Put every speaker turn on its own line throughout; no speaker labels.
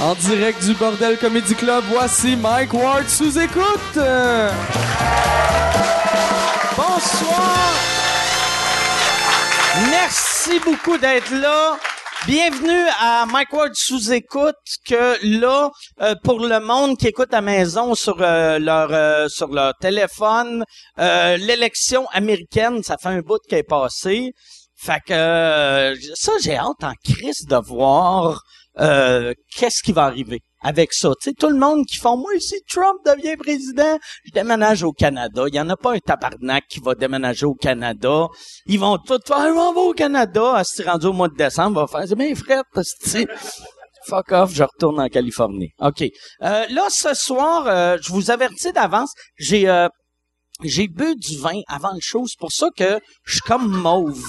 En direct du Bordel Comedy Club, voici Mike Ward sous écoute. Euh,
Bonsoir. Merci beaucoup d'être là. Bienvenue à Mike Ward sous écoute que là euh, pour le monde qui écoute à maison sur euh, leur euh, sur leur téléphone euh, l'élection américaine ça fait un bout qu'elle est passée fait que euh, ça j'ai hâte en crise de voir euh, qu'est-ce qui va arriver avec ça tu sais tout le monde qui font moi si Trump devient président je déménage au Canada il y en a pas un tabarnak qui va déménager au Canada ils vont tout faire Ah, on va au Canada à ce rendu au mois de décembre on va faire c'est bien fret asti. Fuck off, je retourne en Californie. OK. Euh, là, ce soir, euh, je vous avertis d'avance, j'ai euh, j'ai bu du vin avant le show. C'est pour ça que je suis comme mauve.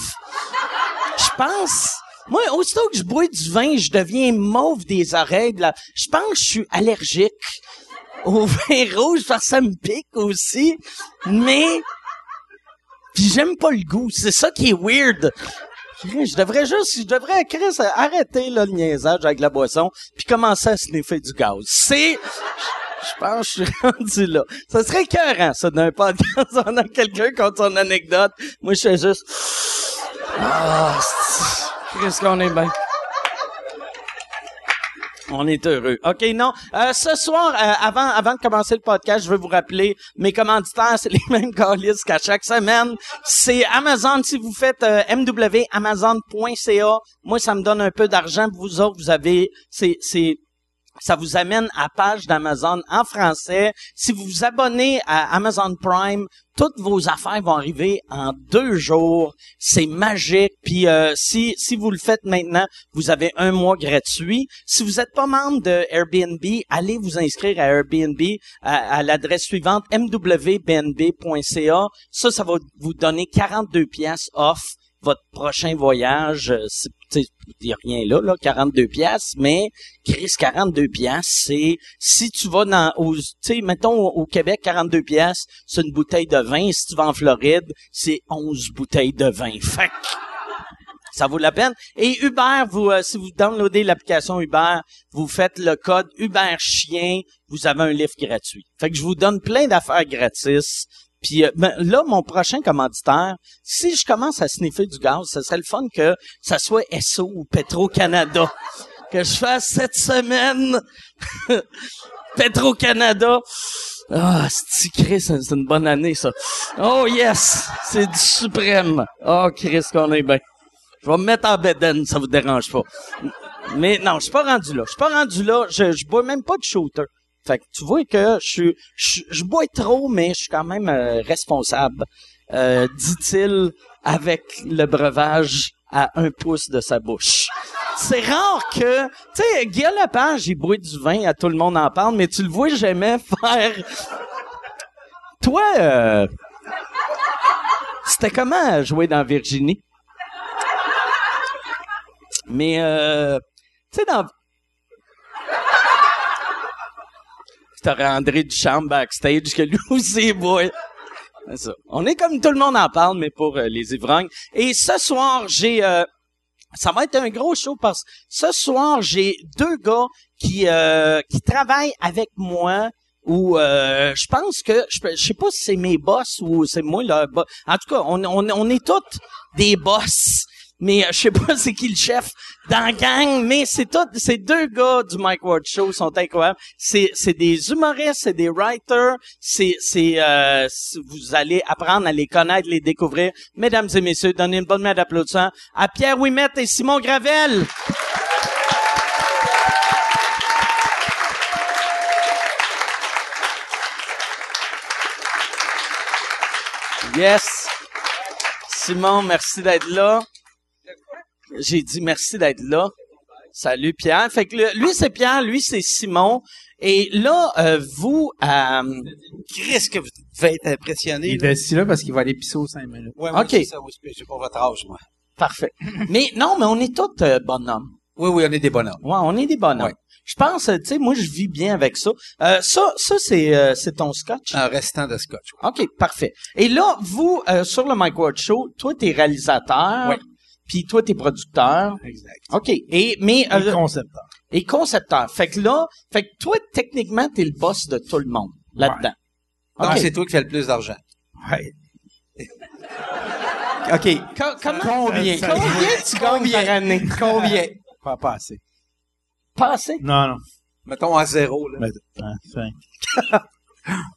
Je pense... Moi, aussitôt que je bois du vin, je deviens mauve des oreilles. de la- Je pense que je suis allergique au vin rouge parce que ça me pique aussi. Mais... Puis j'aime pas le goût. C'est ça qui est weird. Je devrais juste, je devrais, Chris, arrêter là, le niaisage avec la boisson, puis commencer à sniffer du gaz. C'est, je pense, que je suis rendu là. Ça serait écœurant, ça, d'un podcast. On a quelqu'un contre son anecdote. Moi, je fais juste, ah, c'est- Chris, qu'on est bien. On est heureux. OK, non. Euh, ce soir, euh, avant, avant de commencer le podcast, je veux vous rappeler, mes commanditaires, c'est les mêmes calices qu'à chaque semaine. C'est Amazon. Si vous faites euh, mwamazon.ca, moi, ça me donne un peu d'argent. Vous autres, vous avez... C'est, c'est ça vous amène à la page d'Amazon en français. Si vous vous abonnez à Amazon Prime, toutes vos affaires vont arriver en deux jours. C'est magique. Puis euh, si, si vous le faites maintenant, vous avez un mois gratuit. Si vous n'êtes pas membre de Airbnb, allez vous inscrire à Airbnb à, à l'adresse suivante mwbnb.ca. Ça, ça va vous donner 42 pièces off votre prochain voyage. Euh, c'est- tu sais, Il n'y a rien là, là, 42 pièces, mais Chris, 42 pièces, c'est si tu vas dans aux- tu sais mettons au au Québec 42 pièces, c'est une bouteille de vin, si tu vas en Floride, c'est 11 bouteilles de vin. Fait que ça vaut la peine. Et Uber, vous, euh, si vous downloadez l'application Uber, vous faites le code Uber Chien, vous avez un livre gratuit. Fait que je vous donne plein d'affaires gratis. Puis euh, ben, là, mon prochain commanditaire, si je commence à sniffer du gaz, ce serait le fun que ça soit SO ou Petro-Canada. Que je fasse cette semaine Petro-Canada. Ah, c'est Chris, c'est une bonne année, ça. Oh yes! C'est du suprême. Oh, Chris, qu'on est bien. Je vais me mettre en bedaine, ça vous dérange pas. Mais non, je suis pas rendu là. Je suis pas rendu là. Je, je bois même pas de shooter. Fait que tu vois que je suis, je, je bois trop, mais je suis quand même euh, responsable, euh, dit-il, avec le breuvage à un pouce de sa bouche. C'est rare que, tu sais, Guillaume Lepage, il boit du vin, à tout le monde en parle, mais tu le vois jamais faire. Toi, euh, c'était comment jouer dans Virginie? Mais, euh, tu sais, dans. T'aurais André Duchamp backstage que lui aussi, boy. C'est ça. On est comme tout le monde en parle, mais pour euh, les ivrognes. Et ce soir, j'ai. euh, ça va être un gros show parce que ce soir, j'ai deux gars qui, euh, qui travaillent avec moi ou euh, je pense que je, peux- je sais pas si c'est mes boss ou c'est moi leur boss. En tout cas, on, on, on est tous des boss, mais euh, je sais pas c'est qui le chef dans la gang, mais c'est tout, ces deux gars du Mike Ward Show sont incroyables. C'est c'est des humoristes, c'est des writers, c'est c'est euh, c'est- vous allez apprendre à les connaître, les découvrir. Mesdames et messieurs, donnez une bonne main d'applaudissements à Pierre Ouimet et Simon Gravel. Yes. Simon, merci d'être là. J'ai dit merci d'être là. Salut Pierre. Fait que le- lui c'est Pierre, lui c'est Simon. Et là, euh, vous, euh,
Chris, que vous devez être impressionné.
Il est assis là parce qu'il va aller pisser aux 5 minutes.
Ouais, moi,
Ok.
c'est ça, oui, c'est- j'ai pas votre âge, moi.
Parfait. mais non, mais on est tous euh, bonhommes.
Oui, oui, on est des bonhommes.
Ouais, on est des bonhommes.
Ouais.
Je pense, euh, tu sais, moi, je vis bien avec ça. Euh, ça, ça c'est euh, c'est ton scotch.
Un restant de scotch.
OK, parfait. Et là, vous, euh, sur le Mike Ward Show, toi, t'es réalisateur.
Ouais.
puis toi, t'es producteur.
Exact.
OK. Et, mais,
Ah,
euh,
concepteur.
et concepteur. Fait que là, fait que toi, techniquement, t'es le boss de tout le monde là-dedans.
Non,
OK.
Ah, c'est toi qui fais le plus d'argent.
Ouais.
OK. Co- comment?
Combien?
Combien tu gagnes par année?
Combien?
Pas, pas assez.
Pas assez?
Non, non.
Mettons à zéro, là.
Mais, hein, cinq.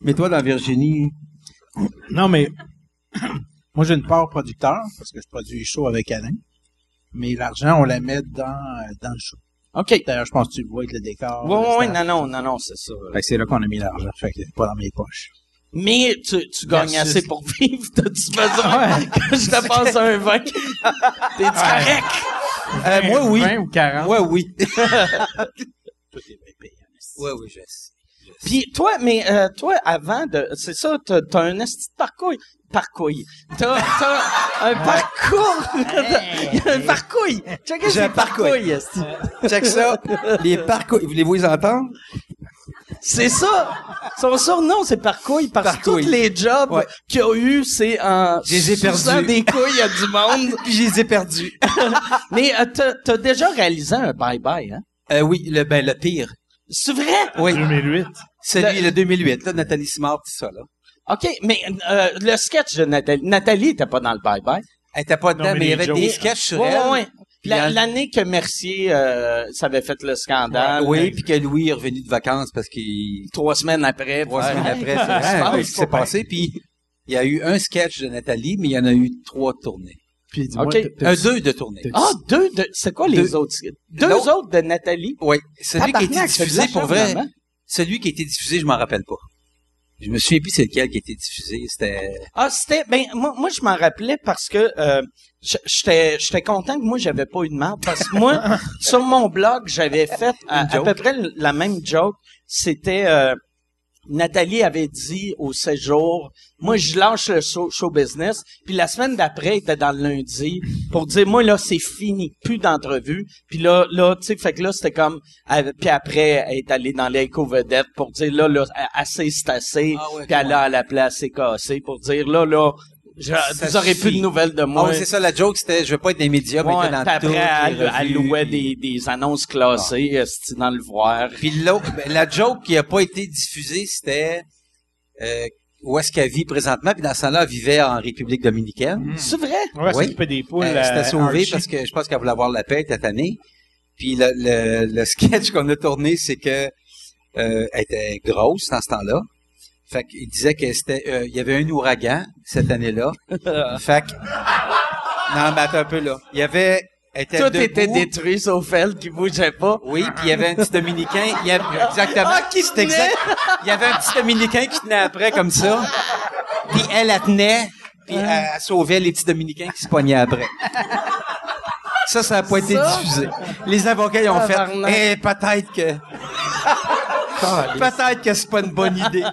Mais toi, dans Virginie,
Non, mais moi, j'ai une part producteur parce que je produis les shows avec Alain. Mais l'argent, on la met dans, euh, dans le show.
OK.
D'ailleurs, je pense que tu le vois avec le décor.
Oui,
le
oui,
staff.
non, non, non, non, c'est ça.
Fait que c'est là qu'on a mis l'argent. Fait que c'est pas dans mes poches.
Mais tu, tu gagnes
Versus-
assez pour vivre. T'as-tu besoin que je te passe un vin? T'es-tu correct?
Euh, moi, oui.
20 ou 40.
Moi, oui.
Tout est bien payé.
Ouais, oui, je sais.
Puis toi, mais euh, toi, avant de... C'est ça, t'as t'as un esti de parcouille. Parcouille. T'as t'as un parcours. un parcouille. Check
J'ai un parcouille.
esti.
Check ça. Les parcours. Voulez-vous les entendre?
C'est ça. Son surnom, c'est Parcouille parce que
Parcouille.
tous les jobs
Ouais.
qu'il a eu, c'est en
Je les ai perdus.
suçant des couilles à du monde.
Puis je les ai perdus.
mais euh, t'as t'as déjà réalisé un bye-bye, hein?
Euh, oui, le, ben, le pire.
C'est vrai?
Oui.
2008.
Celui, le 2008, là, Nathalie Simard, tout ça, là.
OK, mais euh, le sketch de Nathalie, Nathalie était pas dans le bye-bye.
Elle était pas dedans,
Non,
mais,
mais
il y
les
avait
jokes,
des
hein.
sketchs sur
Ouais,
elle.
ouais, ouais.
Puis
La-
elle-
L'année que Mercier euh, s'avait fait le scandale,
Euh, oui, puis que Louis est revenu de vacances parce qu'il...
trois semaines après.
Trois
ouais.
semaines après,
qu'est-ce qui se
c'est
passe?
vrai, ce qui s'est passé. Puis il y a eu un sketch de Nathalie, mais il y en a eu trois tournées.
Puis dis-moi,
Ok.
t'as- t'as-
Un, deux de tournées.
t'as-
Ah, deux de... C'est quoi les
Deux.
autres? Deux
L'autre-
autres de Nathalie?
Oui, Ah! celui qui a été
Tabarnak, c'est de
diffusé
la
pour
chance,
vrai.
maman.
Celui qui a été diffusé, je m'en rappelle pas. Je me souviens plus c'est lequel qui a été diffusé. C'était
Ah, c'était... Ben, moi, moi je m'en rappelais parce que euh, j- j'étais j'étais content que moi, j'avais pas eu de marde. Parce que moi, sur mon blog, j'avais fait à, à peu près la même joke. C'était... euh, Nathalie avait dit au séjour, moi je lâche le show, show business, puis la semaine d'après, elle était dans le lundi pour dire moi là c'est fini, plus d'entrevue. Puis là là tu sais fait que là c'était comme elle- puis après elle est allée dans les vedettes pour dire là là assez c'est assez,
Ah ouais,
puis elle a à la place c'est cassé pour dire là là je,
Ça
vous aurez plus de
suffit.
nouvelles de
Ah
moi.
oui, c'est ça, la joke, c'était, je veux pas être dans les médias, mais
Ouais,
t'es dans
puis après,
toutes les
elle, elle
revues, Ah.
louait
puis-
des, des annonces classées, esti, dans le voir.
Puis l'autre, ben, la joke qui a pas été diffusée, c'était, euh, où est-ce qu'elle vit présentement, puis dans ce temps-là, elle vivait en République dominicaine.
Hmm.
C'est vrai?
Ouais,
Oui.
c'est coupé des poules.
Euh,
à
c'était sauvé
Archie.
parce que je pense qu'elle voulait avoir la paix cette année. Puis le, le, le sketch qu'on a tourné, c'est que euh, elle était grosse dans ce temps-là. Fait qu'il disait que c'était, euh, il y avait un ouragan cette année-là. fait que, non, mais attends un peu là. Il y avait, elle était
Tout
debout.
était détruit sauf elle qui bougeait pas.
Oui, puis il y avait un petit Dominicain. Il y avait, exactement.
Ah, qui
C'était
tenait.
exact. Il y avait un petit Dominicain qui tenait après comme ça. Puis elle, la tenait. Puis
Ah.
elle, elle sauvait les petits Dominicains qui se pognaient après. Ça, ça n'a pas été diffusé. Les avocats, ils ont fait.
Tabarnak.
Eh, peut-être que. peut-être que c'est pas une bonne idée.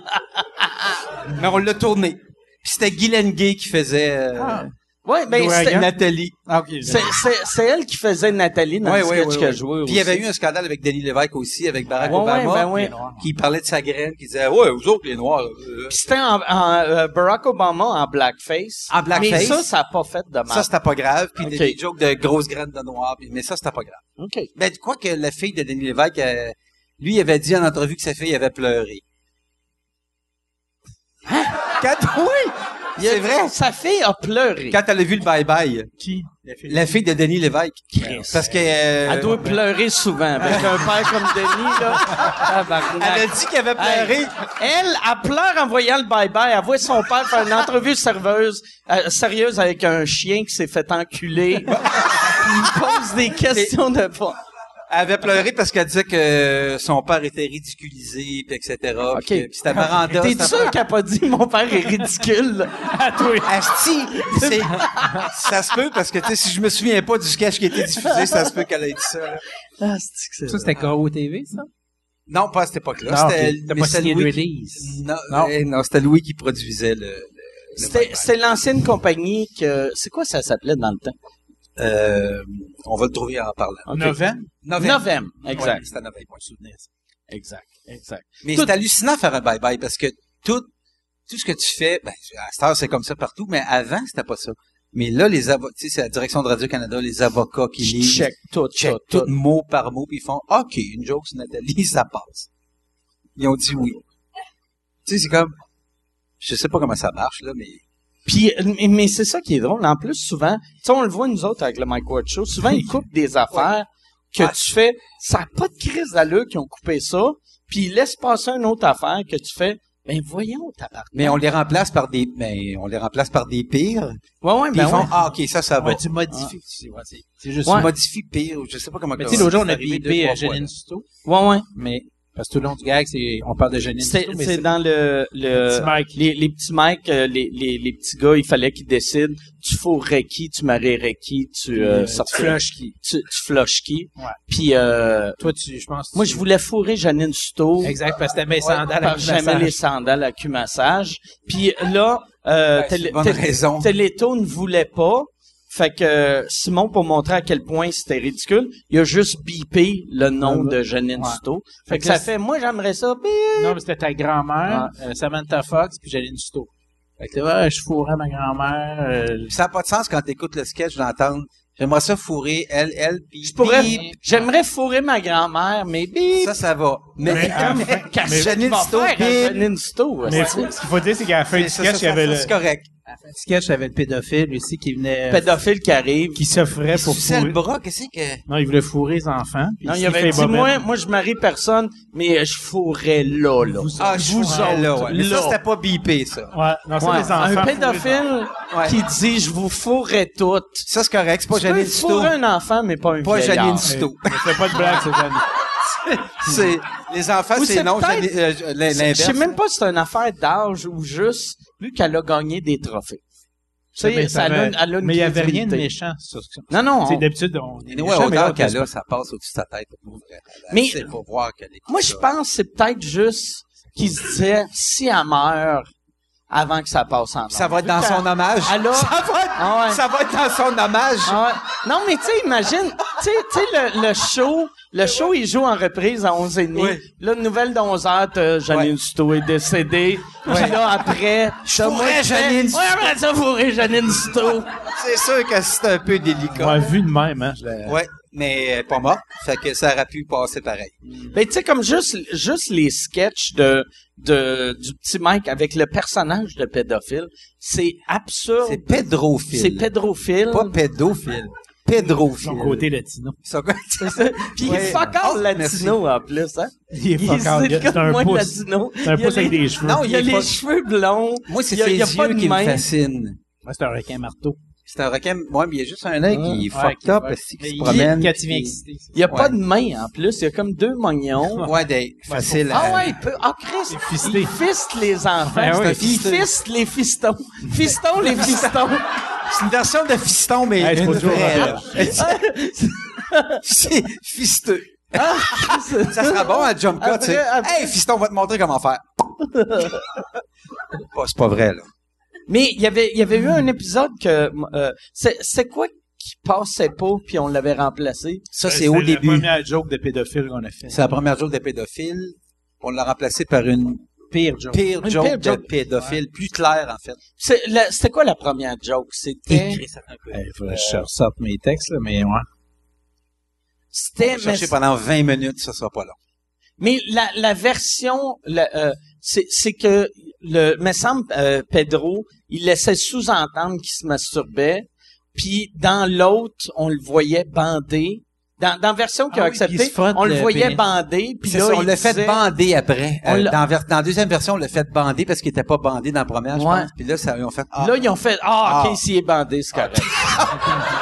Mais on l'a tourné. Puis c'était Guylaine Gay qui faisait euh,
Ouais, ben,
L'ouragan.
c'était-
Nathalie.
Ah, ok.
C'est, c'est- c'est elle qui faisait Nathalie dans
Ouais,
le
ouais,
sketch
ouais,
que
ouais.
je jouais
Puis il y avait
aussi.
eu un scandale avec Denis Lévesque aussi, avec Barack
Ouais, ouais,
Obama,
ben ouais.
qui parlait de sa graine, qui disait ouais, vous autres les noirs. euh,
Puis c'était en, en, euh, Barack Obama en blackface.
En blackface.
Mais ça, ça n'a pas fait de mal.
ça c'était pas grave. Puis des-
Ok.
des, jokes de grosses graines de noirs, puis- mais ça c'était pas grave.
OK.
Ben quoi que la fille de Denis Lévesque, euh, lui il avait dit en entrevue que sa fille avait pleuré. Hein? Quand oui, c'est vrai.
Sa fille a pleuré.
Quand elle a vu le bye bye,
Qui?
la fille de Denis Lévesque, parce que euh,
Elle doit pleurer souvent. Avec un père comme Denis, là. Tabarnak.
elle a dit qu'elle avait pleuré.
Hey, Elle, elle pleure en voyant le bye-bye. Elle voit son père faire une entrevue serveuse, euh, sérieuse avec un chien qui s'est fait enculer. Il pose des questions de pas.
Elle avait pleuré parce qu'elle disait que son père était ridiculisé, puis etc. Puis que- puis c'était Maranda.
T'es
c'était-
sûr qu'elle a pas dit mon père est ridicule?
À toi.
Asti, c'est- ça se peut parce que tu sais, si je me souviens pas du sketch qui a été diffusé, ça se peut qu'elle ait dit ça. là.
Ah, c'est que c'est
Ça, c'était Caro TV, ça?
Non, pas à cette époque-là.
Non,
C'était
ok. T'as
mais
pas
c'était
signé de
Louis qui-
release.
Non,
Non.
eh, non, c'était Louis qui produisait le. le-
C'était, c'était l'ancienne compagnie que... C'est quoi ça s'appelait dans le temps?
Euh, on va le trouver en parlant.
Ok.
Novembre?
Novembre.
Novembre. Exact.
Ouais, c'était novembre, je me souvenais.
Exact. Exact.
Mais
Tout-
c'est hallucinant de faire un bye-bye parce que tout, tout ce que tu fais, ben, à cette heure, c'est comme ça partout, mais avant, c'était pas ça. Mais là, les avocats, tu sais, c'est la direction de Radio-Canada, les avocats qui lisent,
Check tout,
check
tout, tout.
tout, mot par mot, puis ils font « OK, une joke sur Nathalie, ça passe. » Ils ont dit oui. Tu sais, c'est comme... Je sais pas comment ça marche, là, mais...
Puis, euh, mais, mais c'est ça qui est drôle. En plus, souvent, tu sais, on le voit nous autres avec le Mike Ward Show, souvent ils coupent des affaires que
Ouais.
tu fais, ça n'a pas de crise d'allure qui ont coupé ça, puis ils laissent passer une autre affaire que tu fais, ben voyons, tabarnak.
Mais on les remplace par des... Mais on les remplace par des pires,
Ouais, ouais,
puis
ben
ils font
ouais.
« Ah, OK, ça, ça va.
Ouais, tu modifies.
C'est ouais, c'est-
C'est juste.
tu
ça.
modifies pire, ou je sais pas comment...
Mais tu sais, l'autre jour, on
c'est
a
arrivé deux,
bipé
trois
euh,
fois, là.
Janine Souto.
Ouais, ouais.
Mais, parce que tout le long du gag, c'est, on parle de Janine
C'est
Souto, mais
c'est dans le, le
Petit Mike.
Les, les petits Mike, euh, les, les, les petits gars, il fallait qu'ils décident. Tu fourrais qui, tu marierais qui, tu euh,
euh,
sortirais-
flush qui.
tu, tu flushes qui.
Ouais.
Puis euh,
Toi, tu, je pense. que
moi,
tu-
je voulais fourrer Janine Souto.
Exact, parce que t'as mes
Ouais,
sandales à
par jamais les sandales à cumassage. Puis là, euh,
Ouais, c'est
Télé-
une bonne
Télé-
raison.
Téléto ne voulait pas. Fait que euh, Simon, pour montrer à quel point c'était ridicule, il a juste bipé le nom
Ouais.
de Janine
Ouais.
Souto. Fait,
Fait
que,
que
ça
c'est-
fait, moi j'aimerais ça, bip.
Non, mais c'était ta grand-mère, euh, Samantha Fox, puis Janine Souto. Fait que là, ouais, je fourrais ma grand-mère. euh,
Ça n'a pas de sens quand tu écoutes le sketch d'entendre J'aimerais ça fourrer elle, elle, puis.
Je pourrais,
puis-
j'aimerais fourrer ma grand-mère, mais bip.
Ça, ça va. Mais,
Mais à la fin- mais-
Qu'est-ce que tu
Janine
vas
Souto,
faire à
bip.
Janine Souto?
Mais
ouais.
faut- ce qu'il faut dire, c'est qu'à la fin du
ça, ça,
sketch, il y
ça,
avait le
ça, c'est correct.
à la fin du sketch, avait le pédophile aussi qui venait. euh,
pédophile qui arrive.
qui s'offrait
Tu
pour
sais le
fourrer.
bras, qu'est-ce que.
Non, il voulait fourrer les enfants. puis
Non,
il
il
s'est
avait
fait
dit,
bobette.
moi, moi, je marie personne, mais euh, je fourrais là, là.
Ah, je vous là, ouais. Mais ça, c'était pas bipé, ça.
Ouais, non, ça,
Ouais,
les enfants.
un
fourrés dans-
pédophile
Ouais.
qui dit je vous fourrais toutes.
Ça, c'est correct. C'est pas
Tu peux
Janine Souto.
fourrer un enfant, mais pas un
Pas
vieillard.
Janine Souto.
Mais C'est pas de blague, c'est Janine.
C'est. Les enfants,
Ou
c'est
c'est
non,
peut-être-
Janine- euh, euh,
Je
l'inverse.
sais même pas si c'est une affaire d'âge ou juste, vu qu'elle a gagné des trophées. Tu sais, ça
Mais ça
a
avait-
une- elle a une
mais il n'y avait rien de
crédibilité.
méchant sur ça.
Non, non.
C'est
on-
d'habitude, on est
Mais ouais,
méchant, mais là,
autant
on passe
qu'elle a, ça passe au-dessus de sa tête. pour vrai.
Mais-
C'est pour voir qu'elle est.
Moi, je pense que c'est peut-être juste qu'il se disait si elle meurt avant que ça passe en
Ça
ondes.
va être dans
Vu
son
qu'elle-
hommage.
elle a-
Ça va être-
Ah ouais.
ça va être dans son hommage.
Ah ouais. Non, mais tu sais, imagine, tu sais, tu sais, le, le show, le show, il joue en reprise à 11h30.
Ouais.
Là, une nouvelle de 11h, t'as Janine
Ouais.
Souto est décédée. Puis là, après, je
fourrais Janine
Ouais, après ça, fourré Janine Souto.
C'est sûr que c'est un peu délicat.
On l'a vu de même, hein. je l'ai-
Ouais, mais elle est pas mort. Fait que ça aurait pu passer pareil.
Ben, tu sais, comme juste, juste les sketchs de, de, du petit Mike avec le personnage de pédophile, c'est absurde.
C'est pédrophile.
C'est pédophile.
Pas pédophile. Pédrophile.
Son côté latino.
Son côté-
Puis il est
Ouais.
fuck all
Oh,
latino, en plus, hein.
Il est
Il
fuck out.
c'est
C'est
comme
un
moi,
pouce.
latino.
C'est un
Il y a
pouce avec
les-
des cheveux.
Non,
Il y a
est
les
pas-
cheveux blonds.
Moi, c'est
il y a-
ses
il y a pas
yeux
de
qui me
main.
fascinent.
Ouais, c'est un requin marteau.
C'est un requin. Ouais, mais il y a juste un œil qui est
Ouais,
fucked up,
ouais.
parce qu'il
Mais
se
il-
promène.
Quand il vient
puis-
excité.
Il y a pas
Ouais.
de main, en plus. Il y a comme deux mognons.
Ouais, des faciles.
Ah
à-
ouais, il peut. Ah, Christ!
est fisté.
Il fiste les enfants.
Ah oui.
il fiste les fistons. Fistons les fistons.
C'est une version de fiston, mais
Hey, c'est
une
pas toujours
vraie.
la
C'est fisteux.
Ah,
Ça sera bon
hein.
à jump cut,
Après,
tu sais.
après-
Hey, fiston, on va te montrer comment faire. Pas- c'est pas vrai, là.
Mais il y avait, il y avait eu un épisode que. euh, c'est c'est quoi qui passait pas, puis on l'avait remplacé?
Ça, c'est au
Ben, la
début.
première joke de pédophile qu'on a fait.
C'est la première joke des pédophiles. On l'a remplacé par une
Pire, Joe.
pire
Une
joke
pire
de
joke.
pédophile, plus claire, en fait.
C'est la- C'était quoi la première joke? C'était.
Eh, Il faudrait que je ressorte mes textes, là, mais ouais.
C'était. mais
Chercher pendant 20 minutes, ça sera pas long.
Mais la, la version, la, euh, c'est c'est que le, me semble euh, Pedro, il laissait sous-entendre qu'il se masturbait, puis dans l'autre, on le voyait bandé. Dans, dans la version qu'il a
Ah oui, puis il
acceptée,
se frotte
on le
le
voyait
pénis.
bandé, puis
C'est
là,
ça, on
il
l'a fait
disait-
bander après.
On
Euh,
l'a-
dans, ver- dans la deuxième version, on l'a fait bander parce qu'il était pas bandé dans la première, je
Ouais.
pense. Puis là, ça, ils ont fait... Ah,
Là, ils ont fait ah,
Ah.
ok, s'il est bandé, c'est correct.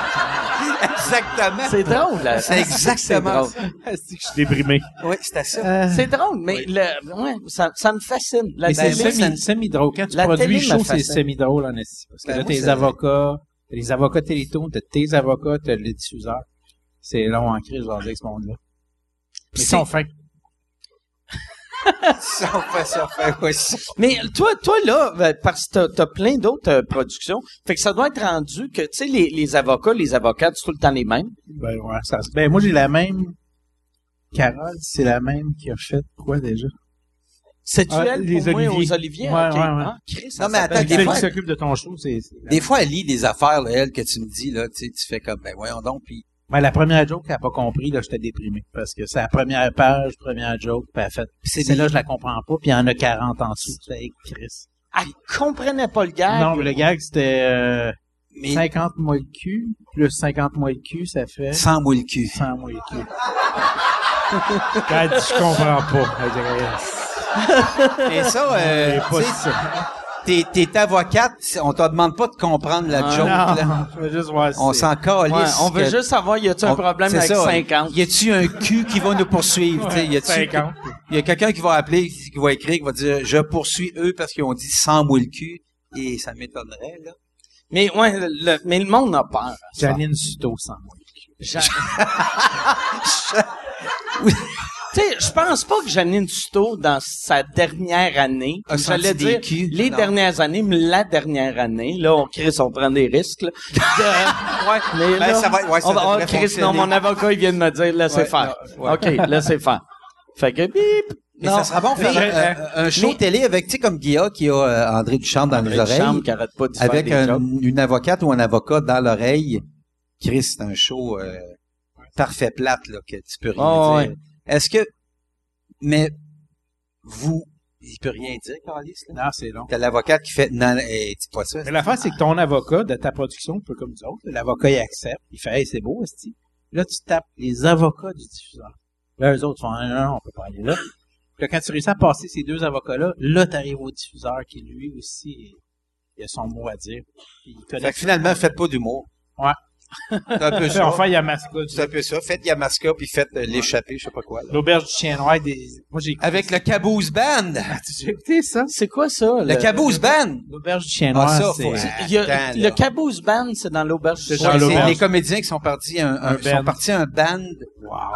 Ah.
exactement!
C'est drôle. là.
C'est exactement
C'est drôle.
Je suis déprimé.
Oui, c'était ça.
C'est drôle, mais le, ouais, ça, ça me fascine. La
ben,
Mais c'est
télé, ça-
semi- semi-drôle. Quand tu
la
produis
télé me
chaud, c'est
fascine.
semi-drôle, en esti. Parce que
Ben,
là,
moi,
tes
c'est-
avocats, t'as les avocats Téléthon, t'as tes avocats, t'as le diffuseur. C'est long en crise, je leur dis, avec ce monde-là. Mais ils sont fins.
Ça, on fait ça, on fait ouais, ça.
Mais toi, toi là, ben, parce que t'as- t'as plein d'autres euh, productions, fait que ça doit être rendu que tu sais les, les avocats, les avocates, c'est tout le temps les mêmes.
Ben, ouais, ça se- ben, moi, j'ai la même. Carole, c'est la même qui a fait quoi déjà?
C'est
Ah,
duel
les
pour moi
oliviers.
aux oliviers.
Ouais,
ok.
ouais, ouais.
Ah, Chris, ça
Non, mais
Ben,
s'appelle
attends,
Celle
fois-
qui s'occupe de ton show, c'est. c'est-
Des fois, elle lit des affaires, là, elle, que tu me dis, là, tu sais, tu fais comme, ben voyons donc, puis
Ben, la première joke, elle n'a pas compris, là, j'étais déprimé. Parce que c'est la première page, première joke, puis elle fait. Puis
C'est
celle-là, je la comprends pas, puis il y en a 40 en dessous. Tu fais, hey, Chris.
Elle comprenait pas le gag.
Non, mais le gag, c'était euh,
Ah, mais
50 mois le cul, plus 50 mois le cul, ça fait
sans mouille le cul.
100 mois le cul.
Elle dit, je comprends pas. Elle dit, yes.
Mais ça, euh,
C'est pas
tu sais,
ça.
t'es, t'es avocate, c'est- on te demande pas de comprendre la joke, là.
Non, je veux juste voir si
On
c'est-
s'en calisse.
Ouais, on veut
que-
juste savoir, y a-tu un
on-
problème
c'est
avec
ça,
50?
Y a-tu un cul qui va nous poursuivre? tu sais, y a-tu-
50.
Il y a quelqu'un qui va appeler, qui va écrire, qui va dire Je poursuis eux parce qu'ils ont dit sans moi le cul et ça m'étonnerait, là.
Mais, ouais, le, mais le monde a peur.
Janine Suto, 100 mois le cul.
Jean- Oui. Tu sais, je pense pas que Janine Suto, dans sa dernière année,
A Ah, senti
j'allais
des
dire
culs,
les
non.
dernières années, mais la dernière année, là, on Chris, on prend des risques. Là. De- ouais, mais
Ben,
là,
ça va- ouais, ça
on va-
devrait
oh, Chris, non,
fonctionner.
mon avocat, il vient de me dire, laissez
Ouais,
faire.
non, ouais.
OK, laissez faire. Fait que bip!
Mais ça sera bon faire
Mais-
euh, un show télé avec, tu sais, comme Guilla qui a euh, André Duchamp dans les
Avec
oreilles.
Chambre qui arrête pas de se
avec
faire des
un-
jokes.
une avocate ou un avocat dans l'oreille. Chris, c'est un show euh, parfait plate, là, que tu peux rien
Ah,
dire. Est-ce que. Mais vous. Il peut rien dire, Carlis, là.
Non, c'est long.
T'as l'avocate qui fait Non, hey, dis pas ça.
Mais l'affaire, c'est que ton avocat de ta production, un peu comme nous autres, l'avocat, il accepte. Il fait, hey, c'est beau, esti. Là, tu tapes les avocats du diffuseur. Là, eux autres font, non, non, on peut pas aller là. Puis là, quand tu réussis à passer ces deux avocats-là, là, t'arrives au diffuseur qui, lui aussi, il a son mot à dire. Puis il connaît
Fait que finalement, faites pas d'humour.
Ouais.
C'est un peu
Fait,
ça.
on fait Yamaska.
C'est un peu ça. Faites Yamaska puis faites euh, l'échappée, je sais pas quoi. là.
l'auberge du chien noir des. Moi, j'ai
Avec le Caboose Band.
j'ai écouté ça.
C'est quoi ça?
Le Caboose Band.
L'auberge du chien noir,
Ah, ça, faut...
c'est.
Il y a-
Attends,
le
là.
Caboose Band, c'est dans l'auberge du
C'est
soir.
dans
Ouais, c'est
l'auberge.
les comédiens qui sont partis un, un-
Un band.
sont partis un band.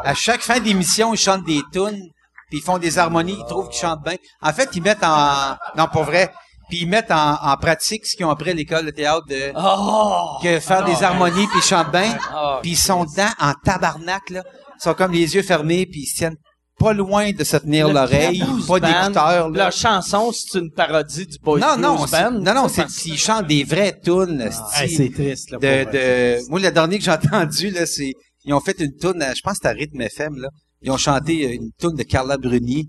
À chaque fin d'émission, ils chantent des tunes, puis ils font des harmonies, ils trouvent qu'ils chantent bien. En fait, ils mettent en non pour vrai, puis ils mettent en, en pratique ce qu'ils ont appris à l'école de théâtre de
Oh!
que faire des harmonies puis ils chantent bien,
Ah,
puis ils sont dedans en tabarnak là. Ils sont comme les yeux fermés puis ils se tiennent pas loin de se tenir
Le
l'oreille,
Caboose
pas
Band,
d'écouteurs là.
La chanson, c'est une parodie du Boys
Non non,
Blues
c'est-
Band.
non non,
Ça, Ah,
c'est ils chantent des vraies tunes.
Hey,
esti.
c'est triste, là. pour
de,
vrai, hein, c'est
de- moi le dernier que j'ai entendu là c'est ils ont fait une tune je pense que c'était à rythme FM là ils ont chanté euh, une tune de Carla Bruni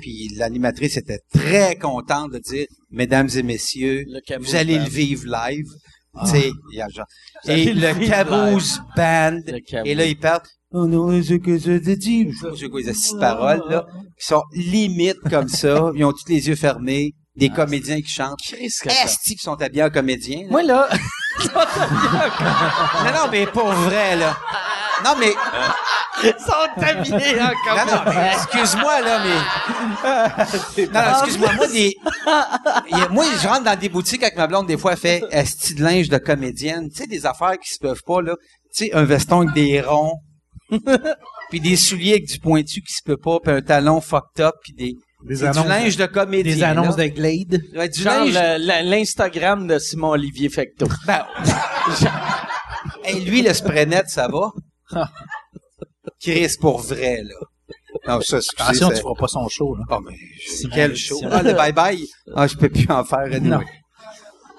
puis l'animatrice était très contente de dire mesdames et messieurs
Le Caboose
vous allez
Band. Ah.
le vivre live Tu sais, il y a genre-
Vous allez
et
le
le
vivre
Caboose Band
Le Caboose.
et là ils partent on a les yeux que je te dis je sais pas c'est quoi les assises paroles là qui sont limite comme ça ils ont tous les yeux fermés des comédiens qui chantent
Chris, Ah, que ça.
Esti qui sont habillés en comédiens là.
Moi, là,
Non, non, mais pour vrai, là. Non, mais.
ils sont habillés hein, en
Non, non,
comédien.
mais excuse-moi, là, mais. Non, non, excuse-moi. Moi, des... il y a- moi, je rentre dans des boutiques avec ma blonde, des fois, elle fait esti de linge de comédienne. Tu sais, des affaires qui se peuvent pas, là. Tu sais, un veston avec des ronds, puis des souliers avec du pointu qui se peut pas, puis un talon fucked up, puis des.
Des
c'est
annonces.
Du linge de comédienne.
Des annonces de Glade.
de. Ouais, du
Genre
linge.
le- la- l'Instagram de Simon-Olivier Fecteau.
Ben, hey, lui, le spray net, ça va? Chris, pour vrai, là. Non, ça, excusez,
Attention,
c'est-
tu feras pas son show, là.
Ah, mais je- quel show. Ah, le bye-bye. Ah, je peux plus en faire, anyway.
Non.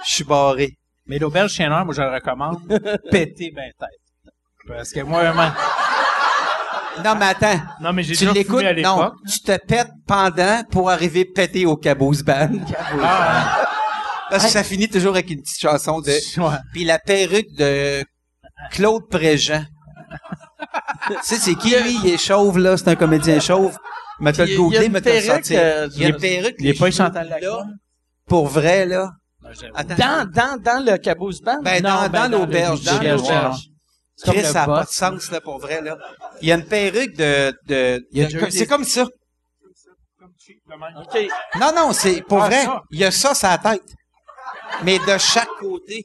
Je suis barré.
Mais l'auberge chien noir, moi, je le recommande. Péter ben tête. Parce que moi, vraiment.
Non, mais attends.
Non, mais j'ai
Tu
déjà
l'écoutes?
fumé à
Non.
l'époque.
Tu te pètes pendant pour arriver pété au caboose band.
Ah,
Parce que ça finit toujours avec une petite chanson de...
Ouais.
Puis la perruque de Claude Préjean. tu sais, c'est qui, lui? Il est chauve, là. C'est un comédien chauve. Mais t'as
Il y
le
a-
goûter,
il y a une
mais t'as le
perruque,
sentir.
euh,
Il y a une perruque.
Il est
les
pas
cheveux,
Chantal
là,
Lacroix.
Pour vrai, là. Attends.
Dans, dans, dans le Caboose Band.
Ben, dans,
Non, ben,
dans
dans
l'auberge.
le-
Dans
dans
l'auberge.
l'auberge.
comme
Chris,
le
ça n'a pas
boss.
de sens, là, pour vrai, là. Il y a une perruque de... de,
Il y a
de-
déjà eu
c'est
des-
comme ça.
OK.
Non, non, c'est pour
Ah,
vrai.
ça.
Il y a ça sa tête. Mais de chaque côté.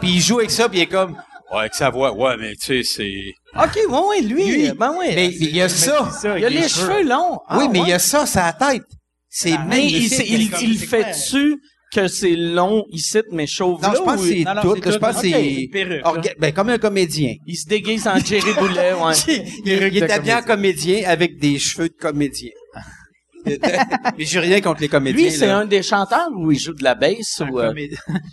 Puis il joue avec ça, puis il est comme... Ouais, avec sa voix. Ouais, mais tu sais, c'est...
OK, ouais, ouais, lui.
Lui.
Ben, ouais.
Mais il y a ça.
ça,
il y a les cheveux longs. Ah,
oui, mais il y
ouais.
a ça sa tête. C'est
Mais il,
magnifique.
s'est- il,
comme-
il
c'est
fait
quoi?
dessus que c'est long ici, mais chauve
Non,
là,
je pense
ou-
que c'est
Non, non,
tout.
c'est
que Je
tout.
pense que
Ok,
c'est
une perruque,
orga- ben, comme un comédien.
Il se déguise en Jerry Boulet, ouais.
il il est habillé en comédien avec des cheveux de comédien. Mais j'ai rien contre les comédiens.
Lui, c'est
là.
un des chanteurs où il joue de la bass ou. euh,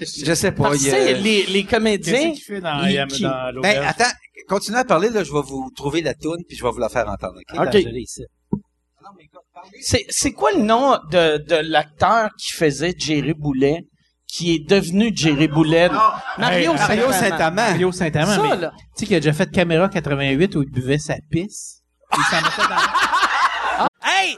Je sais pas.
parce que
il,
c'est
euh,
les, les
Qu'est-ce
comédiens.
qu'il fait dans,
Mickey.
Yam- dans l'auberge?
Ben, attends, continuez à parler, là, je vais vous trouver la toune, puis je vais vous la faire entendre, OK?
Ok. C'est, c'est quoi le nom de, de l'acteur qui faisait Jerry Boulet, qui est devenu Jerry Boulet? Mario,
Hey,
Ah, Mario
Saint-Amand.
Saint-Amand.
Mario Saint-Amand,
Ça,
mais,
là.
tu sais qu'il a déjà fait Caméra 88 où il buvait sa pisse. Il s'en mettait dans
Hey,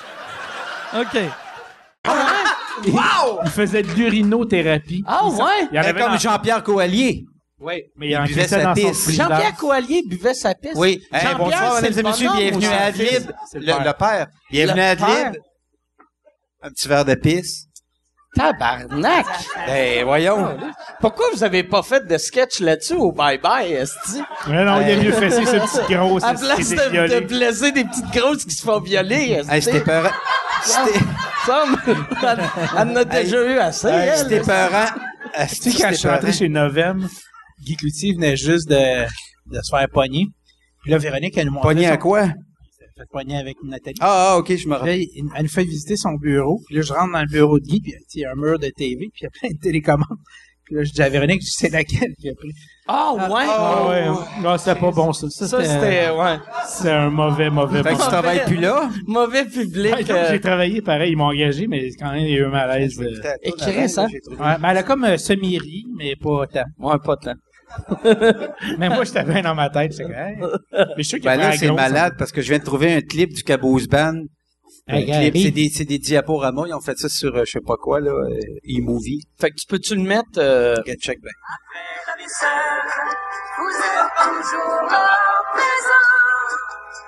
Ha, ha! OK.
Il faisait de l'urinothérapie.
Ah ouais?
Il y en
Ben,
avait
comme
dans-
Jean-Pierre Coallier.
mais il en
buvait
glissait
sa
dans son
pisse.
frigidaire.
Jean-Pierre Coallier buvait sa piste.
Oui. Hey,
Jean-Pierre,
bonsoir,
c'est
mesdames et
le
messieurs.
bonhomme
Bienvenue
ou
à
c'est le fils?
Adlib.
C'est
Le,
le père.
le père. Bienvenue
Le
à
père.
Adlib. Un petit verre de pisse.
Tabarnak!
Ben,
Ah,
voyons.
Pourquoi vous avez pas fait de sketch là-dessus au bye-bye, Esti?
Mais non, il a mieux fessé ce petit gros.
Euh, À
c'est-
place
c'est
de,
violé.
de blesser des petites grosses qui se font violer, Esti.
Hey, c'était peurant. C'était,
Ça, elle elle en a déjà eu assez,
hey,
elle.
c'était peurant. Ah,
Tu sais, quand je suis
c'était
rentré
peurant.
chez Novem, Guy Cloutier venait juste de, de se faire pogner. Puis là, Véronique, elle nous montrait...
Pogné
son-
à quoi?
Elle s'est fait pogner avec Nathalie.
Ah, ah, OK, je me
Puis là,
rappelle.
il- elle nous fait visiter son bureau. Puis là, je rentre dans le bureau de Guy, puis tu sais, il y a un mur de TV, puis il y a plein de télécommandes. Puis là, je dis à Véronique, je dis, c'est laquelle? Puis après,
Ah ouais?
Ah ouais. Non, c'était pas bon, ça. Ça,
Ça,
c'était.
c'était, ouais.
C'est un mauvais, mauvais
Fait que
moment.
tu travailles plus là?
Mauvais
Ah,
public.
Ouais, donc,
euh,
J'ai travaillé pareil, ils m'ont engagé, mais quand même, il y a eu un malaise. de-
écrit, ça.
hein? ouais, mais elle a comme euh, semi-ri, mais pas tant.
Ouais, pas tant.
Mais moi, j'étais bien dans ma tête. j'étais comme, hey. Mais je suis sûr qu'il
Ben
prend la
là, c'est
grosse,
malade parce que je viens de trouver un clip du Caboose Band. Un
Hey,
clip,
Gary.
c'est des, c'est des diaporamas. Ils ont fait ça sur, euh, je sais pas quoi, là, euh, e-movie.
Fait que tu peux-tu le mettre, euh,
Get check back.
Vous êtes toujours en présent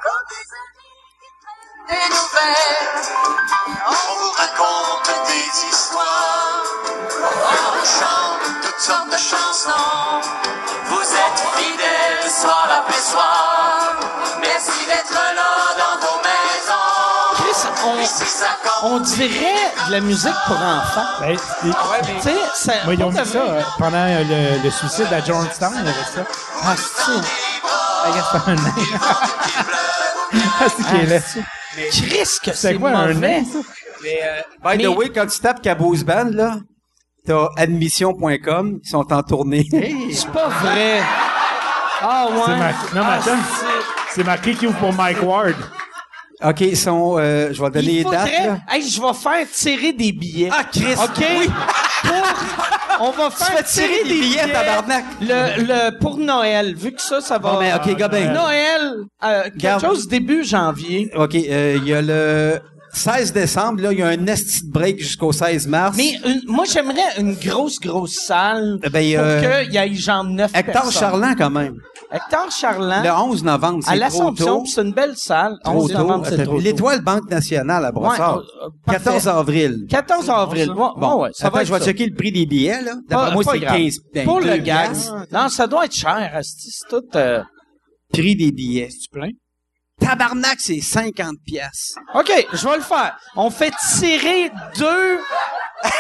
Quand des amis qui prennent des nouvelles
On vous raconte des histoires, on chante toutes sortes de chansons.
Vous êtes fidèles soir après soir Merci d'être là dans vos maisons
Chris,
Ici ça compte
on, on dirait de la musique pour enfants.
Ben, c'est-
Tu sais, ça.
Moi, ils ont mis
pas de
ça
vrai.
euh, pendant euh, le, le suicide à Johnstown, il y avait ça.
Ah, c'est ça. Ah, regarde, c'est pas un nain. Ah, c'est qu'il est là.
Chris, que c'est
quoi, un
mauvais.
Mais, euh, by
Mais-
the way, quand tu tapes Caboose Band, là, t'as admission.com, ils sont en tournée.
C'est pas vrai. Ah ouais.
C'est marqué- non, mais
Ah,
attends.
c'est-
C'est marqué qui ouvre pour Mike Ward.
OK, ils sont, euh, je vais donner
Il
les dates,
faudrait.
là.
Hey, je vais faire tirer des billets.
Ah, Chris!
OK? Pour- on va
Tu fais
faire
tirer des billets, tabarnak!
Le, le, pour Noël, vu que ça, ça va.
Bon, mais OK, Gobin.
Noël, euh, quelque
Garde.
chose début janvier.
OK, euh, il y a le 16 décembre, là, il y a un nest break jusqu'au 16 mars.
Mais une- moi, j'aimerais une grosse, grosse salle
Eh ben,
pour
euh,
qu'il y ait genre neuf
Hector
personnes.
Charland, quand même.
Hector Charland.
Le 11 novembre,
Hein? à
c'est trop
l'Assomption,
tôt.
puis c'est une belle salle.
Trop
11
tôt.
novembre, c'est trop tôt.
L'Étoile Banque Nationale à Brossard.
Ouais, euh, euh, parfait.
14 avril.
14 avril. Ouais, ouais, ouais, ça
Attends,
va être
je vais
ça.
checker le prix des billets, là. D'après
Pas-
moi,
pas
c'est
grave.
15 ben,
Pour le
deux
gaz.
piastres.
Non, ça doit être cher, asti, c'est tout. euh,
Prix des billets.
Tu plains?
Tabarnak, c'est 50 piastres.
OK, je vais le faire. On fait tirer deux...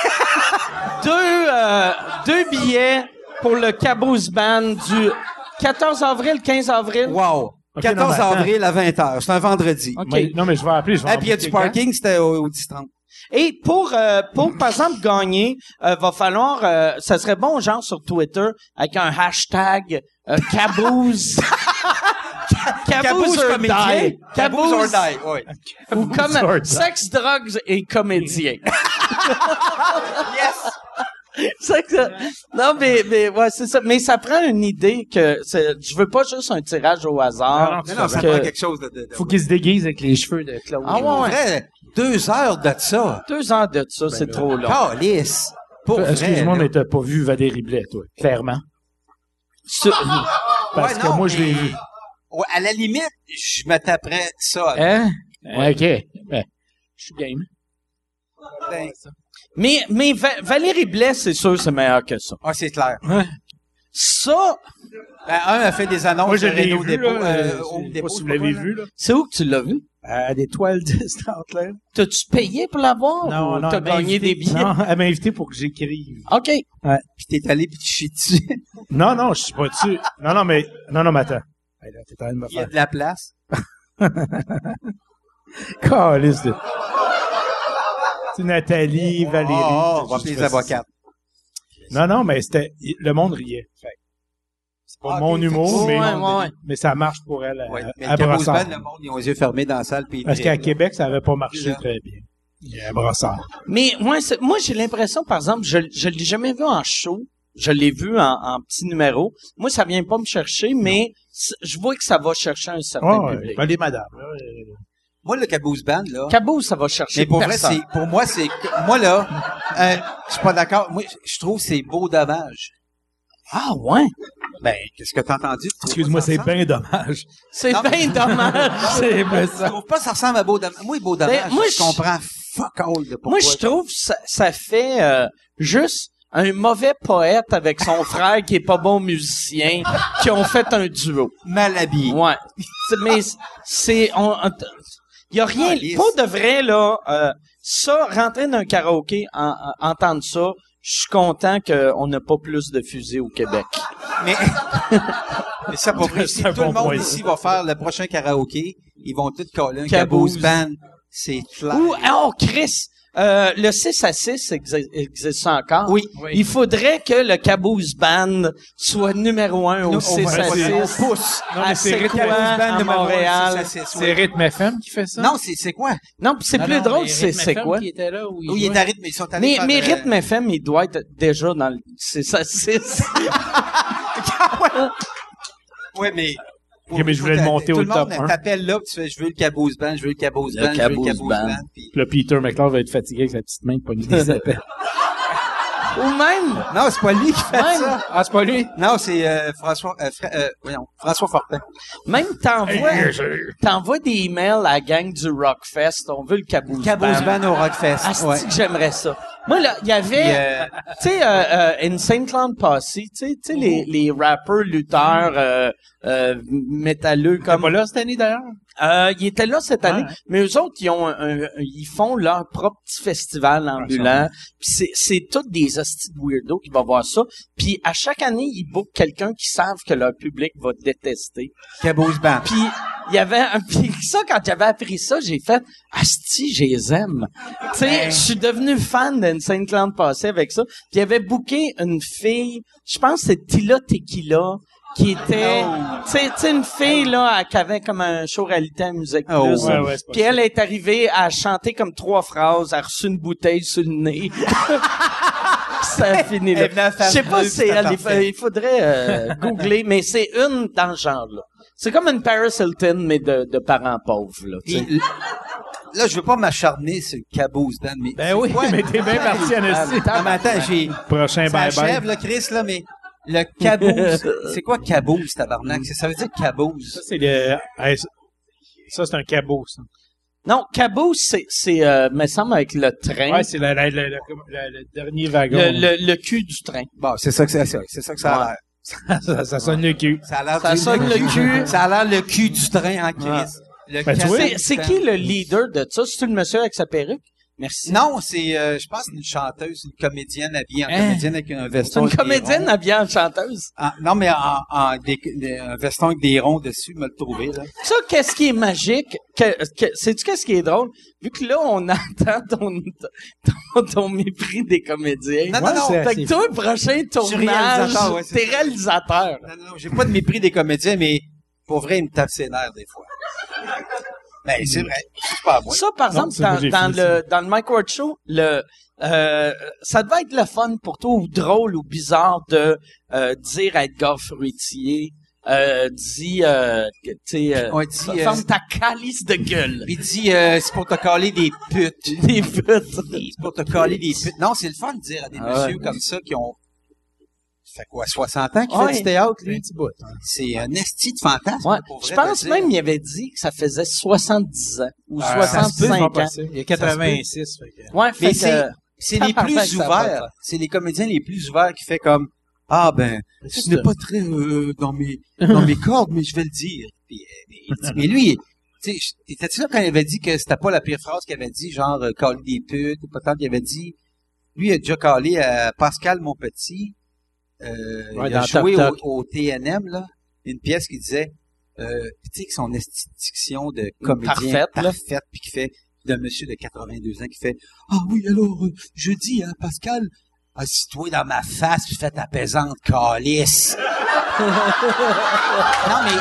deux, euh, deux billets pour le Caboose Band du 14 avril, 15 avril.
Wow.
Ok,
14
non, mais attends.
avril à 20h. C'est un vendredi.
ben, OK. hein?
Mais- non, mais je vais appeler. Je vais
Ah, puis il y a
appeler
du
quelqu'un.
parking, c'était au, au 10-30.
Et pour, euh, pour par exemple, gagner, euh, va falloir... euh, ça serait bon, genre, sur Twitter, avec un hashtag euh, Caboose...
Caboose
or
comédien.
die.
Caboose or die, ouais.
Ou comme
or die.
sexe, drogues et comédien. yes! non, mais, mais ouais, c'est ça. Mais ça prend une idée que c'est- je veux pas juste un tirage au
Ah, Non,
hasard.
non,
Non, non, ça
Que-
prend quelque chose de... de- de-
Faut qu'il se déguise avec les cheveux de Claude.
Ah
Pour
ouais, ouais.
vrai, deux heures de ça.
Deux ans de
Ben
ça, c'est trop long.
Calice. Pour vrai,
Excuse-moi,
là.
mais t'as pas vu Valérie Blais, toi, clairement.
Sur-
Parce
Ouais,
que
non,
moi, je l'ai
mais-
vu.
Ouais, à la limite, je me taperais ça.
Hein? Ouais, OK. Ben, je suis game.
Ben,
Mais, mais Va- Valérie Blais, c'est sûr, c'est meilleur que ça.
ah, c'est clair.
Ça,
Ben, un a fait des annonces
Moi, je
de
l'ai
Renault
vu,
Dépôt,
là.
euh,
euh,
au
je sais
dépôt,
pas si vous
je sais pas
l'avez
quoi,
vu, là.
c'est où que tu l'as vu?
Euh, des toiles distantes, là.
T'as-tu payé pour l'avoir? ou T'as
elle m'a
gagné
invité-
des billets?
Non, elle m'a invité pour que j'écrive.
OK.
Puis t'es allé puis tu chies dessus.
Non, non, je suis pas dessus. Non, non, mais, non, non, mais attends.
Hey, là, t'es en train de me
Il y a
faire...
de la place.
Calisse de... C'est Nathalie, Valérie.
Oh, oh, on va
tout ce que
appeler les
c'est.
avocats.
Non, non, mais c'était, le monde riait. Fait que C'est pas
Ah,
mon
ok,
humour,
fait
mais,
que-
Ouais, ouais, ouais.
mais ça marche pour elle à,
Ouais. Mais
à
le
Brossard.
Carousel, le monde, ils ont les yeux fermés dans la salle. Puis ils
Parce qu'à
crient.
Québec, ça avait pas marché
Là.
très bien. Il y a un brassard.
Mais moi, c'est- moi j'ai l'impression, par exemple, je je l'ai jamais vu en show. Je l'ai vu en, en petit numéro. Moi, ça vient pas me chercher, mais c- je vois que ça va chercher un certain
Ouais,
ben,
public.
Allez, madame. là,
Moi, le Caboose Band, là.
Cabot, ça va chercher
Mais pour vrai,
personne.
c'est, pour moi, c'est, que- moi, là, euh, je suis pas d'accord. Moi, je trouve que c'est beau dommage.
Ah ouais?
Ben, qu'est-ce que t'as entendu? Tu trouves
Excuse-moi,
pas ça
c'est bien
ressemble?
dommage.
C'est
Non.
bien dommage.
C'est bien
Je
ça.
trouve pas que ça ressemble à beau dommage. Moi, beau dommage,
Ben, moi,
je
je-
comprends fuck all de
Moi,
pourquoi.
je trouve ça, ça fait euh, juste un mauvais poète avec son frère qui est pas bon musicien, qui ont fait un duo.
mal habillé.
Ouais. C'est- Mais c'est on il y a rien
Ah, lisse.
pas de vrai là euh, ça rentrer dans un karaoké en- en- entendre ça, je suis content qu'on n'a pas plus de fusées au Québec.
Mais, mais ça, pour vrai, si
C'est un
tout le
bon
monde
point,
ici
ça.
va faire le prochain karaoké, ils vont tous coller un
Caboose.
Caboose Band. C'est clair.
Ou oh Chris, euh, le 6 à 6 exi- existe encore.
Oui.
Il faudrait que le Caboose Band soit numéro un au
Nous, on
6
va-
à
on
6.
pousse.
Non, mais
à
c'est
Sequoia,
Caboose
Band
à
numéro un,
Montréal.
c'est ça, c'est-
C'est Rythme FM qui fait ça?
Non, c'est, c'est quoi?
Non, pis c'est
Non,
plus
non,
drôle,
mais
c'est
Rythme
c'est
FM
quoi?
qui était là où il
Oui, il est
jouait.
à rythme, mais ils sont allés
Mais,
faire euh,
mais
de-
Rythme FM, il doit être déjà dans le 6 à 6.
Ouais, mais.
Ok, mais je voulais le
Tout
monter au
monde,
top hein. un.
T'appelles là, puis tu fais, je veux le caboose band, je veux le caboose band, je veux le
Caboose
caboose
Band.
band. puis-
Puis là, Peter McLeod va être fatigué avec sa petite main de pogner des appels.
Ou même,
Non, c'est pas lui qui fait
Même-
ça.
Ah, c'est pas lui?
Non, c'est euh, François, euh, Fra- euh, voyons, François Fortin.
même t'envoies,
Hey, je-
t'envoies des emails à la gang du Rockfest, on veut le caboose
Caboose
band.
band au Rockfest.
Asti
Ouais.
que j'aimerais ça. Moi, là, il y
Puis,
avait,
euh,
tu sais, euh, euh, Insane Clown Posse, tu sais, tu sais, les, les rappeurs, lutteurs, euh, euh, métalleux
T'es
comme...
pas là cette année, d'ailleurs?
Euh, ils étaient là cette année,
Ouais.
mais eux autres, ils ont un- un- un- ils font leur propre petit festival ambulant. Puis c'est, c'est tous des hosties de weirdos qui vont voir ça. Puis à chaque année, ils bookent quelqu'un qui savent que leur public va détester.
caboose band.
Puis il y avait un puis ça quand j'avais appris ça, j'ai fait asti, je les aime. Tu sais, je suis devenu fan d'Insane Clown passé avec ça. Puis il y avait booké une fille, je pense que c'est Tila Tequila qui était tu sais tu sais, une fille là qui avait comme un show réalité à musique
Oh,
plus.
ouais, ouais, c'est pas
Puis
ça.
elle est arrivée à chanter comme trois phrases, elle a reçu une bouteille sur le nez. ça a fini là.
Elle venait à
Je
faire
sais pas
bleu,
si c'est
c'était
elle, il fa-
parfait.
il faudrait euh, googler, mais c'est une dans ce genre-là. C'est comme une Paris Hilton, mais de, de parents pauvres, là, tu sais.
Et- Là, je veux pas m'acharner sur le caboose band, mais.
Ben oui, mais t'es bien
Ah,
parti, Anastie.
Non,
Ah,
mais attends, j'ai.
ben,
Prochain
Ça
bye-bye.
achève, là, Chris, là, mais. Le caboose. c'est quoi caboose, tabarnak? Ça veut dire
Ça,
caboose.
c'est le... hey, ça- ça, c'est un cabot, ça.
Non, Cabot, c'est, c'est euh, me semble, avec le
Hein?
train.
Ouais, c'est le, le- le- le- le- le dernier wagon.
le, le- le cul du train.
Bon, c'est ça que c'est ça. C'est ça que ça a l'air.
ça, ça sonne le cul.
Ça a l'air
Ça
du-
sonne le cul.
Ça a l'air le cul du train en crise. Le
Ben, tu
caboose
vois.
C'est, c'est
band.
qui le leader de ça? C'est-tu le monsieur avec sa perruque? Merci.
Non, c'est, euh, je pense, une chanteuse, une comédienne habillée en comédienne avec un
C'est
veston.
Hein? une
avec des
comédienne
ronds.
habillée en chanteuse.
Ah, non, mais en, en des- des- un veston avec des ronds dessus, me le trouver, là.
Ça, qu'est-ce qui est magique? Que, que- sais-tu qu'est-ce qui est drôle? Vu que là, on entend ton, ton, ton mépris des comédiens.
Non, non, non.
c'est-
Fait que toi, prochain tournage,
réalisateur, ouais, c'est
t'es
ça.
réalisateur.
Non, non, non, j'ai pas de mépris des comédiens, mais pour vrai, ils me tapent ses nerfs, des fois. Ben, c'est vrai. C'est pas à moi.
Ça, par
Non,
exemple,
c'est moi,
dans,
j'ai
dans
fini
le, dans le Mike Ward Show, le, euh, ça devait être le fun pour toi ou drôle ou bizarre de euh, dire à Edgar Fruitier, euh, dis, euh, que, tu sais, euh,
Ouais, dis, euh,
ferme ta calice de gueule.
Il dit, euh, c'est pour te coller des putes.
Des putes. Ah
C'est pour te coller des putes. Non, c'est le fun de dire à des messieurs comme ça qui ont fait quoi, 60 ans qu'il fait
Ouais.
du théâtre,
Un
lui?
petit bout. hein.
C'est un esti de fantasme.
Ouais.
pour
Je
vrai
pense
de dire.
même qu'il avait dit que ça faisait 70 ans ou
Euh,
Ah, ça se
65
peut, c'est pas
ans.
possible. Il y a 86. fait que-
Ouais, fait
Mais
que-
c'est- C'est les
Tabarnak,
plus
ça a pas de
ouverts.
sens.
C'est les comédiens les plus ouverts qui fait comme, ah ben, ce n'est pas très euh, dans mes dans mes cordes, mais je vais le dire. Puis, euh, mais, il dit- mais lui, tu sais, je- t'étais-tu là quand il avait dit que c'était pas la pire phrase qu'il avait dit, genre euh, Caler des putes ou pas tant qu'il avait dit. Lui il a déjà calé à Pascal mon petit. Euh,
Ouais,
il a
dans
joué
Toc
au, au TNM là, une pièce qui disait, euh, tu sais que son esti de diction de comédien
Parfaite, là.
parfaite, puis qui fait d'un monsieur de 82 ans qui fait ah oui, alors, euh, je dis, hein, Pascal, assis-toi dans ma face, puis fais ta pesante calice. non, mais.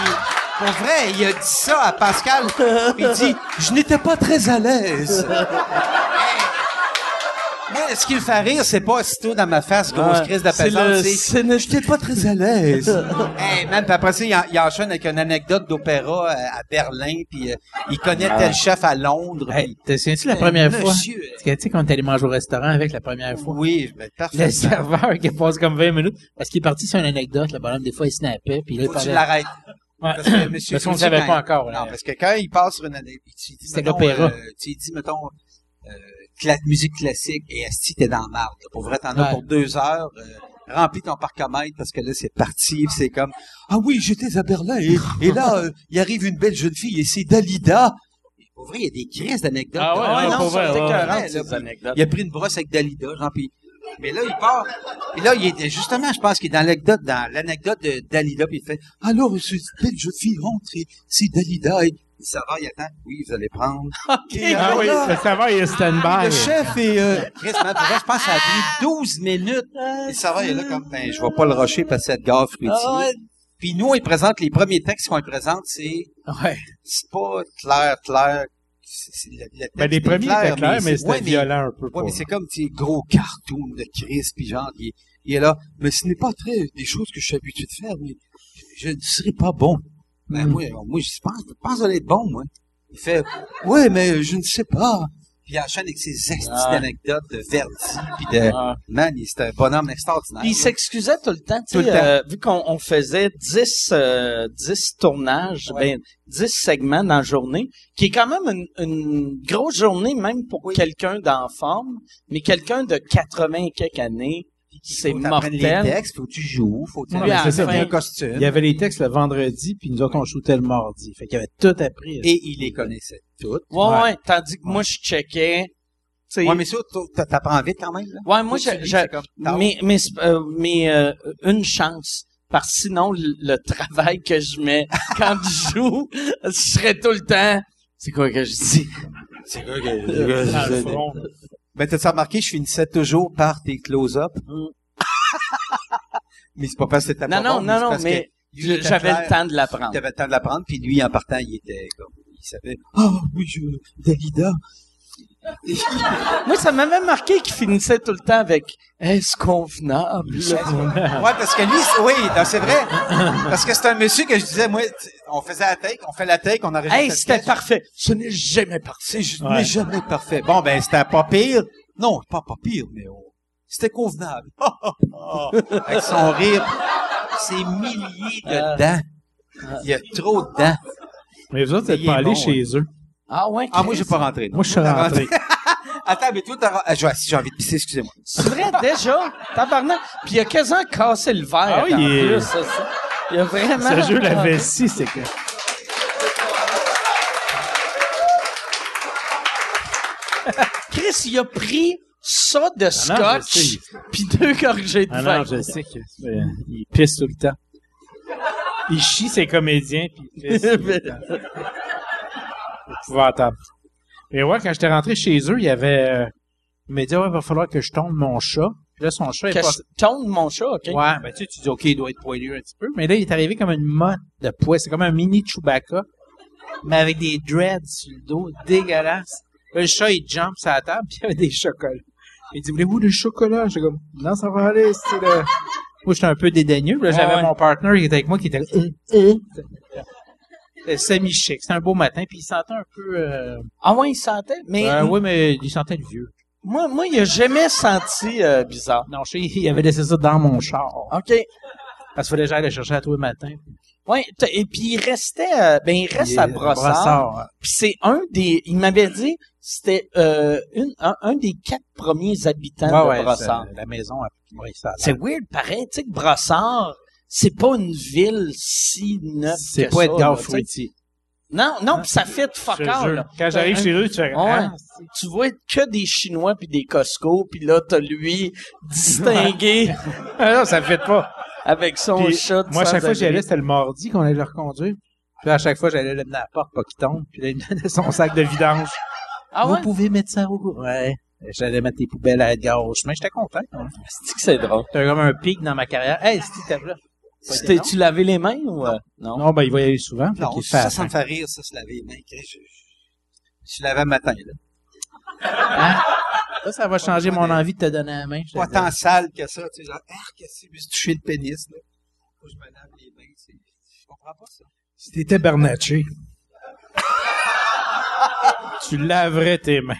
il- Pour vrai, il a dit ça à Pascal. Il dit Je n'étais pas très à l'aise. Mais ce qui me fait rire, c'est pas assis-toi dans ma face, grosse
Ouais.
crise de
C'est
pesante,
le-
c'est. Je n'étais pas très à l'aise. hey, man, puis après ça, il, en- il enchaîne avec une anecdote d'opéra euh, à, à Berlin, puis euh, il connaît tel chef à Londres.
Ah. Hey,
puis- euh,
te souviens-tu la première fois?
Monsieur,
Tu sais, tu sais, quand on est allé manger au restaurant avec la première fois,
oui, ben, parfait.
le serveur qui passe comme 20 minutes, parce qu'il est parti sur une anecdote, le bonhomme, des fois, il snappait, puis là, il
Faut que tu
parlait.
l'arrêtes.
Ouais.
Parce que monsieur
Parce qu'on
Cloutier,
savait
quand
pas
il-
encore,
Non,
là.
parce que quand il passe sur une année, puis tu lui dis,
C'était
mettons,
l'opéra.
euh, tu lui dis, mettons, euh, cla- musique classique, et Asti, t'es dans le marde. là. Pour vrai, t'en as
Ouais.
pour deux heures. euh, remplis ton parc à mètres parce que là, c'est parti. puis c'est comme, ah oui, j'étais à Berlin, et, et là, euh, il arrive une belle jeune fille, et c'est Dalida. Et Pour vrai, il y a des crises d'anecdotes.
Ah ouais,
là.
ouais, pour
ils sont
vrai, ouais, ouais.
écœurants,
Ouais,
là,
ces
puis
anecdotes.
Il a pris une brosse avec Dalida, genre, puis mais là, il part. Et là, il était justement, je pense qu'il est dans l'anecdote, dans l'anecdote de Dalida, puis il fait ben, Alors, ce belle jeune fille rentre et c'est Dalida. Et il s'en va, il attend. Oui, vous allez prendre. Et
Ah oui,
voilà.
le serveur, il est
Le
stand-by.
chef et euh, Chris, man, pour vrai, je pense que ça a pris 12 minutes. Et ça va, il est là comme, ben, je vais pas le rusher parce que c'est Edgar Fruitier.
Ah
Puis nous, on lui présente, les premiers textes qu'on lui présente, c'est,
Ouais.
c'est pas clair, clair. C'est- c'est- le- le
Ben,
texte
les
est
premiers étaient clairs,
c'est-
mais c'était
ouais,
violent un peu.
Ouais,
pour
mais c'est comme des gros cartoons de Chris, puis genre, il, est- il est là. Mais ce n'est pas très des choses que je suis habitué de faire, mais je ne serai pas bon.
Hmm.
Ben, moi, moi, je pense, je pense aller être bon, moi. Il fait, ouais, mais je ne sais pas. Puis il enchaîne avec ses estis d'anecdotes de Verdi, puis de, man, il- c'est un bonhomme extraordinaire.
Puis il s'excusait tout le temps, tu
Tout le
sais, euh, vu qu'on on faisait 10, euh, 10 tournages, ben, 10 segments dans la journée, qui est quand même une, une grosse journée, même pour quelqu'un d'en forme, mais quelqu'un de 80 et quelques années, c'est
Faut t'apprendre les
mortel.
textes, faut que tu joues, faut que tu
Ouais, mais c'est ça.
aies un
Il
costume.
y avait les textes le vendredi, puis nous autres, on shootait le mardi. Fait qu'il avait tout appris.
Et il les connaissait tous.
Ouais,
Ouais.
ouais, tandis que moi, je checkais, tu sais,
Ouais, mais ça, t'as- t'apprends vite quand même, là.
Ouais, moi,
Tu
je,
lis,
je-
c'est comme tard.
mais, mais, c'est- euh, mais euh, une chance. Parce que sinon, le, le travail que je mets quand je joue, je serais tout le temps. C'est quoi que je dis?
C'est quoi que-
Ah,
Dans le fond.
Ben, t'as-tu remarqué, je finissais toujours par tes close-up. mais c'est pas parce que t'étais
Non,
pas
Mm. non,
bon,
non,
c'est
non,
parce
mais
que lui,
je-
il était
j'avais le
clair,
temps de l'apprendre.
T'avais le temps de l'apprendre, puis lui, en partant, il était comme, il savait, ah oui, je, Dalida.
Moi, ça m'avait marqué qu'il finissait tout le temps avec Est-ce convenable?
ouais, parce que lui, c'est- oui, non, c'est vrai. Parce que c'est un monsieur que je disais, moi, tu- on faisait la take, on fait la take, on enregistre.
Hey,
le
c'était
sketch.
parfait. Ce n'est jamais parfait.
C'est juste,
Ouais.
mais jamais parfait. Bon, ben, c'était pas pire. Non, pas pas pire, mais on- c'était convenable. Avec son rire, ces milliers
Euh,
de dents. Il y a trop de dents.
Mais vous autres, vous
Mais
êtes
il est
pas allés
bon,
chez eux.
Ah ouais?
Ah, moi, j'ai pas rentré. non.
Moi, je suis
T'as
rentré.
Attends, mais toi, t'as rentré. Ah, je vois, si j'ai envie de pisser, excusez-moi.
C'est vrai, déjà. Tabarnak. Puis il a quasiment cassé le verre.
Ah oui,
en
il est-
plus, ça, ça. Il a vraiment.
Ce jeu, la vessie, c'est que...
Chris, il a pris ça de
Ah non, je
scotch
sais.
puis deux gorgées de
Ah
vin.
non, je sais que euh, il pisse tout le temps. Il chie ses comédiens puis il pisse tout le temps. C'est Épouvantable. Mais ouais, quand j'étais rentré chez eux, il y avait euh, il m'a dit ouais, va falloir que je tombe mon chat. Puis là son chat est
Que
passé.
je tourne mon chat, OK?
Ouais, ben tu sais, tu dis, OK, il doit être poilu un petit peu. Mais là, il est arrivé comme une motte de poids. C'est comme un mini Chewbacca, mais avec des dreads sur le dos, dégueulasse. Là, le chat, il jump sur la table, puis il y avait des chocolats. Il dit, voulez-vous du chocolat? J'étais comme, non, ça va aller, c'est le... Moi, j'étais un peu dédaigneux. Puis Là, j'avais
Ah ouais.
mon partner qui était avec moi, qui était... Euh, euh. C'était semi-chic. C'était un beau matin, puis il sentait un peu... euh, Ben
Ah ouais, il sentait, mais...
euh, oui, mais il sentait le vieux.
Moi, moi, il a jamais senti euh, bizarre.
Non, je sais, il avait laissé ça dans mon char.
OK.
Parce qu'il fallait que j'aille le chercher à tous les matins.
Ouais, t- et puis il restait, euh, ben il reste à Brossard. Puis c'est un des, il m'avait dit, c'était euh, une, un, un des quatre premiers habitants
Ouais,
de
ouais,
Brossard.
c'est- la maison à ouais, ça a l'air.
C'est weird, pareil, tu sais que Brossard, c'est pas une ville si neuve.
C'est
que
pas
ça,
Edgar
là, tu sais.
Fruitier.
Non,
Hein?
non, pis ça fait de fuck
Je te
all,
jure.
là.
Quand j'arrive chez eux, tu fais.
Ouais.
Ah,
Tu vois que des Chinois puis des Costco, puis là t'as lui distingué
Ah non, ça me fait pas.
avec son
Puis,
chat.
Moi, à
sans
chaque fois que j'y allais,
abri.
c'était le mardi qu'on allait le reconduire.
Puis à chaque fois, j'allais le mener à la porte, pas qu'il tombe. Puis là, il me donnait son sac de vidange.
Ah ouais?
Vous pouvez mettre ça au goût. Ouais. J'allais mettre les poubelles à Edgar au chemin. J'étais content. hein.
C'est que c'est drôle.
C'était comme un pic dans ma carrière. Hey, c'était t'es là. Pas
Tu t'es-
des noms.
tu lavé les mains ou? euh, Non.
Non, ben, il va y aller souvent. fait
Non,
qu'il
ça,
fait-
ça me fait rire, ça, se laver les mains. Chris, Je, je, je lavais le matin, là.
Ça, ça va changer mon envie de te donner la main. je te
Pas
le dis.
tant sale que ça, tu sais, genre, ah, qu'est-ce que c'est, je me suis touché le pénis, là. Faut que je me lave les mains, c'est- je comprends pas ça.
Si t'étais Bernatchez, tu laverais tes mains.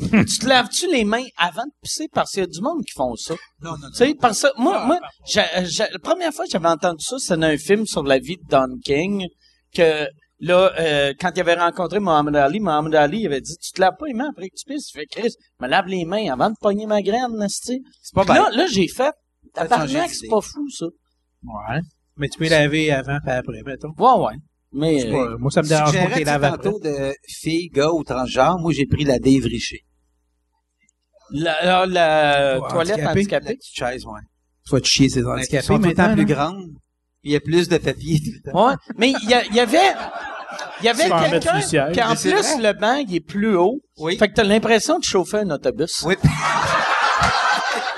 Tu te laves-tu les mains avant de pisser? Parce qu'il y a du monde qui font ça.
Non, non, non.
Tu sais, parce que moi, moi j'a- j'a- la première fois que j'avais entendu ça, c'était dans un film sur la vie de Don King, que là, euh, quand il avait rencontré Mohamed Ali, Mohamed Ali il avait dit, tu te laves pas les mains après que tu pisses. Je fais, Chris, je me lave les mains avant de pogner ma graine, nasty.
C'est pas
Puis
mal.
là, là, j'ai fait,
T'as changé
tabarnak,
d'idée.
c'est pas fou, ça.
Ouais. Mais tu peux laver avant et après, mettons.
Ouais, ouais. Mais, euh,
Ouais, moi, ça me dérange pas
Suggérais,
que
tu
tu
sais,
laves après.
tantôt de fille, gars ou transgenre, moi, j'ai pris la Dave Richer.
la, la- la
Ouais,
toilette
handicapé.
La
handicapée.
petite chaise, ouais.
Tu vas te chier ces
Ils sont
handicapés
tout le temps
maintenant.
plus
là.
grandes. Il y a plus de papier tout le temps.
Ouais, mais il y, a- il y avait, il y avait
Tu peux en mettre
quelqu'un
sur le siège.
qui, en
Mais c'est
plus,
vrai.
le banc, il est plus haut.
Oui.
Fait que t'as l'impression de chauffer un autobus.
Oui,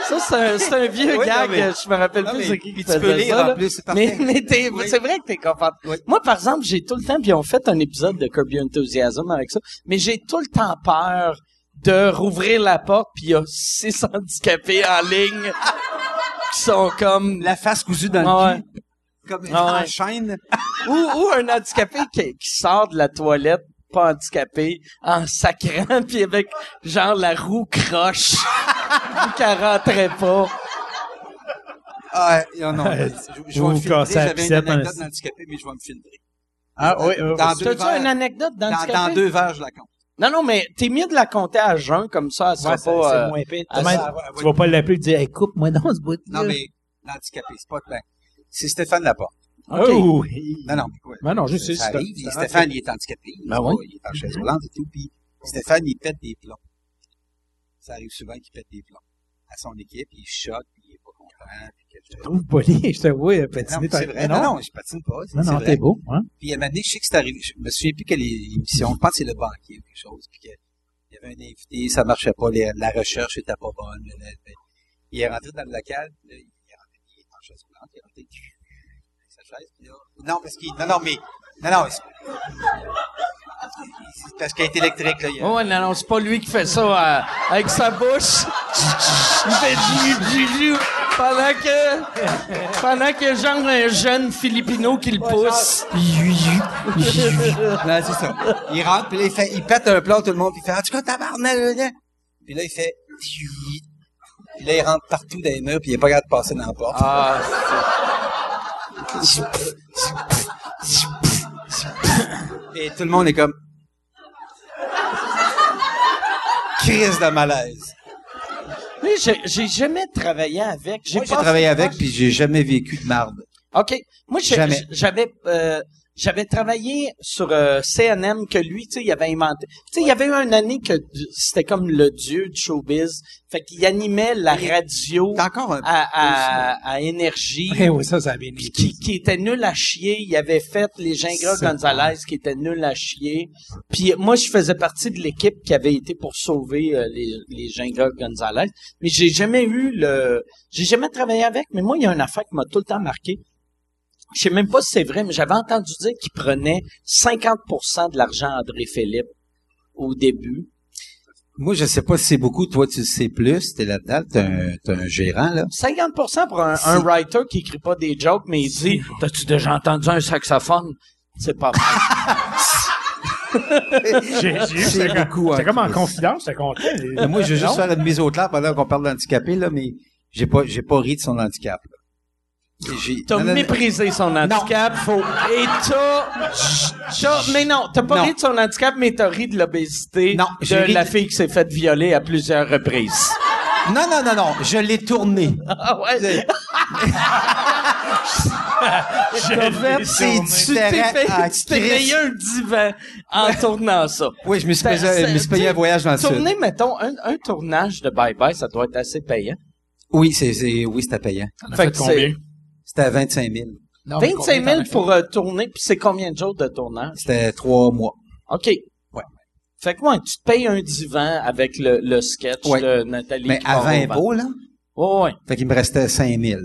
Ça, c'est un, c'est un vieux
Oui, non,
gag.
mais-
je me rappelle
non,
plus
mais-
c'est qui qui
puis tu peux
faisait
lire
ça,
en
là.
plus, c'est
Mais,
parfait.
mais t'es-
Oui.
c'est vrai que t'es confortable.
Oui.
Moi, par exemple, j'ai tout le temps, puis on fait un épisode de Curb Your Enthusiasm avec ça, mais j'ai tout le temps peur de rouvrir la porte, puis il y a six handicapés en ligne qui sont comme...
la face cousue dans
Ah
le
ouais.
cul. Comme une
Ah ouais.
chaîne.
ou, ou un handicapé qui, qui sort de la toilette pas handicapé en sacrant puis avec genre la roue croche qu'elle rentrait pas
Ah, non, non. Je, je
Vous
vais me
vous
filtrer.
cassez la
J'avais une
piscette,
anecdote
hein.
d'handicapé, mais je vais me filtrer.
Ah oui, oui, oui.
Dans deux
T'as-tu une
verres,
anecdote
dans,
d'handicapé?
dans deux verres, je la compte.
Non, non, mais t'es mieux de la compter à jeun, comme ça, elle sera
Ouais, c'est
pas...
c'est
euh,
moins pire.
à-
Mais
Ah, ouais,
Tu
ouais.
vas pas l'appeler et dire
Hey, coupe-moi dans ce bout-là.
Non, mais l'handicapé, c'est pas clair. C'est Stéphane Laporte.
Oh oui.
Non, non, mais quoi?
Ben non, je sais.
Ça
c'est-
arrive. Et Stéphane, il est handicapé. Il,
Ben oui.
il est en chaise roulante et tout. Puis Stéphane, il pète des plombs. Ça arrive souvent qu'il pète des plombs. À son équipe, il choque, puis il est pas content. Puis que
Je trouve poli, je te vois
Non,
patiner.
mais c'est
ton-
vrai. Non, non, je patine pas. c'est-
Non,
c'est
non,
vrai.
t'es beau. Hein?
Puis à un moment donné, je sais que c'est arrivé. Je me souviens plus quelle é- émission. Je pense que c'est le banquier ou quelque chose. Puis que, il y avait un invité, ça marchait pas, les- la recherche était pas bonne. le- le- il est rentré dans le local, puis là, il est rentré, il est en chaise roulante, il est rentré avec sa chaise, puis là, non, parce qu'il, non, non, mais, non, non, c'est, c'est parce qu'il est électrique, là, il y a-
Ouais, non, non, c'est Oh, pas lui qui fait ça euh, avec sa bouche. Il fait du du pendant que pendant que genre un jeune Filipino qui le pousse.
Non, c'est ça. Il rentre, puis là, il, fait, il pète un plat, tout le monde, puis il fait, en tout cas, tabarnak, là, là. Puis là, il fait, Tiouit. puis là, il rentre partout dans les murs, puis il est pas capable de passer dans la porte.
Ah,
Et tout le monde est comme. Crise de malaise.
mais j'ai- j'ai jamais travaillé avec.
Moi, j'ai
pas-
travaillé avec, puis j'ai jamais vécu de marde.
OK. Moi, j'ai-
Jamais.
j'avais euh, j'avais travaillé sur euh, CNM que lui, tu sais, il avait inventé. Tu sais, il y avait eu une année que du- c'était comme le dieu du showbiz. Fait qu'il animait la radio
T'as encore un.
à, à, à énergie.
Eh oui, ça, ça a bien
Puis
été.
qui, qui était nul à chier. Il avait fait les Gingras
C'est
Gonzalez qui étaient nuls à chier. Puis euh, moi, je faisais partie de l'équipe qui avait été pour sauver euh, les, les Gingras Gonzalez. Mais j'ai jamais eu le... J'ai jamais travaillé avec, mais moi, il y a une affaire qui m'a tout le temps marqué. Je sais même pas si c'est vrai, mais j'avais entendu dire qu'il prenait 50 de l'argent à André Philippe au début.
Moi, je sais pas si c'est beaucoup. Toi, tu le sais plus. T'es là-dedans. T'es un, t'es un gérant, là.
50 pour un, un writer qui écrit pas des jokes, mais il dit T'as-tu déjà entendu un saxophone? C'est pas vrai.
J'ai j'ai eu,
C'est
j'étais
beaucoup,
comme-
hein,
j'étais comme en
Chris.
confidence, j'étais content.
Mais moi, je veux juste
Non?
faire une mise au clair pendant qu'on parle d'handicapé, là, mais j'ai pas, j'ai pas ri de son handicap. là. J'ai-
T'as
non, non, non.
méprisé son handicap. Faut... Et t'as... ch- t'as- Mais non, t'as pas
Non.
ri de son handicap, mais t'as ri de l'obésité
Non,
de
j'ai ri
la
de-
fille qui s'est faite violer à plusieurs reprises.
Non, non, non, non, je l'ai tourné.
Ah ouais?
J'ai
fait-
C'est
tourné.
Tu t'es
différent.
fait,
à
tu t'es
Christ.
payé un divan en tournant ça.
Oui, je me suis
Ben,
payé, je me suis
c'est-
payé
tu
un
sais,
voyage dans le sud.
Tourner, mettons, un, un tournage de Bye Bye, ça doit être assez payant.
Oui, c'est, c'est, oui, c'était payant.
On a
Fait
fait
que
combien?
C'était à 25 000.
c'est 25 000 pour euh, tourner, puis c'est combien de jours de tournage?
C'était trois mois.
OK. Ouais. Fait que, ouais, tu te payes un divan avec le, le sketch
Ouais.
de Nathalie.
Mais
qui part
avant
au vent.
impôt, là.
Ouais, ouais.
Fait qu'il me restait 5 000.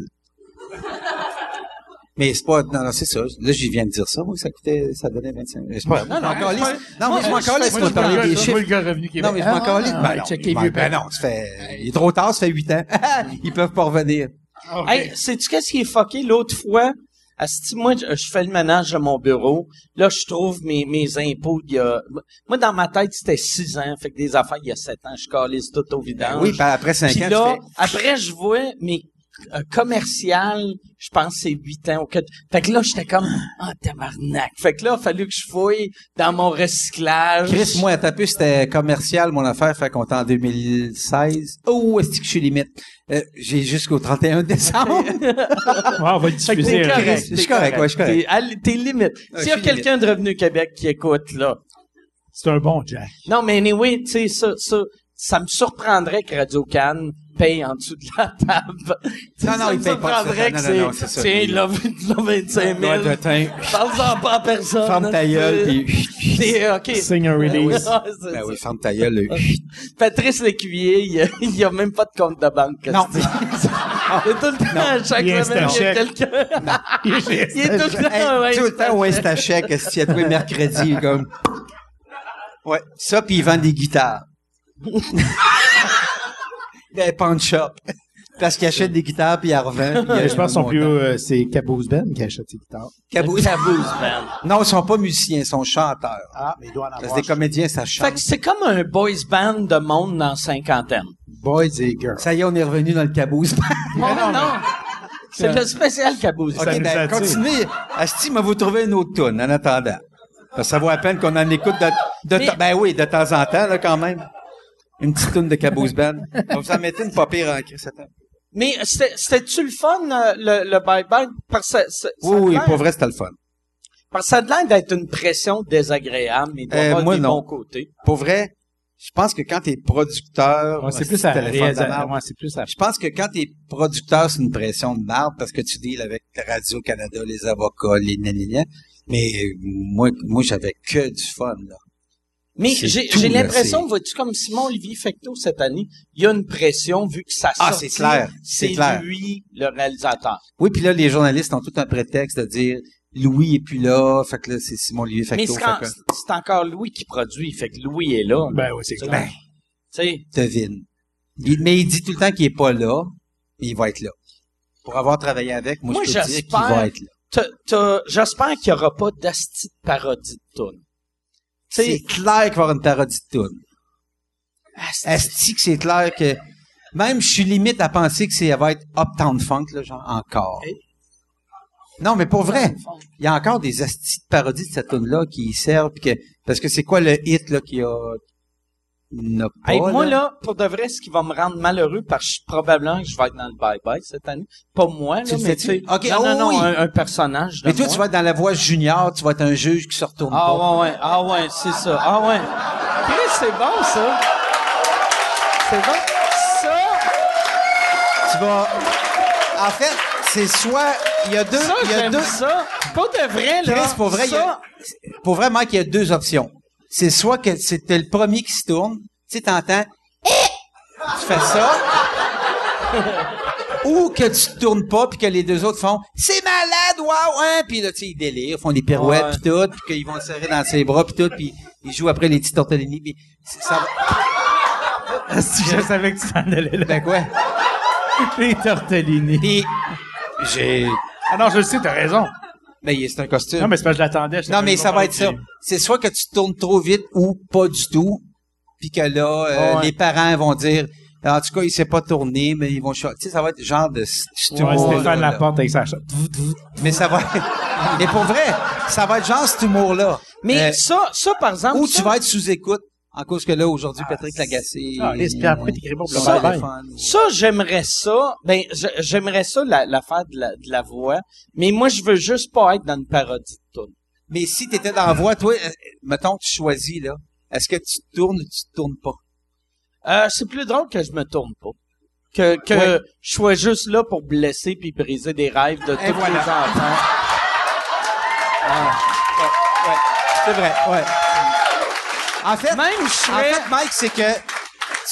Mais c'est pas, non, non, c'est ça. Là, j'y viens de dire ça. Moi, ça coûtait, ça donnait 25 000. C'est pas, non, non, non, non, moi, je m'en calisse
Moi,
pour
le gars-
parler des
moi,
chiffres.
le gars revenu Québec.
Non, mais je m'en
Ah,
calisse.
ah,
Ben non,
check
je
les
m'en-
vieux
ben non, ça fait, il est trop tard, ça fait 8 ans. Ils peuvent pas revenir.
Ok.
Hey, sais-tu qu'est-ce qui est fucké l'autre fois? Asti, moi, je, je fais le ménage de mon bureau. Là, je trouve mes, mes impôts. Il y a... Moi, dans ma tête, c'était 6 ans. Fait que des affaires, il y a 7 ans, je calisse tout au
Ah,
vidange.
Oui, ben après 5 ans,
Puis
tu fais,
là, après, je vois, mais euh, commercial, je pense que c'est 8 ans. Ou que... Fait que là, j'étais comme, ah, tabarnak. Fait que là, il a fallu que je fouille dans mon recyclage.
Chris, moi, à taper, c'était commercial, mon affaire, fait qu'on était en 2016. Oh, est-ce que je suis limite? Euh, j'ai jusqu'au 31 décembre.
Ouais,
Ah,
on va le
Fait que
diffuser.
t'es
là.
correct.
Je suis correct, ouais, je suis correct.
T'es à li- T'es limite.
Ouais,
S'il y a
je suis
quelqu'un de Revenu Québec qui écoute, là.
C'est un bon Jack.
Non, mais anyway, tu sais, ça, ça, ça me surprendrait que Radio Cannes paye en dessous de la table. Tu sais,
Non, non,
ça
il
me
paye pas
surprendrait
de
que
ça. Non, non, non,
c'est,
c'est ça.
tiens, là, là, 25 000. Parle-en pas à personne.
Ferme ta gueule, puis...
T'es- euh, OK.
Signe un release.
Ah, c'est
Ben
ça.
oui, ferme ta gueule.
Ah.
là.
Patrice Lécuyer, il y a- il y a, même pas de compte de banque. qu'est-ce
Non.
que c'est? Il est tout le temps, à chaque
Il est
semaine, il y a
insta-chèque.
quelqu'un. Il est tout le temps, Ah, ouais,
Hey, Tout le temps, ouais, c'est
insta-chèque.
à chèque, est-ce qu'il y a trouvé mercredi, comme... Ouais, ça, puis il vend des guitares. Des pawn shop. Parce qu'il achète des guitares, puis il en revend. puis il
Je
achète
pense que
un
son plus
montant.
haut, euh, c'est Caboose Ben qui achète ses guitares.
Cabou- Non, ils sont pas musiciens, ils sont chanteurs.
Ah, mais il doit en
Parce
avoir.
que des comédiens, ça
Fait
chante.
que c'est comme un boys band de monde dans cinquantaine.
Boys et girls.
Ça y est, on est revenu dans le caboose.
Non, non, C'est le spécial Caboose.
OK,
Ça nous
ben,
attire.
continuez. Asti m'a vous trouver une autre toune en attendant. Parce que ça vaut à peine qu'on en écoute de, de
Mais-
temps- ben oui, de temps en temps, là, quand même. Une petite toune de Caboose Band. On vous en mettez une pas pire en Chris, attends.
Mais c'était- c'était-tu le fun, euh, le, le bye-bye? Parce que ça- ça- ça
Oui,
a
oui,
l'air-
pour vrai, c'était le fun.
Parce que ça a l'air d'être une pression désagréable, mais il doit
Euh,
avoir
moi,
des
non.
bons côtés.
Pour vrai, je pense que quand t'es producteur...
Ouais, c'est plus à
téléphone de
réaliser-
marbre.
ouais, c'est plus à
Je pense que quand t'es producteur, c'est une pression de marbre parce que tu deals avec Radio-Canada, les avocats, les nanana. Mais euh, moi, moi j'avais que du fun, là.
Mais
C'est
j'ai
tout,
j'ai
là,
l'impression,
c'est-
vois-tu, comme Simon-Olivier Fecteau cette année, il y a une pression vu que ça
Ah,
sortit,
c'est clair, c'est
C'est
clair.
lui, le réalisateur.
Oui, puis là, les journalistes ont tout un prétexte de dire Louis est plus là, fait que là, c'est Simon Lieu
mais
Facto.
c'est
Fait
en-
que,
c'est encore Louis qui produit, fait que Louis est là.
Ben oui, c'est clair.
ben,
Tu sais,
devine. Il- mais il dit tout le temps qu'il est pas là, mais il va être là. Pour avoir travaillé avec, moi,
Moi,
je peux dire qu'il
j'espère-
va être là.
t'as- t'as- j'espère qu'il n'y aura pas d'asti de parodie de toune. Tu
C'est
sais,
clair qu'il va y avoir une parodie de toune.
asti,
Asti que c'est clair que même je suis limite à penser que c'est elle va être Uptown Funk là, genre encore.
Eh?
Non, mais pour vrai, il y a encore des astis de parodies de cette tune là qui servent puis que parce que c'est quoi le hit là qui a n'a pas
Hey, moi, là, pour de vrai, ce qui va me rendre malheureux, parce que je- probablement que je vais être dans le bye-bye cette année. Pas moi, là,
Tu le
mais
fais-tu?
tu sais-
Ok,
non,
oh
non, non,
oui.
un, un personnage. de
Mais toi,
moi.
tu vas être dans la voix junior, tu vas être un juge qui se retourne pas.
Ah, ouais, ouais, ah, ouais, c'est ça. Ah, ouais. Chris, c'est bon, ça. C'est bon. Ça,
Tu vas. En fait, c'est soit il y a deux,
ça,
il y a
j'aime
deux.
ça. Pas de vrai, là.
Chris, pour vrai, il y a-
ça,
pour vrai, Mike, il y a deux options. C'est soit que c'était le premier qui se tourne, tu sais, t'entends, eh, tu fais ça, ou que tu te tournes pas puis que les deux autres font, c'est malade, waouh, hein, puis là, tu sais, ils délirent, font des pirouettes
Ouais.
puis tout, puis qu'ils vont le serrer dans ses bras puis tout, puis ils jouent après les petits tortellini, puis c'est- ça va.
Je savais que tu t'en allais là.
Ben quoi?
Les tortellini.
Puis j'ai
Ah non, je le sais, t'as raison.
Ah. Mais il- c'est un costume.
Non, mais c'est parce que je l'attendais. je
Non,
savais
mais ça
pas
va être ça.
comment
C'est soit que tu tournes trop vite ou pas du tout, puis que là, euh,
Ouais.
les parents vont dire, en tout cas, il s'est pas tourné, mais ils vont... cho- Tu sais, ça va être le genre de... s-
tu- Ouais,
humour-là,
Stéphane
là.
Laporte avec sa chatte.
Mais ça va Mais pour vrai, ça va être genre cet humour-là.
Mais
Euh,
ça, ça, par exemple.
ou tu
ça-
vas être sous écoute, en cause que là, aujourd'hui, Patrick Lagacé...
Ah, les puis après, t'écris bon,
sur
bye
le
bye.
téléphone.
Ça, j'aimerais ça. Ben, je- j'aimerais ça, la, la faire de la, de la voix. Mais moi, je veux juste pas être dans une parodie de tout.
Mais si t'étais dans la voie, toi, euh, mettons, tu choisis, là, est-ce que tu te tournes ou tu te tournes pas?
Euh, c'est plus drôle que je me tourne pas. Que, que je sois juste là pour blesser puis briser des rêves de tous
voilà.
les enfants.
C'est vrai, ouais. En fait,
Même je
En
serais...
fait, Mike, c'est que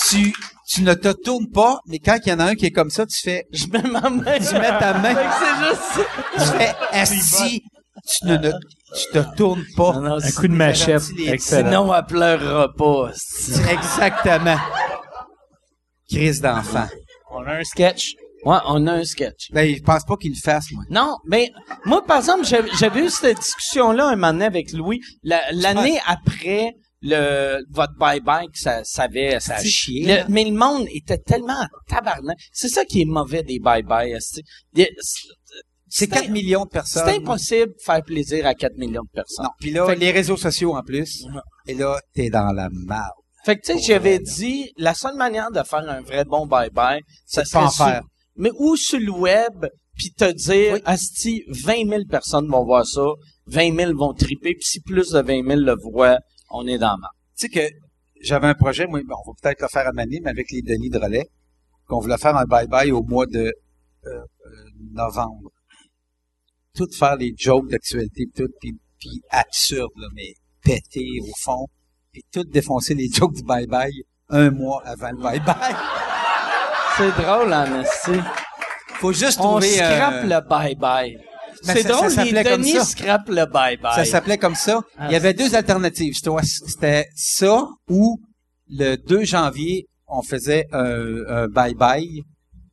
tu, tu ne te tournes pas, mais quand il y en a un qui est comme ça, tu fais,
Je mets ma main.
tu mets ta
Fait
main,
que c'est juste...
tu fais assis, tu ne, ne- tu te tournes pas.
Un coup de machette.
gentil, les petits.
Excellent.
Sinon, elle pleurera pas.
Tu- Exactement. Crise d'enfant.
On a un sketch.
Sketch. Ouais, on a un sketch.
Ben, je pense pas qu'il le fasse, moi.
Non, mais moi, par exemple, j'ai- j'avais eu cette discussion-là un moment donné avec Louis. La- L'année après le votre bye-bye, que ça, ça avait... Ça a
C'est chié,
Le-
là.
mais le monde était tellement en tabarnak. C'est ça qui est mauvais des bye-bye. esti. Il-
C'est 4 millions de personnes.
C'est impossible de faire plaisir à 4 millions de personnes.
Non, puis là,
Fait que-
les réseaux sociaux en plus. Et là, t'es dans la merde.
Fait que, tu sais, j'avais dit, la seule manière de faire un vrai bon bye-bye, ça
C'est de pas
serait
en
sur-
faire.
mais ou sur le web, puis te dire,
Oui.
asti, 20 000 personnes vont voir ça, 20 000 vont triper, puis si plus de 20 000 le voient, on est dans le mal.
Tu sais que j'avais un projet, moi, bon, on va peut-être le faire à Mané, mais avec les Denis de relais, qu'on voulait faire un bye-bye au mois de euh, euh, novembre. Tout faire les jokes d'actualité, tout, puis, puis absurde, là, mais pété au fond, puis tout défoncer les jokes du bye-bye un mois avant le bye-bye.
C'est drôle, en esti.
Faut juste
On
trouver... euh,
scrape le bye-bye.
Ben,
C'est
ça- ça
drôle, les
s'appelait comme
Denis
ça.
scrapent le
Ça
bye-bye.
s'appelait comme ça.
Ah,
Il y avait deux alternatives. C'était- C'était ça ou le 2 janvier, on faisait un un bye-bye,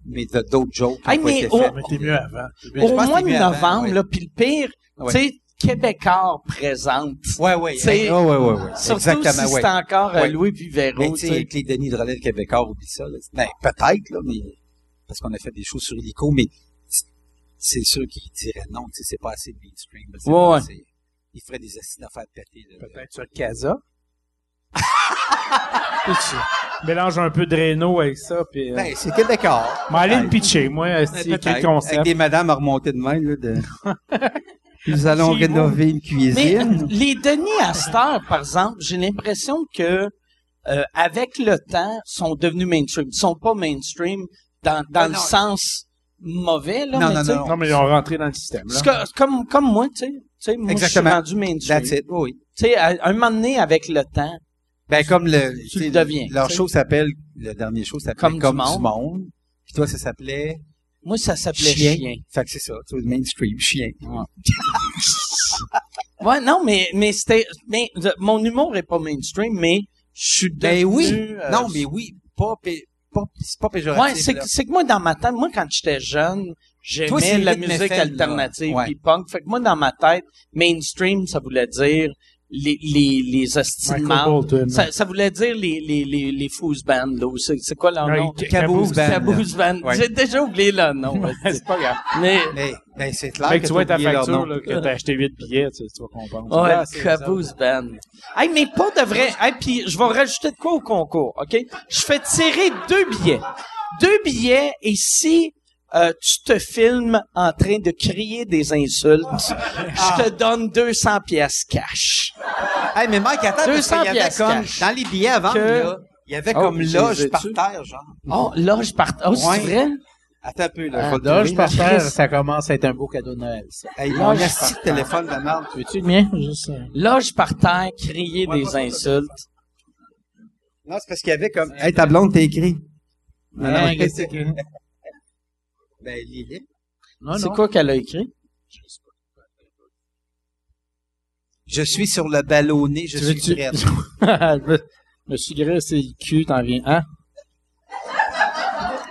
mais de d'autres jokes. qui
Hey,
ont pas
mais
été
au-
faits.
Mais t'es mieux avant. T'es mieux
Au
je pense
mois
que
de
c'est mieux avant,
novembre,
ouais.
là, puis le pire,
Ouais.
tu sais, Québécois présente.
Ouais, ouais.
C'est-
hein. Ouais, ouais, ouais, ouais.
Surtout
Exactement,
si
ouais.
c'est encore euh,
Ouais.
Louis puis
Mais
Véro,
tu sais,
tu sais.
avec les Denis de relais le Québécois, oublie ça. là. Ben, peut-être, là, mais parce qu'on a fait des choses sur Illico, mais c'est- c'est sûr qu'ils diraient non, tu sais, c'est pas assez mainstream. là, c'est
Ouais,
pas
ouais.
assez- Ils feraient des assises d'affaires pétées. là.
Peut-être sur Casa.
Mélange un peu de Reno avec ça. Puis, euh,
Ben, c'est Québécois.
mais allez le pitcher, moi,
Ouais,
c'est quel
peut-être. Avec
concept.
des madames à remonter de main, là, de... Nous allons
C'est
rénover une
Mais
cuisine.
les Denis à cette heure, par exemple, j'ai l'impression que euh, avec le temps, sont devenus mainstream. Ils sont pas mainstream dans, dans
Ah,
le
non.
sens mauvais, là.
Non,
mais
non,
tu sais,
non,
Non, mais ils ont rentré dans le système. Là.
c'est que- comme, comme moi, tu sais. Tu sais, moi, je suis
Exactement.
rendu mainstream.
That's
Tu
it, oui.
sais, à un moment donné, avec le temps,
Ben, comme le...
Tu
sais,
le deviens,
Leur
tu sais.
show s'appelle... Le dernier show s'appelle
Comme
Comme,
du
du,
monde.
monde. Puis toi, ça s'appelait...
moi, ça s'appelait
Chien.
chien.
Fait que c'est ça, tu vois, mainstream, chien.
Ouais, non, mais, mais c'était, mais le- mon humour est pas mainstream, mais je suis
Ben
devenu,
oui!
euh,
non, mais oui, pas... pé- pas- c'est pas péjoratif.
Ouais, c'est
là.
que, c'est que moi, dans ma tête, moi, quand j'étais jeune,
Toi,
j'aimais
c'est
la
rythme
musique
FM, là.
alternative
Ouais.
puis punk. Fait que moi, dans ma tête, mainstream, ça voulait dire les, les, les hosties de
Michael
marde.
Bolton.
Ça, ça voulait dire les, les, les, les foos band, là. ou C'est c'est quoi leur
Ouais,
nom?
Ca-
Caboose Band.
Caboose band.
Ouais.
J'ai déjà oublié leur nom. ouais.
C'est pas grave.
Mais,
Mais, ben, c'est clair
Fait que tu vois ta
t'oublies leur
facture,
nom.
là, que t'as acheté 8 billets, tu, tu vas comprendre.
Ouais,
Ah, c'est bizarre.
Caboose Band. Hey, mais pas de vrai. Hey, puis je vais rajouter de quoi au concours, OK? Je fais tirer deux billets. Deux billets, et si euh, tu te filmes en train de crier des insultes, je te donne 200 pièces cash.
Hey, mais Mike, attends, parce
200
qu'il y avait
pièces
comme...
cash.
Dans les billets avant,
Que-
là, il y avait
Oh,
comme
je les
loge
ai-tu?
par terre, genre.
Oh, là, je pars... Oh,
Ouais.
c'est vrai?
Attends un peu, là. je vais le
Là, Ah, je
trouver,
par
là.
terre, ça commence à être un beau cadeau de Noël, ça.
Hey,
Moi,
mon
je-
esti de téléphone de merde. Tu veux-tu?
C'est le mien? Juste, euh,
Là, je pars terre, crier des insultes.
Non, c'est parce qu'il y avait comme. Hey, ta blonde, t'es écrit. Non, non,
Ouais,
qu'est-ce
c'est-
que- Ben, lis-les.
Non,
C'est
Ah, non.
quoi qu'elle a écrit?
Je suis sur le ballonné, je
Tu
suis
veux-tu-
prête.
je me- me suis grillé, c'est le cul, t'en viens, hein?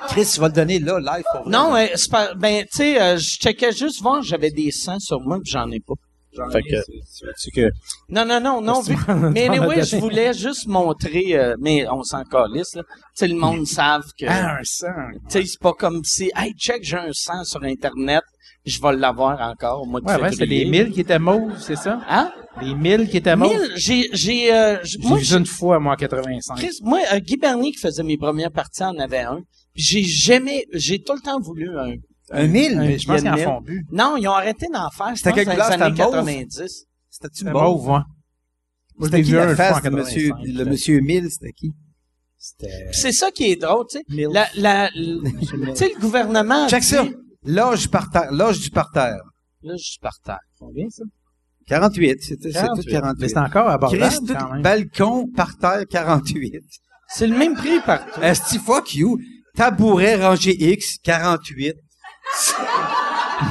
Chris, tu vas le donner là, live pour vrai.
Non, euh, c'est pas, ben, tu sais, euh, je checkais juste voir, j'avais des sangs sur moi, puis j'en ai pas.
Fait que, tu que...
Non, non, non, non. vu- mais
t'en as
anyway,
donné?
je voulais juste montrer, euh, mais on s'en calisse, là. Tu sais, le monde savent que,
Ah, un sang!
tu sais, c'est pas comme si, hey, check, j'ai un sang sur Internet, je vais l'avoir encore au mois de
Ouais, ouais, c'est
février.
les milles qui étaient mauves, c'est ça?
Hein?
Les milles qui étaient mauves.
Mille, j'ai, j'ai, euh, j-
J'ai
moi,
vu ça une fois, moi, en 85.
Chris, moi, euh, Guy Bernier qui faisait mes premières parties en avait un. Puis j'ai jamais, j'ai tout le temps voulu un.
Un mille?
Mais je pense qu'ils en
Mille.
font bu.
Non, ils ont arrêté d'en faire. je
C'était
pense,
quelle
dans les
couleur? C'était
années
mauve?
90.
C'était-tu
C'est
bon?
mauve, ouais. Moi, je l'ai
C'était qui
vu un
la
une fois en
face de monsieur,
85.
le monsieur Mille, c'était qui?
Puis c'est ça qui est drôle, tu sais. La, la, tu sais, le gouvernement. a
Check ça!
dit-
L'âge par terre, l'âge du parterre.
Là, je suis par terre.
Combien, ça?
48, c'était, c'est tout
48. Mais
48.
c'est encore abordable,
Chris,
quand
tout, Ben,
même.
balcon, parterre, 48.
C'est le même prix partout.
Esti, fuck you. Tabouret rangé X, 48.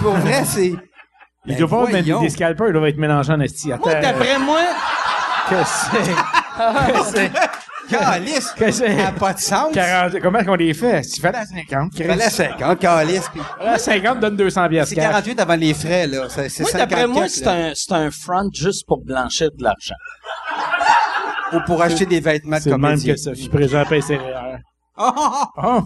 Pour vrai, c'est...
Il
Ben,
doit pas mettre
voyons.
des- des scalpers, il doit être mélangé en esti. Attends,
Moi, d'après moi,
qu'est-ce que c'est?
Calice!
Qu'est-ce que c'est?
Ça n'a pas de sens.
40, comment qu'on les fait? Tu fais la 50, Chris. Ah,
Il fallait 50, calice. puis- Ah,
La 50 donne 200 piastres.
C'est
cash.
48 avant les frais, là. C'est, c'est
moi, d'après
54,
moi, c'est
là.
un, c'est un front juste pour blanchir de l'argent.
Ou pour acheter des vêtements de
C'est le même
comédien.
que ça. Je présente pas ses erreurs.
Ah, ah, ah.
Oh!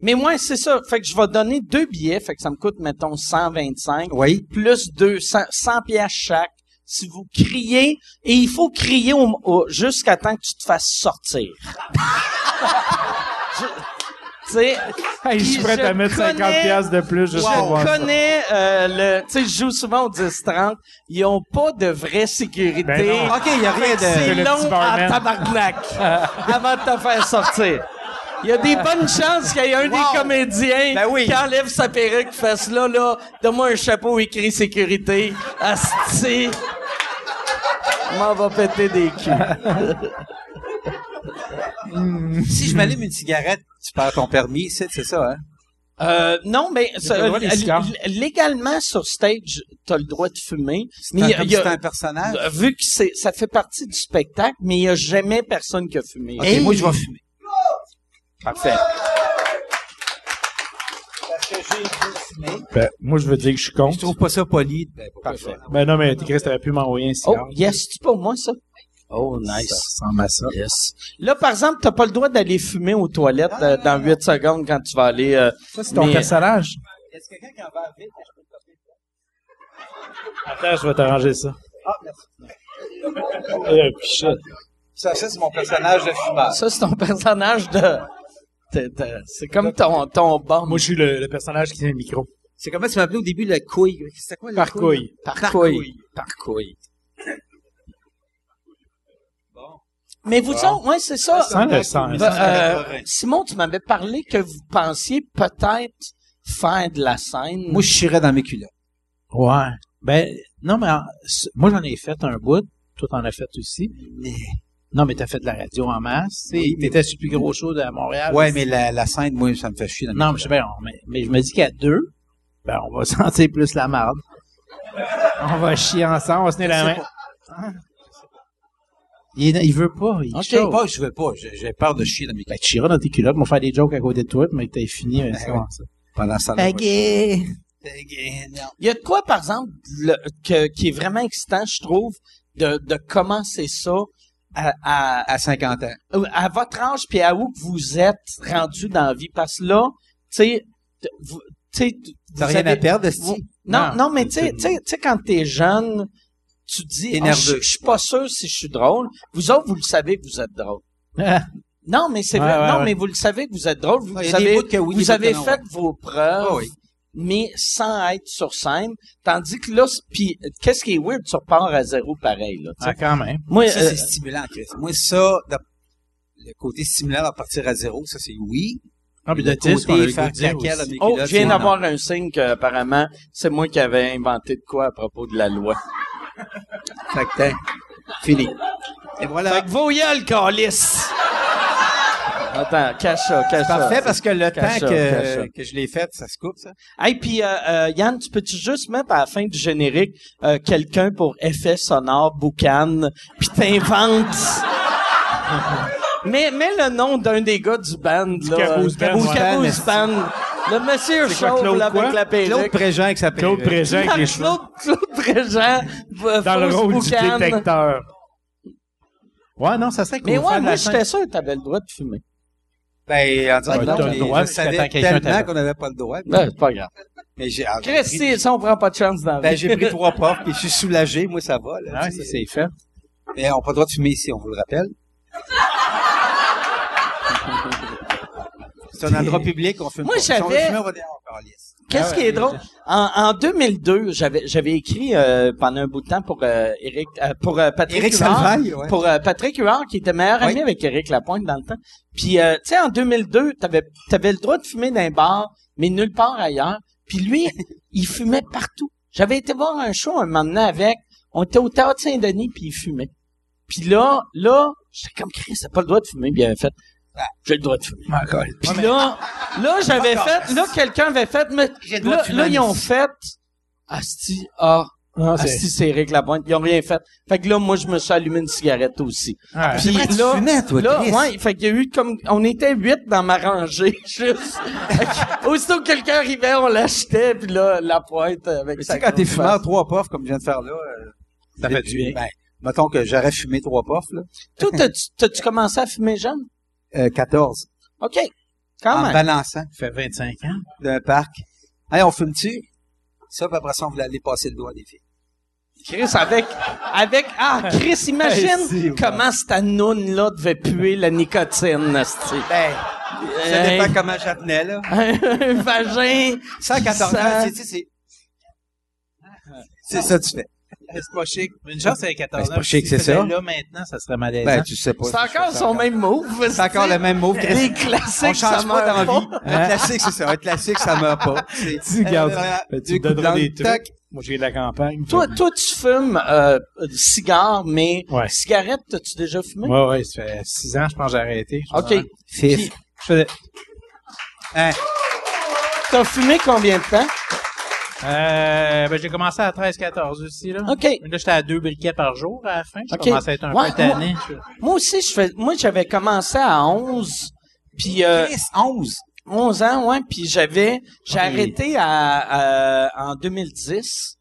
Mais moi, c'est ça. Fait que je vais donner deux billets. Fait que ça me coûte, mettons, 125.
Oui.
Plus 200, 100 pièces chaque. Si vous criez, et il faut crier au- au- jusqu'à temps que tu te fasses sortir. Je- Tu sais,
Hey, je suis
Puis
prêt à
je
mettre 50
connais-
piastres de plus juste pour voir
je
ça.
connais euh, le... Tu sais, je joue souvent au 10-30. Ils ont pas de vraie sécurité.
Ben non.
OK, il n'y a rien
que
de...
C'est
le petit
long
barman.
en tabarnak avant de te faire sortir. Il y a des bonnes chances qu'il y ait un des comédiens
Ben oui.
qui enlève sa perruque, fasse là, là, donne-moi un chapeau écrit sécurité, asti, m'en va péter des culs.
Si je m'allume une cigarette, tu perds ton permis, c'est, c'est ça, hein?
Euh, non, mais ça,
le droit des
euh,
cigares.
l- légalement sur stage, t'as le droit de fumer.
C'est
Mais
un,
il y a-
comme
il y a-
c'est un personnage.
euh, vu que c'est, ça fait partie du spectacle, mais il n'y a jamais personne qui a fumé.
OK, moi, je vais fumer. Parfait. Parce que j'ai dû fumer.
Ben, moi, je veux dire que je suis
Je
contre.
trouve pas ça poli. Ben, pourquoi
Parfait.
je vais-
Ben non, mais Chris, t'aurais pu m'envoyer un
Oh,
cigare.
yes, c'est pour moi, ça? Oh,
Ça
nice.
ressemble à ça.
Yes. Là, par exemple, t'as pas le droit d'aller fumer aux toilettes euh, dans 8 secondes quand tu vas aller. euh,
Ça, c'est ton
mais-
personnage.
Est-ce que quelqu'un qui en va vite, je peux te
Attends, je vais t'arranger ça.
Ah, merci.
Eh, shit.
Ça, ça, c'est mon personnage de fumeur.
Ça, c'est ton personnage de. t'es- t'es- C'est comme ton, ton bon.
Moi, je suis le, le personnage qui tient le micro.
C'est comment tu m'appelais au début, la couille? C'était quoi, la
Par couille.
Parcouille. Parcouille. Mais vous autres, ouais, c'est
Ah,
ça.
Sans le sang.
Ben, euh, Simon, tu m'avais parlé que vous pensiez peut-être faire de la scène.
Moi, je chierais dans mes culottes.
Ouais. Ben, non, mais en- s- moi, j'en ai fait un bout. Toi, t'en as fait aussi. Non, mais t'as fait de la radio en masse. tu sais.
Oui, mais-
T'étais sur le plus gros show de Montréal.
Ouais, mais la, la scène, moi, ça me fait chier dans mes
Non, mais je, ben, on- mais, mais je me dis qu'à deux, ben, on va sentir plus la marde.
On va chier ensemble, on va se tenir la main.
Hein? Il, est- il veut pas, il
culottes. Je
okay.
veux pas, je veux pas. J'ai j'ai peur de chier dans mes
Ben,
culottes.
tu chieras dans tes culottes, on va faire des jokes à côté de toi, mais que t'as fini, ben, c'est
ouais.
comment ça?
Pendant ça, là, moi,
Pagay!
Il y a de quoi, par exemple, le- que- qui est vraiment excitant, je trouve, de, de commencer ça à- à,
à 50 ans.
Euh, à votre âge puis à où que vous êtes rendu dans la vie parce que là tu sais t- vous tu sais, t-
T'as
vous
rien
avez-
à perdre, Esti?
vous- non non,
Non,
mais tu sais tu sais- tu sais, quand t'es jeune tu dis
T'es
Ah, je
nerveux.
je suis pas sûr si je suis drôle vous autres vous le savez que vous êtes drôle
Ah,
non mais c'est vrai
Ouais, ouais,
non
ouais.
mais vous le savez que vous êtes drôle vous
Ah, il y a des
avez
bouts que oui, des
vous
bouts
avez
que non,
fait
ouais.
vos preuves
Ah oui.
mais sans être sur scène tandis que là c'est- puis euh, qu'est-ce qui est weird tu repars à zéro pareil là tu sais.
Ah, quand même.
moi
Ça,
euh,
c'est stimulant, Chris. Moi, ça, de- le côté stimulant à partir à zéro, ça, c'est oui.
Ah, puis de
Le
dire ce qu'on a le
côté
goût
faire
de dire
caca dans
aussi.
mes
Oh,
culottes,
je viens
non.
d'avoir un signe que apparemment c'est moi qui avais inventé de quoi à propos de la loi.
Fait que t'es- fini. Et voilà.
Fait que vos gueules, câlisse! Attends, cache ça, cache ça.
Parfait, parce que le
Cache
temps
ça, cache ça.
que, que je l'ai fait, ça se coupe, ça.
Hey, puis euh, euh, Yann, tu peux-tu juste mettre à la fin du générique euh, quelqu'un pour effet sonore, boucan, puis t'inventes... Mais, mais le nom d'un des gars du band, là.
Caboose
euh,
Band,
Caboose-
ouais.
Caboose Band. Le monsieur
C'est quoi,
chauve,
Claude
là,
quoi?
avec la perruque.
Claude Préjean euh, avec sa
Claude
perruque.
Préjean avec les cheveux.
Claude, Claude Préjean, euh,
Dans le
fausse
rôle du
boucane.
détecteur.
Ouais, non, ça serait cool.
Mais
Faire
ouais,
de la
moi,
scène.
j'étais sûr que t'avais le droit de fumer.
Ben, en disant,
Ben,
non,
t'as le
mais
droit,
je
jusqu'à
savais
temps que quelqu'un
tellement
t'arrête.
qu'on n'avait pas le droit.
Ben, c'est pas grave.
Mais j'ai, ah, j'ai pris-
Christy, ça, on prend pas de chance dans la
ben,
vie.
j'ai pris trois portes, puis je suis soulagé. Moi, ça va, là.
Ouais,
tu
ça,
sais.
c'est fait.
Mais on n'a pas le droit de fumer ici, on vous le rappelle. C'est un endroit public, on fume
Moi,
pas. Si on veut
j'avais-
fumer, on va dire, on calisse.
Qu'est-ce qui est drôle? En, en 2002, j'avais, j'avais écrit euh, pendant un bout de temps pour euh, Eric, euh, pour euh, Patrick
Éric
Huard.
Salvaille, ouais.
Pour euh, Patrick Huard, qui était meilleur ami
Oui.
avec Eric Lapointe dans le temps. Puis, euh, tu sais, en 2002, t'avais, t'avais le droit de fumer dans un bar, mais nulle part ailleurs. Puis lui, il fumait partout. J'avais été voir un show un moment donné avec, on était au Théâtre Saint-Denis, puis il fumait. Puis là, là, j'étais comme Chris, t'as pas le droit de fumer, bien fait. Ah, J'ai le droit de fumer.
Encore.
Puis là, là, j'avais fait, là, quelqu'un avait fait, mais
ah, J'ai le droit
là,
de fumer
là,
un
ils ont
ici.
fait, Asti, ah,
Non, c'est-
Asti, c'est Eric Lapointe. Ils ont rien fait. Fait que là, moi, je me suis allumé une cigarette aussi.
Ah,
Puis
vrai, tu
là,
fumais, toi,
là,
Chris.
ouais, fait qu'il y a eu comme, on était huit dans ma rangée, juste. Fait que, aussitôt que quelqu'un arrivait, on l'achetait, puis là, la pointe avec
Tu
sa
sais, quand t'es
grosse
fumeur,
face.
trois puffs, comme je viens de faire là, euh,
Ça fait du bien.
Ben, mettons que j'aurais fumé trois puffs, là.
Toi, t'as-tu, t'as-tu commencé à fumer jeune?
Euh, 14.
OK. Quand
en
même.
balançant
Ça fait 25 ans.
d'un parc. Hey, on fume-tu? Ça, puis après ça, on voulait aller passer le doigt des filles.
Chris, avec, avec, ah, Chris, imagine
Hey, si, ouais.
comment cette noune-là devait puer la nicotine, asti.
Ben, ça
Hey.
dépend comment j'apnais, là.
Un vagin.
114
Ça-
ans, tu sais, tu sais, c'est... C'est ça que tu fais.
C'est pas chic. Une chance avec 14 ans.
Ben, c'est pas chic,
Si
c'est
c'était
ça.
Là, maintenant, ça serait malaisant.
Ben, tu sais pas.
C'est encore son même move.
C'est encore le même mot.
Les classiques,
On
ça
change pas
meurt
d'envie.
pas.
Un classique, c'est ça. Un classique, ça meurt pas. C'est-
Tu gardes.
Euh,
ben,
ben, tu me
deux coups de
donneras des
langue,
trucs.
tac.
Moi, j'ai de la campagne.
Toi, toi, tu fumes euh, euh, cigare, mais
Ouais.
cigarette, t'as-tu déjà fumé?
Ouais, ouais, ça fait six ans, je pense, que j'ai arrêté. Je
OK.
Fif.
Je faisais,
Hein?
T'as fumé combien de temps?
Euh, ben, j'ai commencé à 13-14 aussi, là.
OK.
Là, j'étais à deux briquets par jour à la fin. Je
OK.
commençais à être un
Ouais,
peu tanné. Je-
Moi aussi, je fais, moi, j'avais commencé à 11, puis euh,
Chris, 11.
11 ans, ouais, puis j'avais j'ai arrêté à, à- en 2010.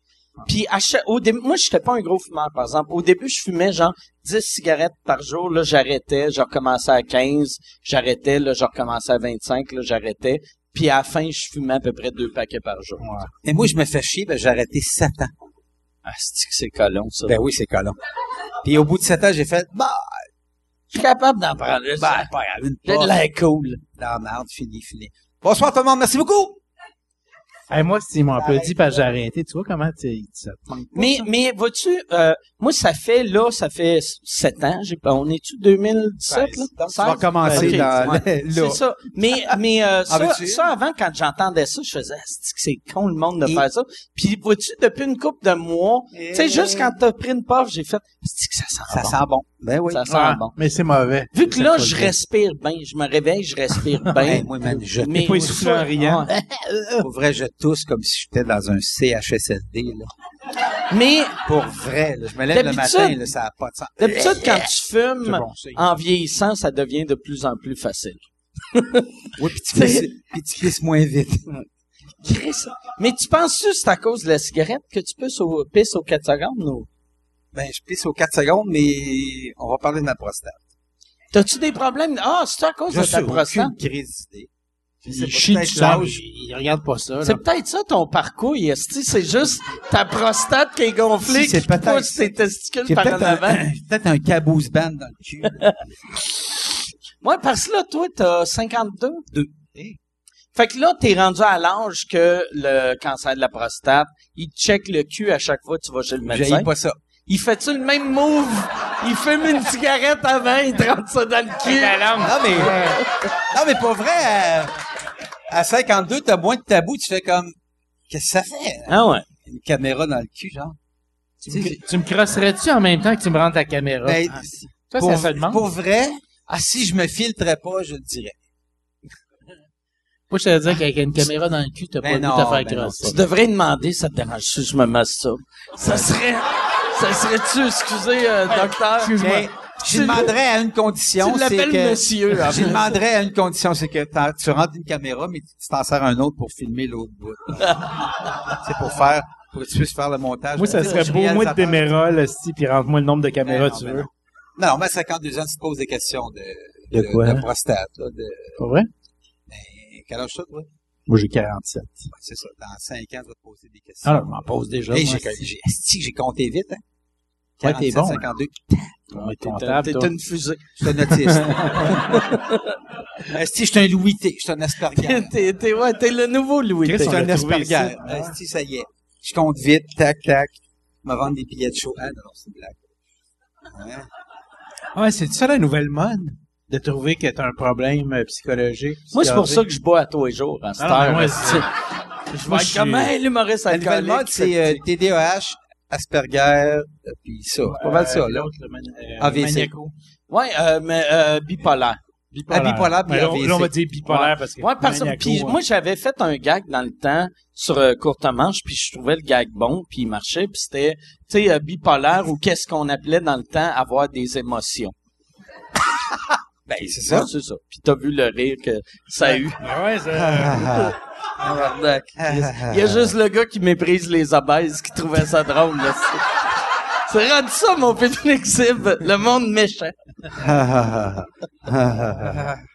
Puis à chaque- au début, moi j'étais pas un gros fumeur par exemple. Au début, je fumais genre 10 cigarettes par jour, là j'arrêtais, je recommençais à 15, j'arrêtais, là je recommençais à 25, là j'arrêtais. Puis à la fin, je fumais à peu près deux paquets par jour.
Et moi, je me fais chier, ben, j'ai arrêté 7 ans.
Ah, c'est que c'est colon ça.
Ben oui, c'est collant. Puis au bout de 7 ans, j'ai fait, bah,
je suis capable d'en prendre.
ben,
ça.
pas grave, une
J'ai de
porte.
l'air cool.
Dans la merde, fini, fini. Bonsoir tout le monde, merci beaucoup!
Hey, moi, s'ils m'ont applaudi parce que j'ai arrêté, tu vois comment tu, ça te manque.
Mais, mais vois-tu, euh, moi, ça fait, là, ça fait s- sept ans. J'ai pas, on est-tu 2017, là?
Ben, Donc, tu vas recommencer
Ok,
dans
ouais.
le- là.
C'est ça. Mais, mais euh, ça,
ben, tu-
ça, avant, quand j'entendais ça, je faisais, Ah, c'est-tu que c'est con le monde de
Et-
faire ça. Puis, vois-tu, depuis une couple de mois, tu sais,
Et-
juste quand t'as pris une puff, j'ai fait, c'est que ça sent
Ça
bon.
sent bon. Ben oui.
Ça sent
Ah,
bon.
Mais c'est mauvais.
Vu que
Ça
là,
faut
je
le dire.
respire bien, je me réveille, je respire
Ben,
bien.
moi, man, je,
mais
pas essoufflé en riant.
Ouais.
pour vrai, je tousse comme si j'étais dans un CHSLD, là.
Mais
Pour vrai, là. Je me lève le
D'habitude-
matin, là, ça n'a pas de sens.
d'habitude, quand tu fumes,
bon, c'est-
en vieillissant, ça devient de plus en plus facile.
Oui, puis tu pisses, puis tu pisses moins vite.
Chris. Mais tu penses-tu que c'est à cause de la cigarette que tu peux au, pisser aux 4 secondes ou?
Ben, je pisse aux 4 secondes, mais on va parler de ma prostate.
T'as-tu des problèmes? Ah, c'est à cause
Je
de ta
suis
prostate?
aucune crise d'idée. Je sais
Il
pas,
chie
peut-être
du sang, mais
l'âge.
il regarde pas ça. là.
C'est peut-être ça ton parcours, Yesti. C'est juste ta prostate qui est gonflée,
Si, c'est
qui te
peut-être
pousse
ça.
tes testicules
J'ai
par en
peut-être
avant.
un, peut-être un caboose band dans le cul. là.
Ouais, parce que là, toi, t'as 52.
Deux.
Fait que là, t'es rendu à l'âge que le cancer de la prostate, il te check le cul à chaque fois que tu vas chez le médecin.
J'haïs pas ça.
Il fait-tu le même move? Il fume une cigarette avant, il te rentre ça dans le cul.
Non, Ah, mais, non, mais pour vrai, à, à 52, t'as moins de tabou, tu fais comme, qu'est-ce que ça fait? hein?
Ah ouais.
Une caméra dans le cul, genre.
Tu me- tu me crosserais-tu en même temps que tu me rentres la caméra?
Ben,
Ah, ça,
pour,
ça fait demande.
pour vrai, ah, si je me filtrais pas, je le dirais.
Moi, je te dire qu'avec une caméra dans le cul, t'as
Ben
pas
non,
le goût de te
ben
faire
non,
grosser.
Tu devrais demander, ça te dérange si je me masturbe. Ça serait, ça serait-tu, excusez, euh, docteur,
Excuse-moi.
mais
J'y demanderais à une condition,
Tu
c'est
l'appelles
que...
monsieur,
hein.
en
J'y demanderais à une condition, c'est que t'en- tu rentres une caméra, mais tu t'en sers un autre pour filmer l'autre bout. c'est pour faire, pour que tu puisses faire le montage.
Moi, ça
Tu sais, Ah,
serait
je suis
beau, moi, de
réalisateur.
Démérol, si, puis rentre-moi le nombre de
Ben
caméras
non,
tu
ben
veux.
non. Non, non, mais à 52 ans, tu te poses des questions de,
De quoi?
prostate, là, de,
Pas vrai?
ben, quel âge ça, toi? Ouais,
Moi, j'ai 47.
c'est ça. Dans 5 ans, tu vas te poser des questions.
Alors, Ah, je m'en pose déjà.
Hey,
moi,
j'ai, j'ai, esti, j'ai compté vite, hein?
Ouais, t'es
47,
bon, hein.
52.
Ouais, t'es
T'es
comptable, toi.
t'es une fusée.
Je suis un autiste. Esti, je suis un Louis T. Je suis un Asperger.
T'es t'es- ouais, t'es le nouveau Louis.
Chris,
Je suis
on
un
l'a trouvé ici.
Asperger. Esti, ça y est. Je compte vite. Tac, tac. Je me vendre des billets de show. Ah, non, non, c'est une blague. Hein?
Ouais, c'est ça la nouvelle mode de trouver que t'as un problème euh, psychologique.
Moi, c'est pour ça que je bois à tous les jours, à cette
Ah, non,
heure.
mais moi,
esti. Je vais
moi,
être
je
comme,
suis-
hey, l'humoriste
La nouvelle
alcoolique.
mode, c'est euh, TDAH, Asperger, euh, puis ça. pas mal ça, là.
L'autre, le mani- euh,
AVC.
maniaco.
Ouais, euh, mais euh, bipolaire.
Ah, bipolaire, puis
Ben, là, on-
AVC.
là, on va dire bipolaire parce que.
Ouais, parce que
Maniaco,
puis
hein.
moi j'avais fait un gag dans le temps sur euh, courte manche puis je trouvais le gag bon puis il marchait puis c'était tu sais euh, bipolaire ou qu'est-ce qu'on appelait dans le temps avoir des émotions.
Ben, c'est
Ouais,
ça.
c'est ça. Puis t'as vu le rire que ça a eu.
Ah ouais, ça-
Tabarnak.
Ah.
Il y a juste le gars qui méprise les abaises qui trouvait ça drôle. là. C'est- C'est rendu ça mon public cible, le monde méchant.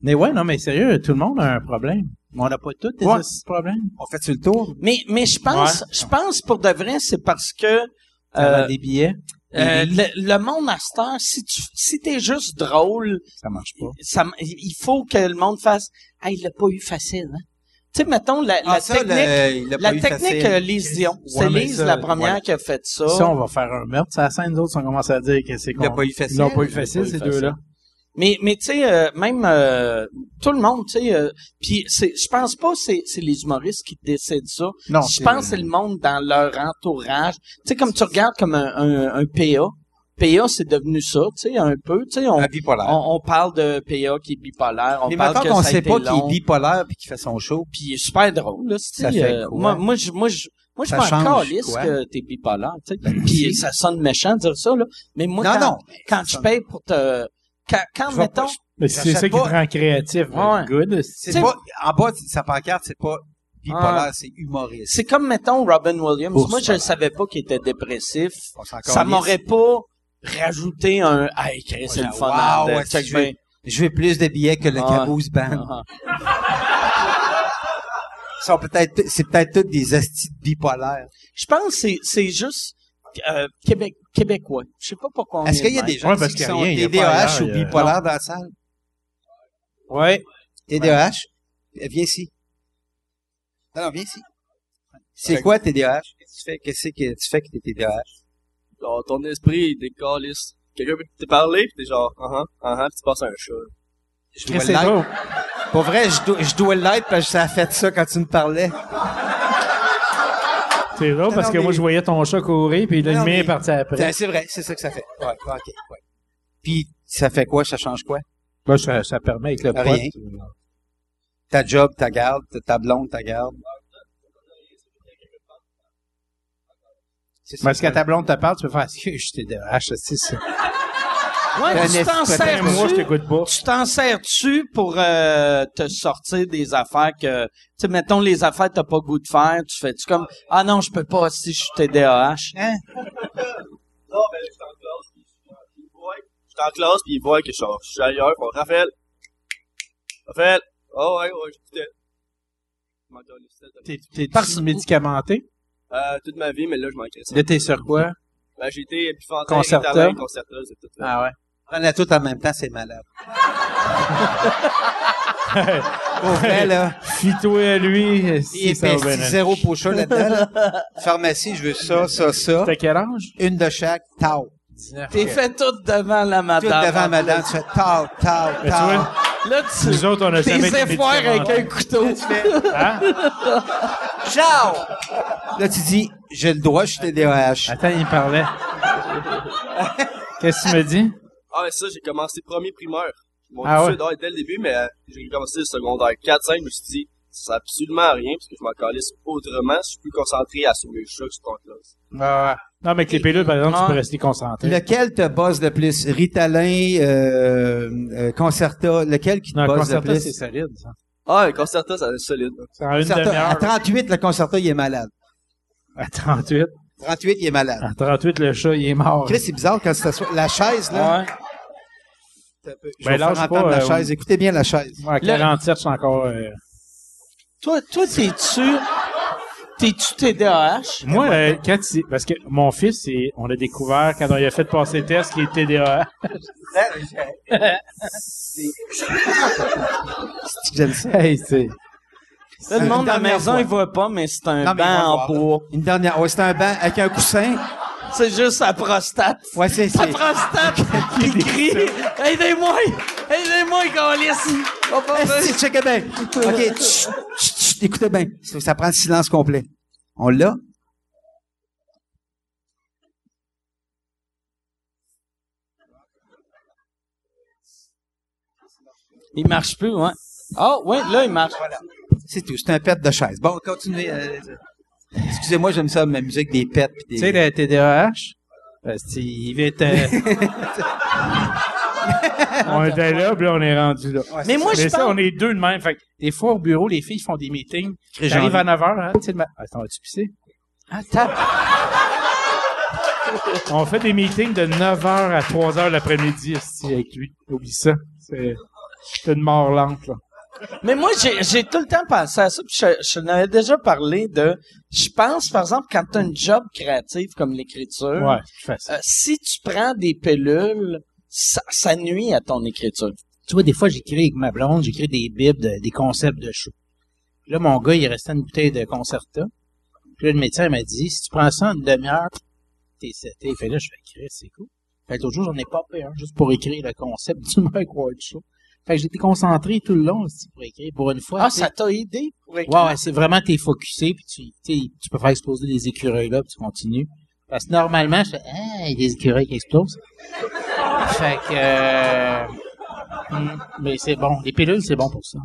Mais ouais, non, mais sérieux, tout le monde a un problème. Mais on n'a pas tous des
Ouais.
aussi problèmes.
On fait-tu le tour?
Mais mais je pense je pense pour de vrai c'est parce que
Ça
euh,
vend des billets,
Euh, le, le monde à cette heure, si tu si t'es juste drôle,
ça marche pas.
ça, m- il faut que le monde fasse Ah, il l'a pas eu facile, hein? Tu sais, mettons la, la
Ah, ça,
technique.
le- il l'a pas
la
eu
technique
facile.
euh, Lise Dion. c'est
mais
Lise
ça,
la première qui a fait ça.
Ça, on va faire un meurtre. Ça, la scène, nous autres, on commence à dire que c'est
Il n'a
qu'on-
pas eu facile.
Ils l'ont pas eu
Ils
facile,
l'ont
ces
pas eu
deux-là.
Mais, mais tu sais, euh, même euh, tout le monde, tu sais, euh, puis c'est- je pense pas que c'est c'est les humoristes qui décident ça.
Non,
je pense
euh,
que c'est le monde dans leur entourage. Tu sais, comme tu regardes comme un, un, un PA. PA, c'est devenu ça, tu sais, un peu. Tu sais, on,
Un bipolaire.
euh, On, on parle de PA qui est bipolaire. On
mais
parle
maintenant
que
qu'on
ça a
sait
été
pas
long,
qu'il est bipolaire puis qu'il fait son show,
Puis il est super drôle, là. c'est-tu,
Ça fait
euh,
quoi?
Moi, moi, je, moi, je, moi, je
Ça
m'en
change
calisse
quoi? Ben,
que t'es bipolaire, tu sais. Puis ça sonne méchant de dire ça, là. Mais moi,
Non,
quand,
non,
quand je paye pour te... Quand, quand
Je vais
mettons...
pas-
Mais c'est ça
J'achète
qui te
pas.
rend créatif.
Ouais.
Good.
T'sais-
c'est pas, en bas de sa pancarte, c'est pas
Ah.
bipolaire, c'est humoriste.
C'est comme, mettons, Robin Williams.
Ours
moi, je
polaire.
savais pas qu'il était dépressif.
On s'en
Ça
calisse.
m'aurait pas rajouté un... Hey, Chris, c'est le
Wow,
fun. hein, de-
ouais,
check
tu-
bien.
Je veux plus de billets que le
Ah.
Caboose Band.
Ah,
Ils sont peut-être, c'est peut-être tous des astis bipolaires.
Je pense que c'est- c'est juste... euh, Québec, québécois. Je sais pas pourquoi on
Est-ce
est
qu'il y a
de
des
même.
gens
Ouais,
qui
parce qu'il y a
sont
rien, il y a pas
TDAH
ailleurs,
ou
il y a-
bipolaires dans la salle?
Ouais.
TDAH? E eh, Viens ici. Non, non, viens ici. C'est quoi TDAH? Qu'est-ce que tu fais? Qu'est-ce que tu fais que t'es TDAH?
Genre, ton esprit, il décalisse. Quelqu'un peut te parler, pis t'es genre, ah ah, ah, pis tu passes un chat.
Je
Chris,
dois
c'est
l'être.
drôle.
Pour vrai, je dois, je dois l'être parce que ça a fait ça quand tu me parlais.
C'est drôle parce
non,
que moi,
mais-
je voyais ton chat courir, puis la
Non,
lumière est
mais-
partie après.
Ben, C'est vrai, c'est ça que ça fait. Ouais, ouais, ok, ouais. Puis, ça fait quoi? Ça change quoi?
Moi, ça, ça permet avec le pote.
Rien. Ta job, ta garde, ta- ta blonde, ta garde. C'est ça.
Parce qu'à ta blonde te parle, tu peux faire, excuse, j'étais de H, c'est ça.
Ouais, tu t'en
Peut-être
sers
Moi, je t'écoute pas.
tu t'en sers-tu pour euh, te sortir des affaires que, tu sais, mettons les affaires que t'as pas le goût de faire, tu fais-tu comme, ah non, je peux pas si je suis TDAH.
Non, ben, je suis en classe, pis ils voient, je suis en classe, pis ils voient
Bah,
que genre, je suis ailleurs, ils font, Raphaël! Raphaël! Oh, ouais, ouais, j'écoutais. Je m'en calisse, c'était-
T'es, t'es médicamenté?
Euh, toute ma vie, mais là, je m'en calisse.
Là, t'es sur quoi?
Ben, j'ai été épiphantin,
Concerta.
ritalin, concerta, c'est tout.
Ah ouais.
On a tout en même temps, c'est malade. Pour vrai, là.
Fis-toi à lui,
Il
si
est
ça va
pestis,
bien. aller.
zéro pochon là-dedans. là. Pharmacie, je veux ça, ça, ça.
T'as quel âge?
Une de chaque, tau.
T'es fait tout devant la
Tout
madame.
devant madame, tu fais tau, tau,
Mais Ben, tu vois,
tau.
Là, tu
nous autres, on a
t'es
jamais été
effoires avec un
médicamentés.
couteau.
Hein?
Ciao! Là, tu dis, j'ai le droit, je suis TDAH.
Attends, il me parlait. Qu'est-ce que tu me dis?
Ah, mais ça, j'ai commencé premier primaire. Mon
Ah
ah, ouais. dès le début, mais euh, j'ai commencé le secondaire 4-5, je me suis dit, ça sert absolument à rien, parce que je m'en calisse autrement, je suis plus concentré à sauver le chat que sur ton classe.
Ah, ouais. Non, mais avec les pilules, par exemple,
Ah.
tu peux rester concentré.
Lequel te bosse le plus? Ritalin, euh, euh, Concerta, lequel qui te
Non, le
bosse le
concerta,
plus?
c'est solide, ça.
Ah, un concerta, ça c'est solide.
C'est en une
Concerta- à
demi-heure.
38, le Concerta, il est malade.
À 38.
38, il est malade.
À 38, le chat, il est mort.
Chris, c'est bizarre quand c'est la chaise, là.
Ouais.
Je
Ben,
vais
lâche
faire entendre
pas,
la
euh,
chaise. Écoutez bien la chaise.
Ouais, à 47, je suis encore... euh,
Toi, toi, t'es-tu, t'es-tu TDAH?
Moi, euh, quand il- parce que mon fils, il- on l'a découvert quand on lui a fait passer le test qu'il était TDAH.
J'aime ça.
Hey, c'est-
Là, le
Une
monde à la
dernière
maison,
fois.
il voit pas, mais c'est un
Non, mais ils vont
banc
le
en
voir.
bois.
Une dernière. Ouais, c'est un banc avec un coussin.
C'est juste sa prostate.
Ouais, c'est,
Sa
c'est.
prostate qui crie « Aidez-moi! Aidez-moi, câlisse! Va pas
Eh,
bien.
si, checkez bien. OK. Chut, chut, chut, écoutez bien. Ça, ça prend le silence complet. On l'a?
Il marche plus, ouais. Ah, ouais, là, il marche.
C'est tout. C'est un pet de chaise. Bon, continuez. euh, excusez-moi, j'aime ça, ma musique des pets. pis
Tu
Des...
sais, le TDAH, euh, c'est- il va être... euh,
on était là, puis là, on est rendu là.
Mais moi, je
Mais ça,
pense...
on est deux de même. Fait que des fois, au bureau, les filles font des meetings.
Crée
J'arrive
genre.
à 9h, hein, tu sais, le ma- Attends, vas-tu pisser? On fait des meetings de 9h à 3h l'après-midi, esti, avec lui. Oublie ça. C'est c'est une mort lente, là.
Mais moi, j'ai, j'ai tout le temps pensé à ça, puis je, je n'avais déjà parlé de... Je pense, par exemple, quand t'as une job créative comme l'écriture,
Ouais, c'est facile.
euh, si tu prends des pilules, ça, ça nuit à ton écriture.
tu vois, des fois, j'écris avec ma blonde, j'écris des bibles, de- des concepts de show. Puis là, mon gars, il restait une bouteille de Concerta. Puis là, le médecin il m'a dit, si tu prends ça en une demi-heure, t'es seté. Fait là, je fais écrire, c'est cool. Fait que l'autre jour, j'en ai pas payé un, juste pour écrire le concept du Mike Ward Show. Fait que j'étais concentré tout le long, aussi, pour écrire. Pour une fois,
Ah,
tu sais,
ça t'a aidé pour écrire?
Ouais, ouais, c'est vraiment t'es focusé puis tu tu sais, tu peux faire exploser les écureuils là, puis tu continues. Parce que normalement, je fais hey, des écureuils qui explosent. fait que euh, hum, mais c'est bon, les pilules c'est bon pour ça.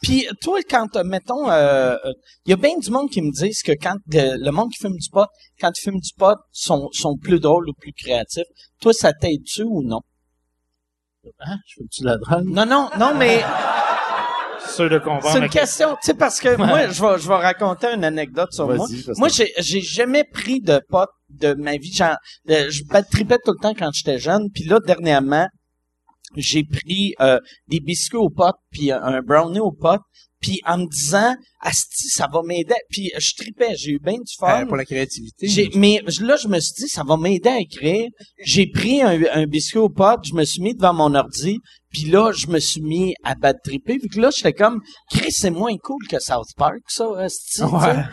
Puis toi, quand euh, mettons, il euh, euh, y a bien du monde qui me disent que quand euh, le monde qui fume du pot, quand ils fument du pot, sont sont plus drôles ou plus créatifs. Toi, ça t'aide-tu ou non
Hein, je fais tu de la drogue.
Non, non, non, mais
Ceux de qu'on vend
c'est une
avec-
question, tu sais, parce que moi, je vais je vais raconter une anecdote sur moi.
Vas-y, parce que-
Moi, j'ai j'ai jamais pris de pot de ma vie. J'en- euh, je tripais tout le temps quand j'étais jeune. Puis là, dernièrement, j'ai pris euh, des biscuits aux potes puis euh, un- un brownie aux potes. Puis en me disant, Asti, ça va m'aider. Puis je tripais, j'ai eu bien du fun.
Euh, pour la créativité.
J'ai- mais je- là, je me suis dit, ça va m'aider à écrire. J'ai pris un, un biscuit aux potes, je me suis mis devant mon ordi, puis là, je me suis mis à battre triper. Puis que là, j'étais comme, Chris, c'est moins cool que South Park, ça, asti, tu sais.
Ouais.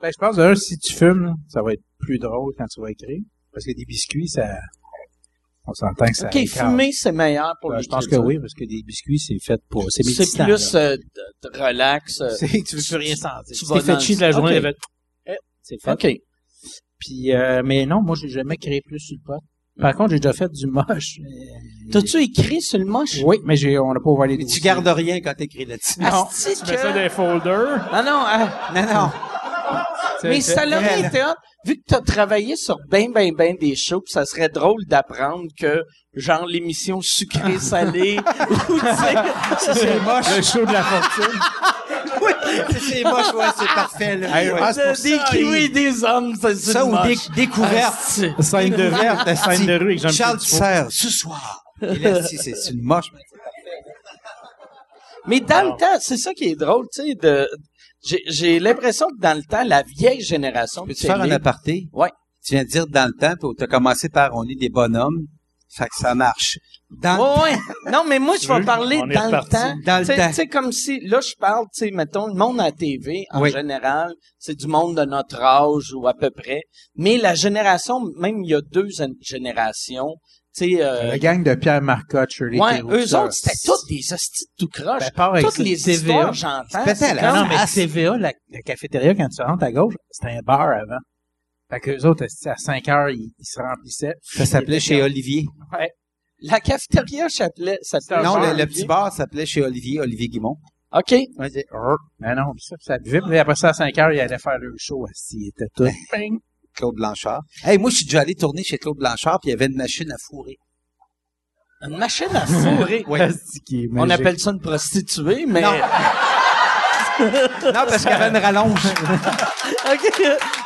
Ben, je pense d'un si tu fumes, là, ça va être plus drôle quand tu vas écrire parce que des biscuits ça on s'entend que ça
OK,
écarte.
fumer, c'est meilleur pour
Euh,
Ben,
les
je pense que oui parce que des biscuits c'est fait pour c'est
C'est
médicament.
plus euh, de- de relax. euh,
C'est que tu veux plus rien sentir.
tu
Si
vas
t'es fait
dans-
chier de la journée,
Ok.
elle va-
C'est fait.
OK.
Puis, euh, mais non, moi, j'ai jamais créé plus sur le pot. Par contre, j'ai déjà fait du moche. Euh,
T'as-tu écrit sur le moche?
Oui, mais j'ai, on n'a pas ouvert les
Mais tu
dossiers.
gardes rien quand t'écris là-dessus. Ah,
Non,
Asti
tu mets ça
que-
dans les folders.
Ah non, ah,
Non, non.
mais ça l'aurait
elle.
été hot, vu que t'as travaillé sur ben, ben, ben des shows, pis ça serait drôle d'apprendre que, genre, l'émission sucrée-salée, ou, tu sais,
C'est moche.
Le show de la fortune.
C'est moche, ouais, c'est parfait. Là.
Hey,
Ouais.
ah, c'est
de- des kiwis, des hommes, c'est
Ça ou
des
dé- découverte.
Scène de verre, de scène de rue avec Jean-Pierre
Charles
Dufault.
Serre, ce soir. Et là, si, c'est c'est une moche.
Mais dans le temps, c'est ça qui est drôle, tu sais, de, j'ai, j'ai l'impression que dans le temps, la vieille génération de
Peux-tu faire un
télé-
aparté?
Ouais.
Tu viens de dire dans le temps, puis t'as commencé par on est des bonhommes. Fait que ça marche. Dans
Oh, Ouais, ouais. Non, mais moi, je vais
veux?
parler dans
On est
le
reparti.
temps.
Dans le
Tu sais-
temps.
Tu sais, comme si, là, je parle, tu sais, mettons, le monde à la TV, en
Oui.
général, c'est du monde de notre âge ou à peu près. Mais la génération, même il y a deux gen- générations, tu sais,
Ah,
euh,
La gang de Pierre Marcotte, Shirley
ouais,
Theroux,
eux
ça.
autres, c'était tous des hosties de tout croche.
Ben, part avec
Toutes
ça,
les
TVA.
histoires, j'entends.
C'était
c'est
la-
comme-
Non, mais TVA, la, la cafétéria, quand tu rentres à gauche, c'était un bar avant. Fait que eux autres, esti, à 5 heures, ils, ils se remplissaient.
Ça s'appelait chez Olivier.
la cafétéria s'appelait, s'appelait
un
Non,
bar,
le, le petit bar s'appelait chez Olivier, Olivier Guimont.
OK.
On disait, Rrr. mais non, puis ça, puis ça buvait. Puis après ça, à 5 heures, il allait faire le show. Asti, il était tout. Ping.
Claude Blanchard. Hey, moi, je suis déjà allé tourner chez Claude Blanchard, puis il y avait une machine à fourrer.
Une machine à fourrer.
Asti qui est
On
magique.
appelle ça une prostituée, mais... Non,
Non, parce qu'il y avait une rallonge.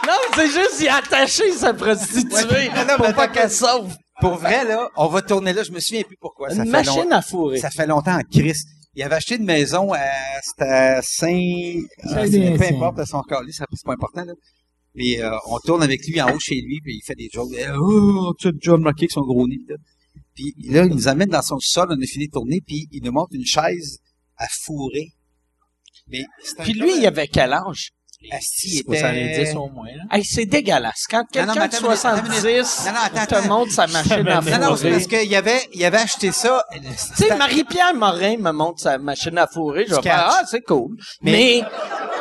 non c'est juste y attacher sa prostituée
Ouais. Non, non, mais
pour pas
attends,
qu'elle sauve.
Pour vrai, là, on va tourner là. Je me souviens plus pourquoi. Ça
Une
fait
machine à fourrer.
Ça fait longtemps en Christ. Il avait acheté une maison à, c'était à Saint,
Saint-
ah, c'est- peu
Saint-
importe, à son calé, ça, c'est pas important, là. Mais, euh, on tourne avec lui en haut chez lui, puis il fait des jokes. Eh, Oh, tu as déjà remarqué que son gros nez, là. Puis là, il nous amène dans son sol, on a fini de tourner, puis il nous montre une chaise à fourrer. Mais, c'est un-
Puis lui, il avait quel âge?
Asti, il était-
70 au moins, là.
Hey, c'est dégueulasse. Quand
Non, non, mais
quelqu'un de
attends une minute, attends une minute.
70
Non, non, attends,
te
attends.
montre sa machine à
Non, non, c'est
fourrer...
parce qu'il avait, il avait acheté ça.
Tu sais, Marie-Pierre Morin me montre sa machine à fourrer, je vais
Scratch.
faire « Ah, c'est cool! » Mais,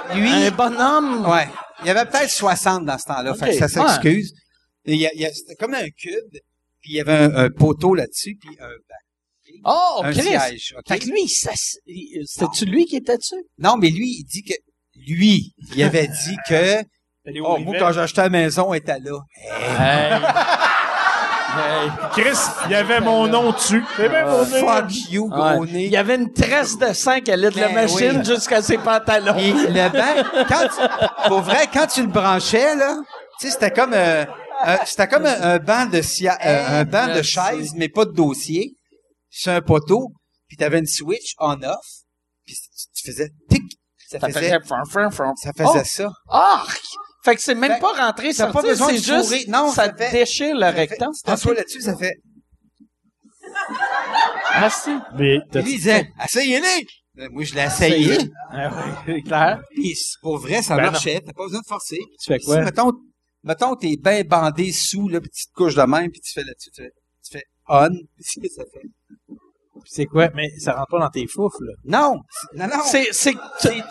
Mais- lui,
un bonhomme...
Ouais. Il y avait peut-être 60 dans ce temps-là. Fait que ça s'excuse. Et il y a- il y a- C'était comme un cube, puis il y avait un, un poteau là-dessus, puis un,
Oh,
un
Chris!
siège. ok?
Fait que lui, il s'ass- il- c'était-tu lui qui était dessus?
Non, mais lui, il dit que lui, il avait dit que Oh, moi, quand j'ai acheté la maison, elle était là.
Chris, il y avait mon nom dessus. C'est bien mon nom.
Euh, Fuck you, gros
Ouais.
nez.
Il y avait une tresse de sang qui allait de la
Ben
machine
oui.
jusqu'à ses pantalons.
Et le banc, quand tu- pour vrai, quand tu le branchais, là, tu sais, c'était comme, euh, euh, c'était comme un, un banc de sia- euh, un banc de
merci.
chaise, mais pas de dossier. C'est un poteau, puis t'avais une switch on-off, puis tu, tu faisais tic, ça,
Ça
faisait,
faisait front, front, front.
ça faisait
Oh!
ça.
Arc! Fait que c'est même
Fait-
pas rentré,
t'as
ça
pas
pas
besoin
c'est
de fourrer.
juste,
Non,
ça,
ça fait-
déchire le
Ça fait-
rectangle.
Tu t'assois là-dessus, ça fait,
Asti. Mais
il
t'as-
disait, essayez-les! Ben, Moi, je l'ai essayé,
Ah oui, c'est clair.
puis pour vrai, ça
Ben non.
marchait, t'as pas besoin de forcer.
Tu fais
Si,
quoi?
mettons, mettons, t'es bien bandé sous, là, petite couche de même, puis tu fais là-dessus, tu fais, tu fais on, puis ça fait.
Puis c'est quoi? Mais ça rentre pas dans tes foufles, là.
Non, c'est- non, non.
C'est, c'est,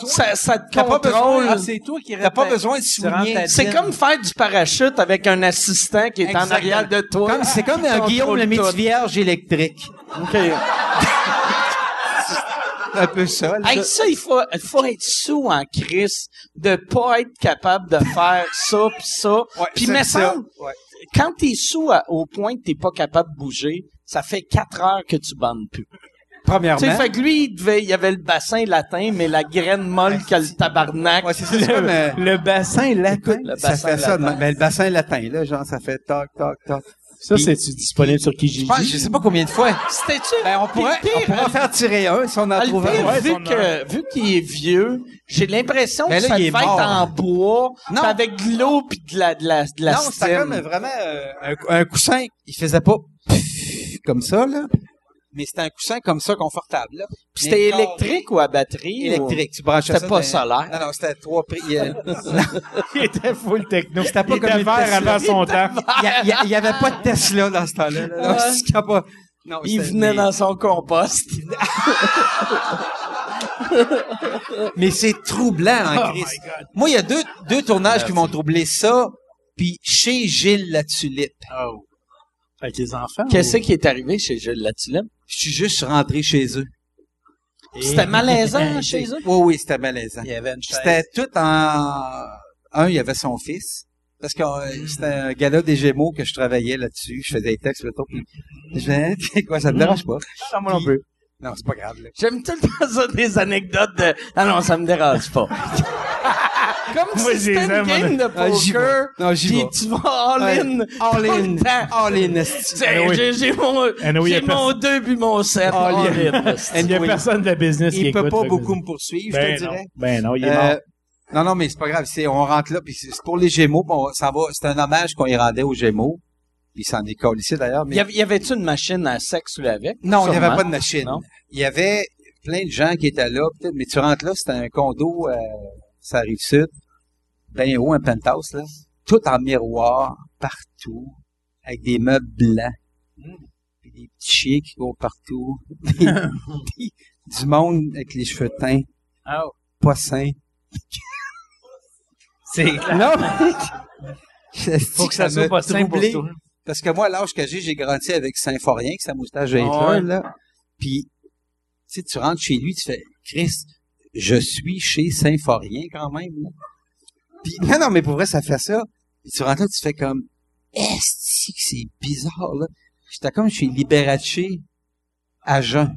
ça, ça te
T'as pas
contrôle.
besoin-
Ah, c'est toi qui
T'as pas
répètes.
besoin de
Tu rentres
souligner.
ta
C'est
dîne.
comme faire du parachute avec un assistant qui est en
Exactement.
arrière de toi.
Comme- C'est comme, un
Contrôle
Guillaume le
tout.
métivierge électrique. un peu ça, là.
Hey, ça, il faut, il faut être sous en crise de pas être capable de faire ça pis ça.
Ouais,
Puis
c'est
me
ça.
semble,
Ouais.
quand t'es sous à- au point que t'es pas capable de bouger, ça fait quatre heures que tu bandes plus. Tu sais,
Premièrement.
fait que lui, il devait, il avait le bassin latin, mais la graine molle que le tabarnak.
Ouais, c'est ça, c'est comme, euh,
Le bassin latin.
le
ça
bassin
fait ça,
latin.
mais le bassin latin, là, genre, ça fait toc, toc, toc.
Ça, c'est disponible sur Kijiji.
Je pense, je sais pas combien de fois.
C'était-tu?
Ben, on pourrait,
Puis le pire,
on
hein?
pourrait en faire tirer un si on en
Ah, le
trouve
pire,
un.
Ouais,
vu
son
que- vu qu'il est vieux, j'ai l'impression
Mais
que
là,
ça
il
devait
est
être
mort.
en bois,
Non.
pis avec de l'eau puis de la de la de la
non, c'était
stème.
comme vraiment euh, un, un coussin. Il faisait pas comme ça, là. Mais c'était un coussin comme ça, confortable, là.
Puis C'était
Mais corps-
électrique ou à batterie ou-
Électrique. Tu branchais ça.
C'était pas
dans-
solaire.
Non, non, c'était trois prix. Il y a-
Il était full techno.
C'était pas
il
comme
était
une
vert
Tesla.
avant son temps.
Il y a- il y a- il y avait pas de Tesla dans ce temps-là. là. Non,
Ouais.
c'est pas- non,
Il
c'était-
venait
mais-
dans son compost.
Mais c'est troublant,
Oh
en Christ. Moi, il y a deux, deux tournages qui m'ont troublé ça, puis chez Gilles la Tulipe.
Avec les enfants.
Qu'est-ce qui est arrivé chez Jules Latulippe?
Je suis juste rentré chez eux.
C'était malaisant chez eux.
Oui, oui, c'était malaisant.
Il y avait une
C'était
chaise.
tout en... Un, il y avait son fils. Parce que euh, c'était un gala des Gémeaux que je travaillais là-dessus. Je faisais des textes, plutôt. Puis je faisais, quoi, ça me dérange pas.
Non, moi non plus.
Non, c'est pas grave, là.
J'aime tout le temps ça des anecdotes de Ah non, ça me dérange pas. Comme
Moi,
si
je les
c'était une
aime,
game de
Ah, j'y
poker.
vais. Non, j'y
puis
vais.
tu vas all-in.
All
tout
in.
le temps.
All in.
Tu
esti.
sais,
Ah oui.
J'ai j'ai mon,
Ah oui, y a
j'ai mon 2 puis mon 7.
All in.
Il n'y a
Oui.
personne de business qui
Il peut
écoute,
pas
là,
beaucoup
mais-
me poursuivre, je
ben
te dirais.
Non. Ben non, il est
Euh,
mort.
non, non, mais c'est pas grave. C'est, on rentre là, puis c'est c'est pour les Gémeaux. Bon, ça va. C'est un hommage qu'on y rendait aux Gémeaux. Puis s'en est ici d'ailleurs. Mais
Y avait- y avait-tu une machine à sexe ou avec?
non, il n'y avait
Sûrement.
pas de machine.
Non.
Il y avait plein de gens qui étaient là. peut-être, mais tu rentres là, c'était un condo, euh, ça arrive sud, bien haut, un penthouse là, tout en miroir partout, avec des meubles blancs,
Hmm.
puis des petits chiens qui courent partout, puis- puis du monde avec les cheveux teints,
Ah,
pas sains.
C'est
Non, mais...
Faut que ça soit pas simple pour tout.
Parce que moi, à l'âge que j'ai, j'ai grandi avec Symphorien, que sa moustache de Hitler,
Ah ouais.
là. Puis, tu sais, tu rentres chez lui, tu fais, Chris, je suis chez Symphorien quand même. là. Puis, non, non, mais pour vrai, ça fait ça. Puis tu rentres là, tu fais comme, est-ce que c'est bizarre, là? J'étais comme chez Liberace à jeun.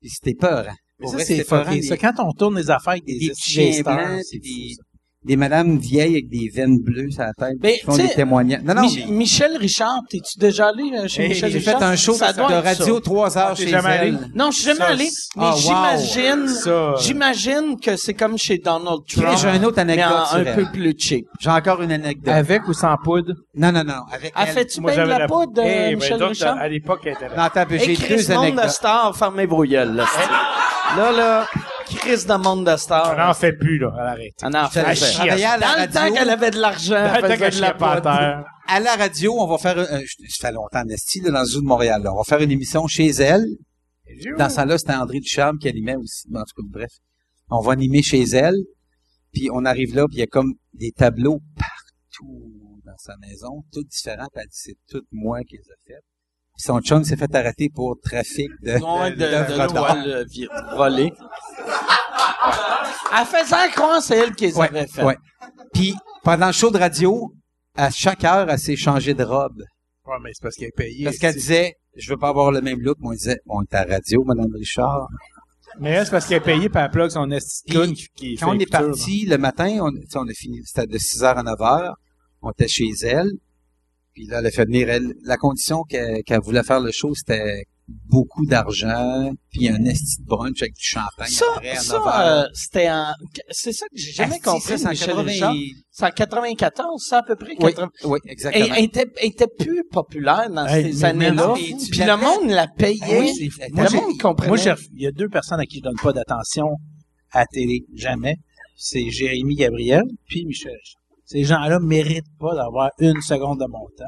Puis c'était peur.
Mais ça, c'est fucké, ça. Quand on tourne les affaires avec des,
des petits
estis
chiens
gangsters,
blancs,
c'est
puis
fou,
des,
ça.
des madames vieilles avec des veines bleues sur la tête,
Ben,
qui font
tu
des
sais,
témoignages. Non, non,
Mich-
mais-
Michel Richard, t'es-tu déjà allé euh, chez
Hey,
Michel
j'ai fait
Richard?
un show
Ça doit
de
être ça.
radio trois heures
Ah, t'es
chez
jamais allé?
elle.
Non, je suis jamais
Ça,
allé,
c'est-
mais
Ah, wow.
j'imagine,
Ça.
j'imagine que c'est comme chez Donald Trump,
J'ai une autre
mais
anecdote
en-
sur
un
elle.
peu plus cheap.
J'ai encore une anecdote.
Avec ou sans poudre?
Non, non, non. Avec
Ah,
elle.
fais-tu bien de la, poudre, euh,
Eh, ben,
Michel
donc,
Richard?
À l'époque, elle était là.
Non, attends, un peu, j'ai
Et Chris
deux
Monde de
anecdotes.
Star, fermez vos gueules, là. c'est- là, là, Chris de Monde de
On
Star.
n'en fait plus, là. Elle arrête.
Ah, non,
Ah Je
fait-
chier.
travaillais à la
Dans le temps
radio.
qu'elle avait de l'argent, elle
Tant
faisait
qu'elle
de la
chiait pas à
poudre.
terre.
à la radio, on va faire... un- un- ça fait longtemps, Nasty, là, dans le zoo de Montréal. là. On va faire une émission chez elle. Dans ce temps-là, c'était André Ducharme qui animait aussi. Bon, en tout cas, bref. On va animer chez elle. Puis on arrive là, puis il y a comme des tableaux partout dans sa maison, tous différents. Puis elle dit, c'est tout moi qui les ai faites. Puis son chum s'est fait arrêter pour trafic de...
Ouais, de, de,
d'œuvres d'art.
l'eau, elle, euh, vi- volée. Elle faisait croire que c'est elle qui les
Ouais,
avait fait.
ouais. Puis pendant le show de radio, à chaque heure, elle s'est changée de robe.
Ouais, mais c'est parce qu'elle est payée.
Parce qu'elle disait, je veux pas avoir le même look. Moi, elle disait, on est à la radio, Madame Richard.
Mais là, c'est parce qu'elle est payée par la plug son esti de clown
Puis,
qui, qui
Quand
fait
on est
écriture,
parti le matin, on, tu sais, on a fini, c'était de 6h à 9h. On était chez elle. Puis là, elle a fait venir, elle, la condition qu'elle qu'elle voulait faire le show, c'était beaucoup d'argent, puis un esti de brunch avec du champagne
Ça,
après à 9
ça, euh, c'était en... C'est ça que j'ai jamais compris,
c'est en
Michel
80
Richard. C'est en 94, ça, à peu près.
Oui,
80.
oui,
Et
exactement.
elle était, elle était plus populaire dans
Hey,
ces
mais
années-là.
maintenant,
et tu
Puis le
l'avais-
monde la payait.
Oui, c'est-
le
moi, j'ai-
monde comprenait.
Moi, j'ai ref- il y a deux personnes à qui je donne pas d'attention à la télé, jamais. C'est Jérémy Gabriel, puis Michel. Richard. Ces gens-là méritent pas d'avoir une seconde de mon temps.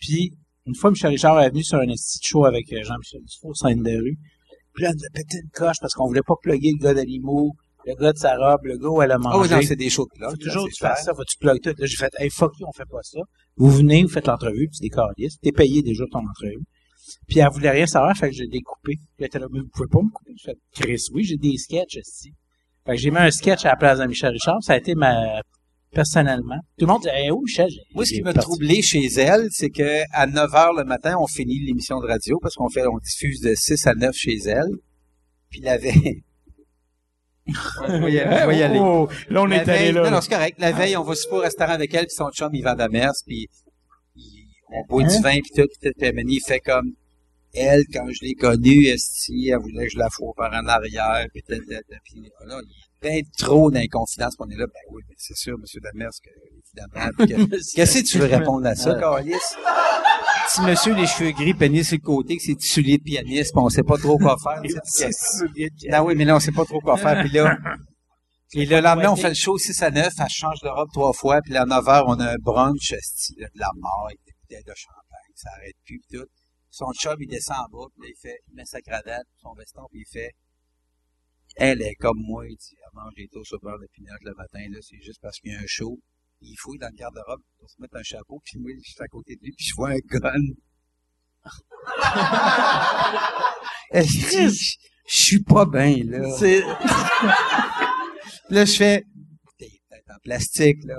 Puis, une fois, Michel Richard est venu sur un petit show avec euh, Jean-Michel Dufault, scène de rue. Puis là, elle nous a pété une coche parce qu'on voulait pas plugger le gars d'Alimo, le gars de sa robe, le gars où elle a mangé.
Ah oui, non, c'est des shows de là.
faut toujours que tu fasses ça, faut que tu plugues tout. Là, j'ai fait, hey, fuck you, on fait pas ça. Vous venez, vous faites l'entrevue, puis c'est des câlisses. T'es payé déjà pour ton entrevue. Puis elle voulait rien savoir, fait que j'ai découpé. Puis elle était là, mais vous pouvez pas me couper. J'ai fait, Chris, oui, j'ai des sketchs ici. Fait que j'ai mis un sketch à la place de Michel Richard. Ça a été ma, personnellement. Tout le monde dit, hey, où Michel? J'ai-
Moi, ce qui
j'ai
m'a
parti.
troublé chez elle, c'est que à 9 h le matin, on finit l'émission de radio parce qu'on fait, on diffuse de 6 à 9 chez elle. Puis la veille. on
Eh,
va y aller. on va y aller.
Oh, là, on
La
est allé
veille-
là.
Non, non, c'est correct. La veille, on va super au restaurant avec elle, puis son chum, il va à Mers, puis il- on boit
Hein?
du vin, puis tout, puis tout, puis Mélanie, il fait comme, elle, quand je l'ai connue, esti, elle voulait que je la fourre par en arrière, puis tout, tout, tout, puis là, il est bien trop d'inconfidence qu'on est là. Ben oui, mais c'est sûr, monsieur Damers, que, évidemment, puis que- qu'est-ce que tu veux répondre à ça, Carlis? Petit monsieur, les cheveux gris, pénis sur le côté, que c'est du soulier de pianiste, puis on sait pas trop quoi faire. tu sais, puis- ah oui, mais là, on sait pas trop quoi faire. Puis là, puis le lendemain, on fait le show 6 à 9, elle change de robe trois fois, puis là, à 9 h on a un brunch, esti, là, de la mort, avec des bouteilles de champagne, ça arrête plus, puis tout. Son chum, il descend en bas, puis là, il fait, il met sa cravate, son veston, puis il fait, elle est comme moi, il dit, elle mange des toasts au beurre de pinot le matin, là, c'est juste parce qu'il y a un show. Il fouille dans le garde-robe pour se mettre un chapeau, puis moi, je suis à côté de lui, puis je vois un gun. Esti, je je suis pas bien, là.
C'est-
Là, je fais, t'es peut-être en plastique, là.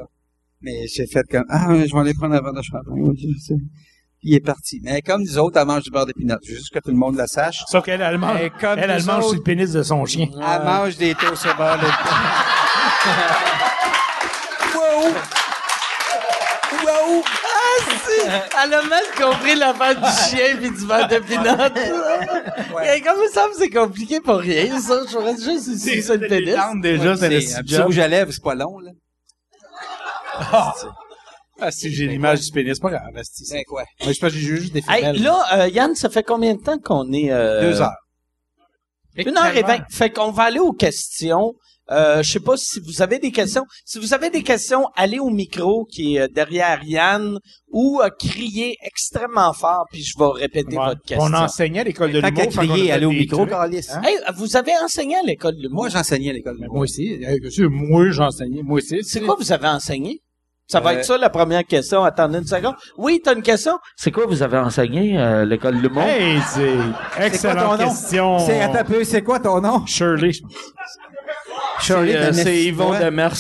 Mais j'ai fait comme, ah, je vais aller prendre un verre de champagne. ok, je sais. Il est parti. Mais comme nous autres, elle mange du beurre d'épinards. Juste que tout le monde le sache.
Sauf qu'elle, elle mange,
Eh,
elle,
comme
elle
nous
mange sur
autres.
le pénis de son chien.
Elle mange des toasts au
Ah,
beurre d'épinards. wow! Wow!
Elle a mal compris l'affaire du chien puis du verre de pinot.
Ouais.
Et Comme ça, c'est compliqué pour rien, ça. Je reste juste ici sur le pénis.
déjà,
C'est un petit rouge à lèvres, c'est pas long, là.
Ah, si j'ai l'image du pénis, c'est pas grave. esti, c'est-
C'est Ben, quoi?
Moi, je pense que j'ai juste des
Hey,
femelles.
là, euh, Yann, ça fait combien de temps qu'on est... euh,
Deux heures.
Une heure et vingt. Fait qu'on va aller aux questions. Euh, je sais pas si vous avez des questions. Si vous avez des questions, allez au micro qui est euh, derrière Yann ou euh, criez extrêmement fort, puis je vais répéter
Ouais.
votre question.
On enseignait à l'école de
Tant qu'à
l'humour. fait qu'on
crier,
a
aller au
des
micro,
trucs.
Carlis.
Hein?
Hey, vous avez enseigné à l'école de
Moi,
l'humour.
j'enseignais à l'école.
Mais moi aussi. euh, que sûr, Moi, j'enseignais. Moi aussi.
C'est quoi vous avez enseigné? Ça va être ça la première question. Attendez une seconde. Oui, t'as une question?
C'est quoi vous avez enseigné à l'école de l'humour?
Hey, c'est excellente
ton nom?
question.
C'est, attends un peu, c'est quoi ton nom?
Shirley.
Shirley
Euh,
Denis.
c'est Yvon
Ouais.
Demers.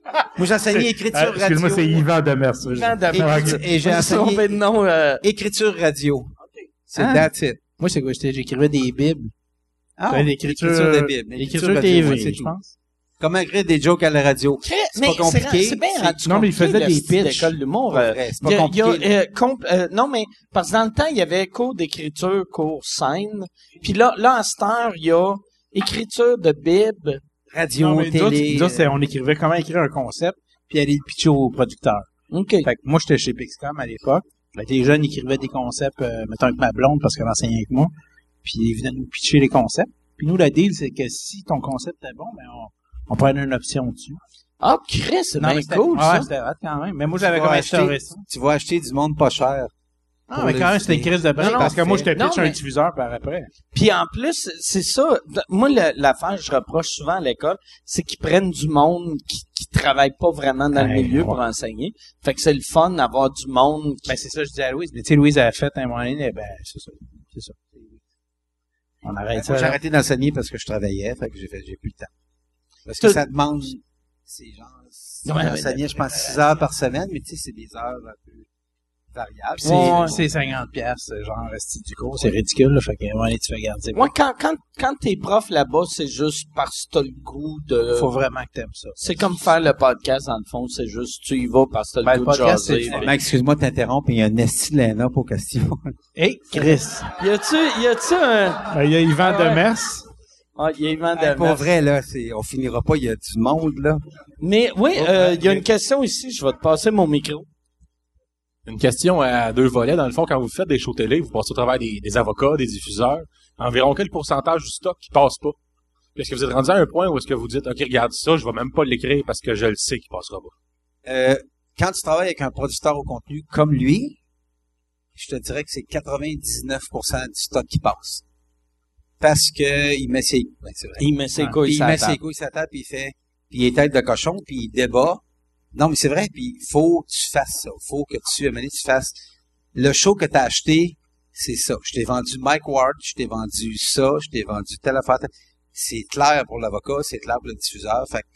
Moi, j'enseignais écriture
Euh,
Ah,
radio.
Excuse-moi, c'est Yvan Demers.
Yvan Demers.
Ah,
Écriture-
ok.
Et j'ai
Ils sont
enseigné
fait de nom, euh,
écriture radio. C'est
Ah.
Hein?
that's it.
Moi, c'est quoi? j'étais- J'écrivais des bibles.
Ah,
Ouais, l'écriture-
l'écriture de Bible.
L'écriture
radio,
TV,
ouais, c'est
je
tout.
pense.
Comment écrire des jokes à la radio?
Très-
C'est
mais
pas compliqué.
C'est, c'est bien
C'est-
rendu
Non, mais il
compliqué,
faisait
le
des
style
pitchs.
d'école d'humour.
Pas
euh,
vrai, c'est
il y
pas
a- il y a,
compliqué.
euh, comp- euh, non, mais parce que dans le temps, il y avait cours d'écriture, cours scène. Puis là, là, en cette heure, il y a écriture de Bible.
Radio,
Non, mais nous autres,
télé.
nous autres, c'est-
euh,
on écrivait comment écrire un concept.
Puis aller le pitcher au producteur.
OK.
Fait que moi, j'étais chez Pixcom à l'époque. Fait que les jeunes écrivaient des concepts, euh, mettons avec ma blonde, parce qu'elle enseignait avec moi. Puis ils venaient nous pitcher les concepts. Puis nous, la deal, c'est que si ton concept est bon, ben on, on prenait une option dessus.
Ah, Chris, c'est
Non,
bien
mais c'était-
cool,
ouais,
ça.
c'était hot quand même. Mais moi,
tu
j'avais
vas
comme
acheter-
acheté ça.
Tu vas acheter du monde pas cher.
Non,
pour
mais
les
quand même, c'était une
idées.
crise de break.
Non, non,
parce que moi, je te
c'est- non,
pitch un
mais-
diffuseur par après.
Puis en plus, c'est ça. d- Moi, le- l'affaire que je reproche souvent à l'école, c'est qu'ils prennent du monde qui, qui travaille pas vraiment dans le
Ouais,
milieu
ouais.
pour enseigner. Fait que c'est le fun d'avoir du monde qui...
Ben, c'est ça, je disais à Louise. Mais tu sais, Louise a fait un moment donné, ben, c'est ça. C'est ça. On arrête ça.
Moi, J'ai
là.
arrêté d'enseigner parce que je travaillais, fait que j'ai fait, j'ai plus le temps. Parce
Tout-
que ça demande, c'est genre, si
Ouais, ouais,
j'enseignais, je pense, 6 heures par semaine, mais tu sais, c'est des heures un peu variables.
C'est c'est 50 pièces genre style du gros, c'est ridicule là, fait que ouais, allez, tu fais garder.
Moi, quand, quand, quand t'es prof là-bas, c'est juste parce que t'as le goût de...
Faut vraiment que t'aimes ça.
C'est comme faire le podcast, dans le fond. C'est juste, tu y vas parce que t'as
Ben,
le
le
goût de
podcast,
jaser.
c'est-
Ben,
Max, excuse-moi de t'interrompre, mais il y a un esti de Lena pour question.
Hey, Chris.
Y a-tu, y a-tu un...
Ben, Il y a Yvan
Ah ouais.
Demers.
Ah, y a Yvan
Hey,
Damas.
pour vrai, là, c'est, on finira pas, il y a du monde, là.
Mais oui, euh, y a une question ici. Je vais te passer mon micro.
Une question euh, à deux volets. Dans le fond, quand vous faites des shows télé, vous passez au travers des, des avocats, des diffuseurs. Environ quel pourcentage du stock qui passe pas? Puis Est-ce que vous êtes rendu à un point où est-ce que vous dites, OK, regarde ça, je vais même pas l'écrire parce que je le sais qu'il passera pas?
Euh, quand tu travailles avec un producteur au contenu comme lui, je te dirais que c'est 99% du stock qui passe. Parce que il met ses, ben, c'est vrai.
Il met ses
Ouais.
couilles
Puis il
sur la
met
table.
ses couilles sur la table, puis il fait, puis il est tête de cochon, puis il débat. Non, mais c'est vrai, puis il faut que tu fasses ça. faut que tu, à un moment donné, tu fasses. Le show que tu as acheté, c'est ça. Je t'ai vendu Mike Ward, je t'ai vendu ça, je t'ai vendu telle affaire. telle- C'est clair pour l'avocat, c'est clair pour le diffuseur. Fait que,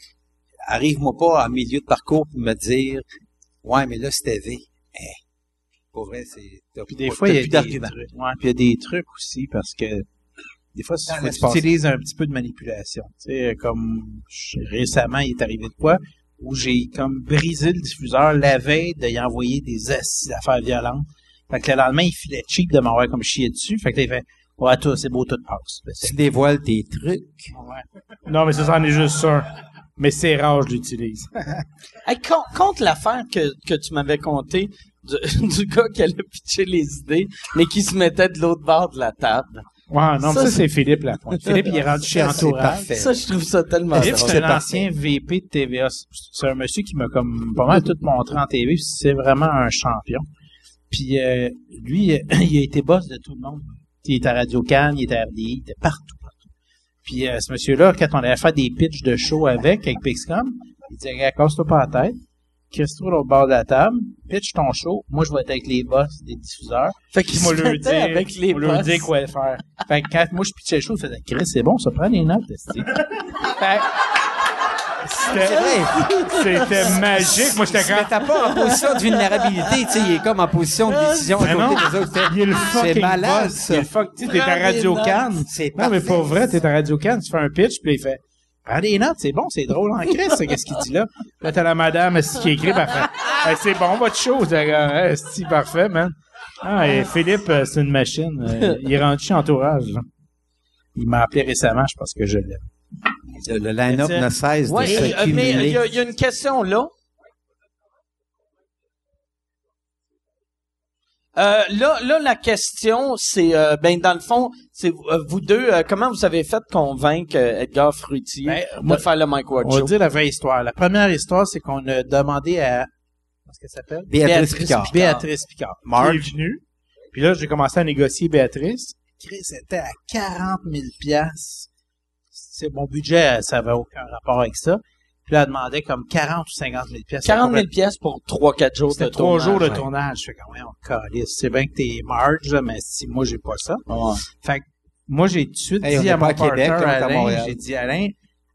arrive-moi pas en milieu de parcours pour me dire, ouais, mais là, c'était V. Hein. Pour vrai, c'est. t'as-
Puis des
t'as
fois il y a
plus
des
d'arguments.
trucs. Ouais, puis il y a des trucs aussi parce que des fois
Dans
faut que tu
l'espace.
utilises un petit peu de manipulation. Tu sais comme je- récemment il est arrivé de quoi où j'ai comme brisé le diffuseur la veille d'y envoyer des assises d'affaires violentes. Fait que le lendemain il filait cheap de m'avoir comme chier dessus. Fait que là, il fait ouais toi c'est beau tout passe. Ben, c'est-
Tu dévoiles tes trucs.
Non, mais ça, c'en est juste un. Mais c'est rare, je l'utilise.
Hey, con- compte l'affaire que, que tu m'avais contée du, du gars qui allait pitcher les idées, mais qui se mettait de l'autre bord de la table.
Ouais, non, mais
Ça,
ça, c'est Philippe Lapointe. Philippe, il est rendu chez
Ça, c'est
Entourage.
parfait.
Ça, je trouve ça tellement
Philippe,
drôle.
c'est un ancien VP de TVA. C'est un monsieur qui m'a comme pas mal tout montré en TV. C'est vraiment un champion. Puis euh, lui, euh, il a été boss de tout le monde. Il était à Radio Cannes, il était à RDI, il était partout, partout. Puis euh, ce monsieur-là, quand on allait faire des pitchs de show avec, avec Pixcom, il disait Regarde, casse-toi pas la tête. Christo, au bord de la table, pitch ton show. Moi, je vais être avec les boss des diffuseurs.
Fait qu'il
Puis moi,
se
leur
mettait
dire,
avec les
on leur
boss.
dit quoi faire. Fait que quand moi, je pitchais le show, je faisais Chris, c'est bon, ça prend des notes. esti. fait que-
C'était- C'était magique. Moi, j'étais
Mais
quand
t'as pas en position de vulnérabilité, tu sais, il est comme en position de décision à
Ben
côté
non.
des autres.
Il est le
C'est
fucking
malade,
boss.
ça.
Il est le fuck. Tu sais, t'es à
Prends des
Radio
notes.
Cannes.
C'est
Non, mais
parfait.
pour vrai, t'es à Radio Cannes, tu fais un pitch, puis il fait Prends des notes, c'est bon, c'est drôle en Christ, ça, qu'est-ce qu'il dit là. Puis Là, t'as la madame est-ce qui écrit, parfait. c'est bon, votre chose. C'est parfait, man. Ah, et Philippe, euh, c'est une machine. Euh, Il est rendu chez Entourage. là.
Il m'a appelé récemment, je pense que je l'aime.
Le, le line-up ne cesse de
Ouais,
se
euh, mais il
cumuler.
y, a- il y a une question là. Euh, là, là, la question, c'est, euh, ben, dans le fond, c'est euh, vous deux, euh, comment vous avez fait convaincre euh, Edgar Fruitier
Ben,
de
moi-
faire le Mike Ward
On va
Show?
dire la vraie histoire. La première histoire, c'est qu'on a demandé à. Qu'est-ce qu'elle s'appelle?
Béatrice Picard.
Béatrice Picard.
Il est venu. Puis là, j'ai commencé à négocier Béatrice.
Chris était à 40 000 piastres. C'est mon budget, ça n'avait aucun rapport avec ça. Puis là, elle demandait comme 40 ou 50 000 pièces.
40 000 pièces pour 3-4 jours de
C'était trois
tournage.
jours de tournage. Je fais quand même, on calisse. C'est bien que t'es marge, là, mais si moi, j'ai pas ça.
Ouais.
Fait que moi, j'ai tout de suite
Hey, on
dit
est
à
pas
mon
à Québec,
partner,
on est à Montréal.
Alain, j'ai dit, Alain,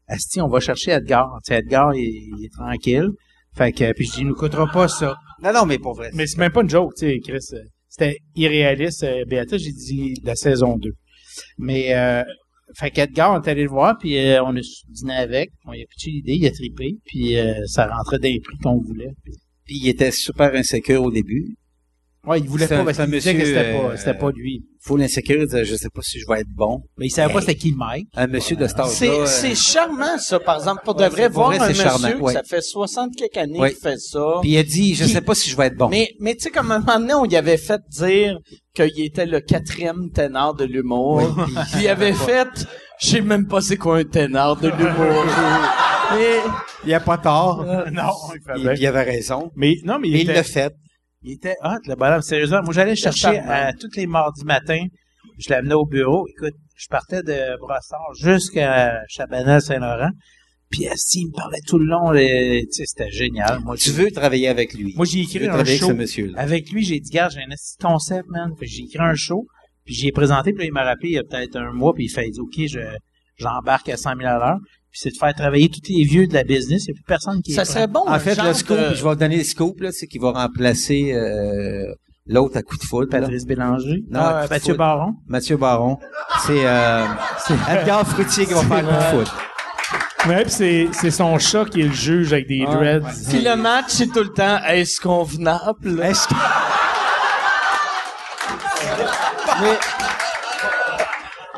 Asti, on va chercher Edgar. Tu sais, Edgar, il, il est tranquille. Fait que, puis je dis, il nous coûtera pas ça.
Non, non, mais pour vrai.
Mais c'est même pas une joke, tu sais, Chris. euh, C'était irréaliste. euh, Béata, j'ai dit la saison 2.
Mais, euh, fait qu'Edgar, on est allé le voir, puis euh, on a dîné avec. On lui a pitché l'idée, il a trippé, puis euh, ça rentrait dans les prix qu'on voulait. Puis-
Puis il était super insécure au début.
ouais, il voulait
C'est
pas,
un-
parce
c'est un
qu'il disait que
monsieur,
c'était
euh,
pas, c'était pas lui.
Faut l'insécure, il disait, je sais pas si je vais être bon.
Mais il savait pas c'était qui Mike.
Un monsieur de cet âge-là.
C'est,
euh,
c'est charmant, ça, par exemple. Pour de
Ouais,
vrai,
c'est- pour
voir
vrai,
un
c'est
monsieur
charmant,
que
ouais.
ça fait 60 quelques années
Ouais.
qu'il fait ça.
euh, Puis il a dit, je sais pas si je vais être bon.
Mais, mais tu sais, comme à un moment donné, on y avait fait dire qu'il était le quatrième ténor de l'humour. Puis il avait fait, je sais même pas c'est quoi un ténor de l'humour. mais,
Il n'y a pas tort.
non, il fait
Il-
bien.
puis il avait raison.
Mais non, mais il,
Mais il
était-
l'a fait.
Il était hot, le bonhomme. Sérieusement, moi, j'allais chercher
charmant.
à tous les mardis matins. Je l'amenais au bureau. Écoute, je partais de Brossard jusqu'à Chabanel-Saint-Laurent. Puis, assis, il me parlait tout le long. et, Tu sais, c'était génial. Moi,
Tu veux travailler avec lui.
Moi, j'ai
Tu
écrit
veux
un
travailler avec
show.
ce monsieur-là.
Avec lui, j'ai dit, gars, j'ai un petit concept, man. Fait que j'ai écrit un show, puis j'ai présenté, puis là, il m'a rappelé il y a peut-être un mois, puis il fait, il dit, OK, je, j'embarque à 100 000 à l'heure. Puis c'est de faire travailler tous les vieux de la business. Il n'y a plus personne qui
ça
est
serait bon.
En
un
fait,
genre
le scoop,
de-
je vais vous donner le scoop, là, c'est qu'il va remplacer euh, l'autre à coup de foudre. là.
Patrice Bélanger.
Non,
Ah,
à coup de
Mathieu
foudre.
Baron.
Mathieu Baron. C'est euh, Edgar Fruitier qui va faire coup de foudre.
Ouais, puis c'est, c'est son chat qui est le juge avec
Ah,
des dreads.
Puis le match, c'est tout le temps, est-ce convenable?
Est-ce que-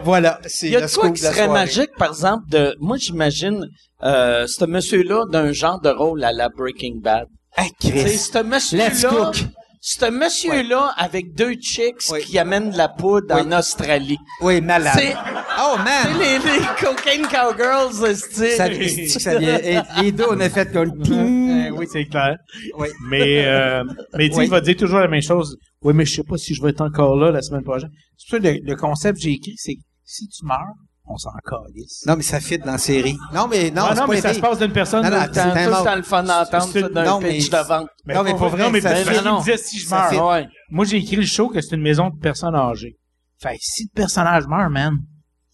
Voilà, c'est
Il y a
le
de quoi
scoop
qui
de la
serait
soirée.
magique, par exemple, de, moi, j'imagine, euh, ce monsieur-là d'un genre de rôle à la Breaking Bad.
Ah,
Tu sais,
Chris.
ce
Let's
monsieur-là,
cook.
ce monsieur-là avec deux chicks
Ouais.
qui amènent de la poudre
Ouais.
en Australie.
Oui, malade.
C'est-
Oh,
Tu sais,
man!
les, les cocaine cowgirls, euh, c'est-
Ça, c'est-tu que ça vient- et- les deux, on a fait comme... Ping!
Euh, oui, c'est clair.
Oui.
Mais, euh, mais tu sais,
Oui.
il va dire toujours la même chose. Oui, mais je sais pas si je vais être encore là la semaine prochaine.
C'est pour ça que le, le concept que j'ai écrit, c'est si tu meurs, on s'en calisse.
Non, mais ça fit dans la série. Non, mais non,
ah
c'est
non,
pas
mais ça
été.
se passe d'une personne.
Non, non,
à
Tout le temps-
C'est un
tout le
mort.
temps le fun d'entendre
C'est-
ça d'un
non, mais-
pitch de vente.
Mais
non, mais pour vrai,
non, mais
ça
parce
fait-
qu'il me disait si je
ça
meurs.
fait-
Ouais.
Moi, j'ai écrit le show que c'est une maison de personnes âgées.
Fait que si le personnage meurt, man,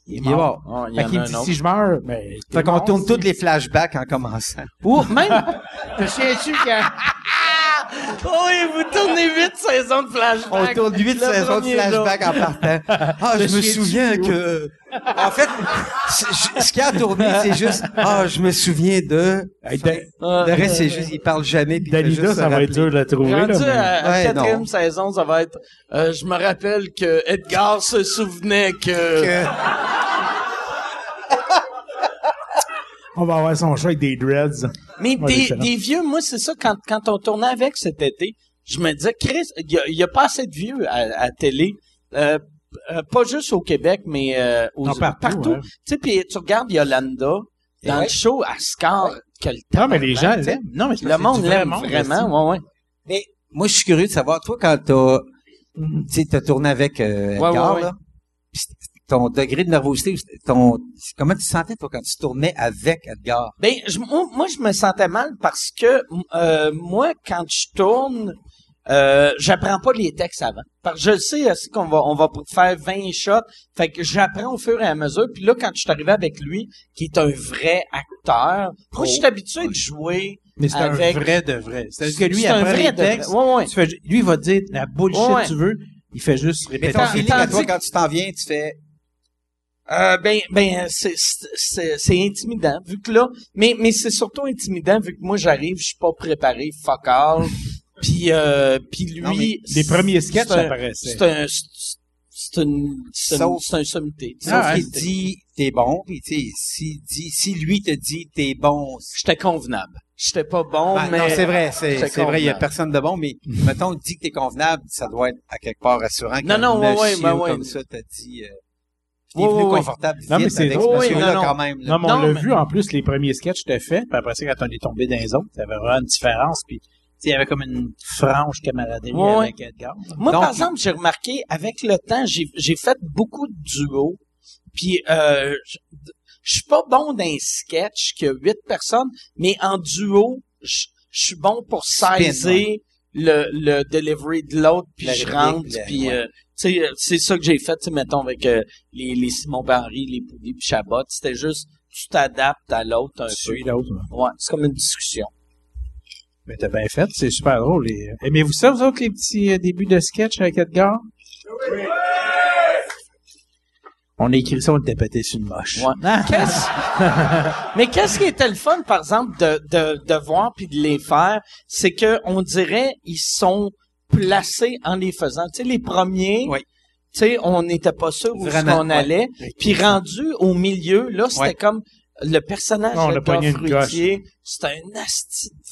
il est mort.
Ouais, il y
Fait
en
qu'il
a
me dit
un autre.
si je meurs,
ben,
mais.
Fait qu'on
mort,
tourne
si.
tous les flashbacks en commençant.
Ou même,
Te souviens-tu quand
oh oui, vous tournez huit saisons de flashback.
On tourne huit
Le
saisons de
premier jour.
flashbacks en partant. Ah, je me souviens que... En fait, c- je- ce qui a tourné, c'est juste... Ah, je me souviens de...
Hey, Da-
Euh,
Le reste, c'est juste, il parle jamais. Puis il fait
Dalida,
juste se
Euh, ça va
rappeler.
être dur de la trouver. là,
Rendu
mais-
à à
Ouais,
quatrième
non.
saison, ça va être. euh, je me rappelle que Edgar se souvenait que.
On va avoir son chat avec des dreads.
Mais
Ouais,
des,
excellent.
des vieux, moi, c'est ça, quand, quand on tournait avec cet été, je me disais, Chris, il y a- il y, a pas assez de vieux à, à télé. Euh, euh, pas juste au Québec, mais euh, aux,
Non, partout, ouais.
Tu sais, puis tu regardes Yolanda dans le show à Scar, quel temps.
Non, mais les gens l'aiment.
Non, mais c'est
Ben, Le
parce
monde
que c'est du
l'aime
vrai monde,
vraiment, ouais, ouais.
Mais moi, je suis curieux de savoir, toi, quand t'as, tu
Mm-hmm.
sais, t'as tourné avec euh,
Ouais,
Edgar,
ouais, ouais.
là, pis c- ton degré de nervosité, ton, comment tu te sentais, toi, quand tu tournais avec Edgar?
Ben, je- moi, moi, je me sentais mal parce que euh, moi, quand je tourne, euh, j'apprends pas les textes avant. Parce que je sais euh, c'est qu'on va, on va faire 20 shots. Fait que j'apprends au fur et à mesure. Puis là, quand je suis arrivé avec lui, qui est un vrai acteur, moi, je suis habitué de jouer.
Mais c'est
Avec-
un vrai de vrai. C'est-à-dire Oh, que lui,
C'est un
après
vrai
les
de vrai.
textes,
Ouais, ouais.
tu fais ju- lui, il va te dire la bullshit
Ouais, ouais.
que tu veux. Il fait juste
Mais
répéter.
ton
tant-
feeling à toi,
tandis-
quand tu t'en viens, tu fais,
Euh, ben, ben, c'est- c'est c'est- c'est intimidant, vu que là, mais, mais c'est surtout intimidant, vu que moi, j'arrive, je suis pas préparé, fuck all, puis, euh, puis
Non, mais
lui...
Des premiers sketchs
c'est un-
apparaissaient.
C'est un... c'est- C'est une... C'est une-
Sauf-
c'est un sommité.
sauf qu'il dit, t'es bon, pis tu sais, si, dit, si lui te dit, t'es bon, c'est-
J'étais convenable. J'étais pas bon,
Ah,
mais...
non, c'est vrai, c'est,
c'est
c'est vrai, il y a
convenable.
personne de bon, mais
Mm-hmm.
mettons, dit que t'es convenable, ça doit être à quelque part rassurant.
Non,
qu'un
non, ouais, ouais,
monsieur
ben, ouais.
comme ça t'a dit, euh, t'es
Ouais,
venu
ouais, ouais.
confortable
Non, mais
vite
c'est
avec
drôle,
ce
non,
monsieur-là,
non.
quand même, là.
Non, mais on
Non,
l'a
mais-
vu en plus, les premiers sketchs que
fait. Puis après ça, quand on est tombé dans les autres, t'avais vraiment une différence. Puis, tu sais, il y avait comme une franche camaraderie
Ouais, ouais.
avec Edgar.
Moi,
Donc-
par exemple, j'ai remarqué, avec le temps, j'ai j'ai fait beaucoup de duos. Puis, euh, je- je suis pas bon dans un sketch qui a huit personnes, mais en duo, je je suis bon pour saisir le, le delivery de l'autre, puis
La
je
réplique,
rentre,
la-
puis
ouais.
euh, tu sais, euh, c'est ça que j'ai fait, tu sais, mettons, avec euh, les, les Simon Barry, les Poulies, puis Chabot. C'était juste, tu t'adaptes à l'autre un peu.
Suis l'autre.
Ouais, c'est comme une discussion.
Mais t'as bien fait, c'est super drôle. Et... Aimez-vous ça, vous autres, les petits euh, débuts de sketch avec Edgar? On a écrit ça, on était pété sur une moche.
Ouais. Qu'est-ce- Mais qu'est-ce qui était le fun, par exemple, de, de, de voir puis de les faire, c'est que on dirait ils sont placés en les faisant. Tu sais, les premiers,
Oui.
tu sais, on n'était pas sûr où
Vraiment,
on
ouais.
allait. Puis rendu au milieu, là, c'était
Ouais.
comme le personnage
On a
de
pogné
Dom
une coche.
Fruitier, c'était un asti
Puis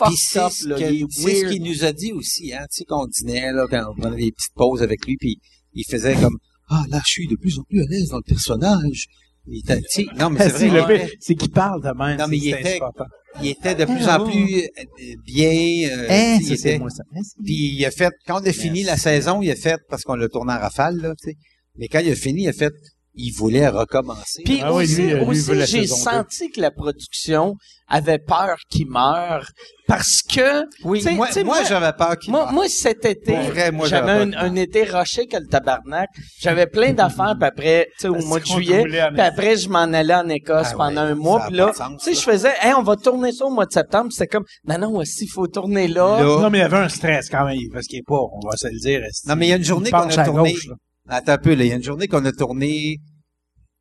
fucked
c'est
up,
ce
là,
que-
il est
c'est ce
weird.
qu'il nous a dit aussi, hein, tu sais, qu'on dînait, là, quand on prenait des petites pauses avec lui, puis il faisait comme, ah, là, je suis de plus en plus à l'aise dans le personnage. Il était, tu sais, non, mais c'est
Ah,
vrai,
C'est
il
le
était,
pire, c'est qu'il parle de même.
Non, mais
c'est-
il
c'est
était-
insupportable.
il était de plus
Ah,
en plus euh, bien, euh,
Eh,
Hein,
tu sais, il
ça, c'est
était, Hein,
moi, ça. Eh, c'est-
puis il a fait, quand on a fini la saison, il a fait, parce qu'on l'a tourné en rafale, là, tu sais, mais quand il a fini, il a fait, il voulait recommencer.
Puis
Ah oui,
aussi,
lui, euh, lui
aussi,
veut la
j'ai
saison
senti que la production avait peur qu'il meure parce que
oui,
tu sais-
moi,
tu sais,
moi,
moi-
j'avais peur qu'il
Moi,
meure.
moi, cet été,
Pour vrai, moi,
j'avais
j'avais
un, un été roché que le tabarnak. J'avais plein d'affaires, puis après, tu sais, au
Parce
mois de
qu'on
juillet,
roulait à
puis après, je m'en allais en Écosse
Ah
pendant
ouais,
un mois,
ça a
puis
pas
là,
de sens,
tu sais, je
ça.
faisais, hey, on va tourner ça au mois de septembre, Puis c'était comme, non, non, aussi, il faut tourner là.
Là,
Non, mais il y avait un stress quand même, parce qu'il est pas, on va se le dire. est-ce que-
Non, mais il y a une
Il
journée qu'on
penche
a
à
tourné.
gauche, là.
Attends un peu, là. Il y a une journée qu'on a tourné.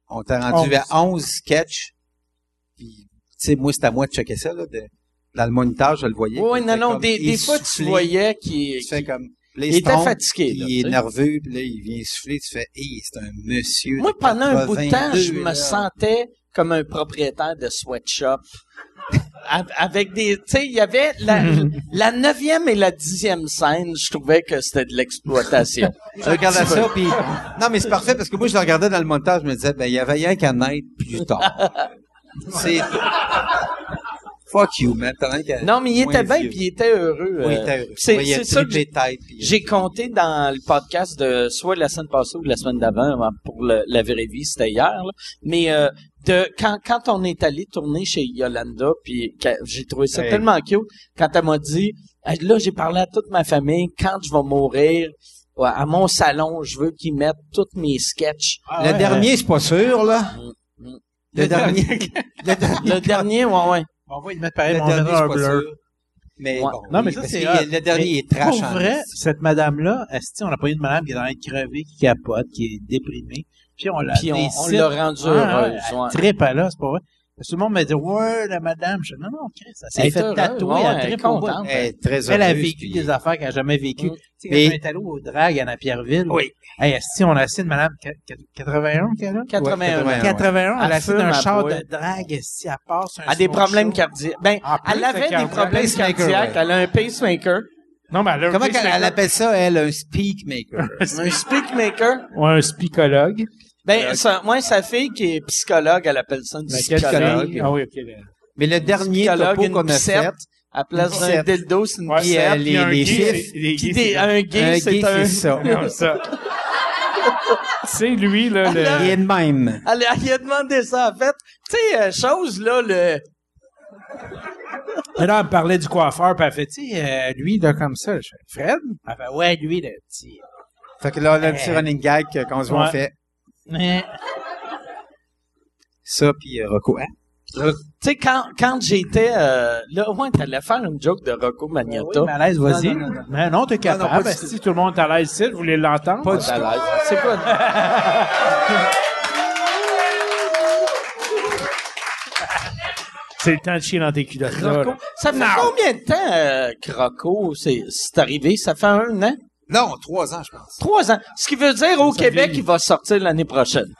On t'a rendu
Onze.
à 11 sketchs. Puis, tu sais, moi, c'est à moi de checker ça, là. de- dans le moniteur, je le voyais.
Oui, non,
Il était
non,
comme
des, des fois, tu
essoufflé.
voyais qu'il
Tu fais comme.
il était fatigué. là,
Il
tu
est
sais.
nerveux, puis là, il vient souffler. Tu fais, hé, c'est un monsieur.
Moi,
de
pendant un bout de temps, je
82,
me
là.
sentais comme un propriétaire de sweatshop. Av- Avec des, tu sais, il y avait la, la neuvième et la dixième scène, je trouvais que c'était de l'exploitation.
Je regardais ça, puis. Non, mais c'est parfait, parce que moi, je le regardais dans le montage, je me disais, ben, il y avait rien qu'à naître plus tard. c'est. Fuck you, man. T'as rien qu'à.
non, mais il
moins
était bien,
vieux.
puis il était heureux.
Oui,
euh,
t'as heureux.
c'est-
Oui, il a
c'est ça que
triplé de tête, puis il a-
J'ai compté dans le podcast de soit la semaine passée ou la semaine d'avant hein, pour le- la vraie vie, c'était hier. là. Mais euh, de quand quand on est allé tourner chez Yolanda, puis qu'elle- j'ai trouvé ça
Hey.
tellement cute quand elle m'a dit Hey, là j'ai parlé à toute ma famille quand je vais mourir. ouais, à mon salon, je veux qu'ils mettent tous mes sketchs.
Ah
le dernier, c'est pas sûr, là.
Mm, mm.
Le dernier, le dernier,
Le dernier, ouais, ouais.
On va y mettre pareil,
le
mais on
dernier,
mettra un
c'est pas
blur.
sûr. Mais
Ouais.
bon,
Non, mais
oui,
ça,
parce
c'est
que
hot.
Le dernier est trash.
Pour
en
vrai,
esti.
cette madame-là, esti, on a pas eu de madame qui est en train de crever, qui capote, qui est déprimée. Puis on l'a
Puis on, on l'a rendu heureuse. euh, ouais.
Trip à là, c'est pas vrai. Parce que tout le monde m'a dit, ouais, la madame. Je dis, non, non, Chris, ça
Elle
s'est
est
fait
heureuse,
tatouer,
ouais,
elle
elle est
trippe au bout.
contente.
Elle est très
Elle a
heureuse,
vécu
puis- euh,
des affaires qu'elle n'a jamais vécues.
Mm.
Tu sais,
Mais-
quand on est allé au drag à Napierville,
Oui.
hey, esti, on a assis une madame, qu- qu- 81 qu'elle a?
81.
81.
81, elle
Elle
a assis
fume,
d'un
elle
char
boit.
de drague, esti, elle passe un
Elle a des
smoke
problèmes
show.
cardiaques. Ben,
En plus,
elle avait
c'est
des problèmes
pacemaker,
cardiaques.
ouais.
Elle a un pacemaker.
Non, mais elle a un
Comment qu'elle-
pacemaker.
elle appelle ça, elle, un speak maker?
Un speakmaker.
Ouais, un spicologue.
Ben, sa- moi, sa fille qui est psychologue, elle appelle ça une
Laquelle
psychologue.
psychologue?
Ah oui, ok. ben,
Mais le dernier
psychologue,
topo
une
qu'on a fait,
piscette. À place d'un
Bicep.
dildo, c'est une
Ouais,
bicep.
ça,
les-
puis un
les
gay,
chiffres.
c'est- les gays,
Puis
c'est
des- un
un
gay,
gay,
c'est un...
euh, c'est ça.
comme ça. C'est lui, là, le...
Il est de même.
Elle, elle a demandé ça, en fait. Tu sais, euh, chose, là, le...
Mais là, elle me parlait du coiffeur, puis elle fait, tu sais, euh, lui, là, comme ça. Je fais, Fred? Elle fait, ouais, lui, le petit.
Fait que là, on a un petit running gag que- qu'on se voit, on
Ouais.
fait
Mais-
ça, puis euh, Rocco. Hein?
Tu sais, quand, quand j'étais... euh, là, ouais, t'allais faire une joke de Rocco
Ben
Magnotta.
oui, mais à l'aise,
Non,
vas-y.
non, non, non.
Mais non, t'es
Non, non, pas
capable.
du
esti, tout le monde est à l'aise ici, vous voulez l'entendre?
Pas du
T'es à l'aise. C'est quoi?
C'est le temps de chier dans tes culottes, là.
Rocco? Ça fait combien de temps, euh, que Rocco, c'est c'est arrivé? Ça fait un an?
Non, trois ans, je pense.
Trois ans. Ce qui veut dire, au Québec, il va sortir l'année prochaine.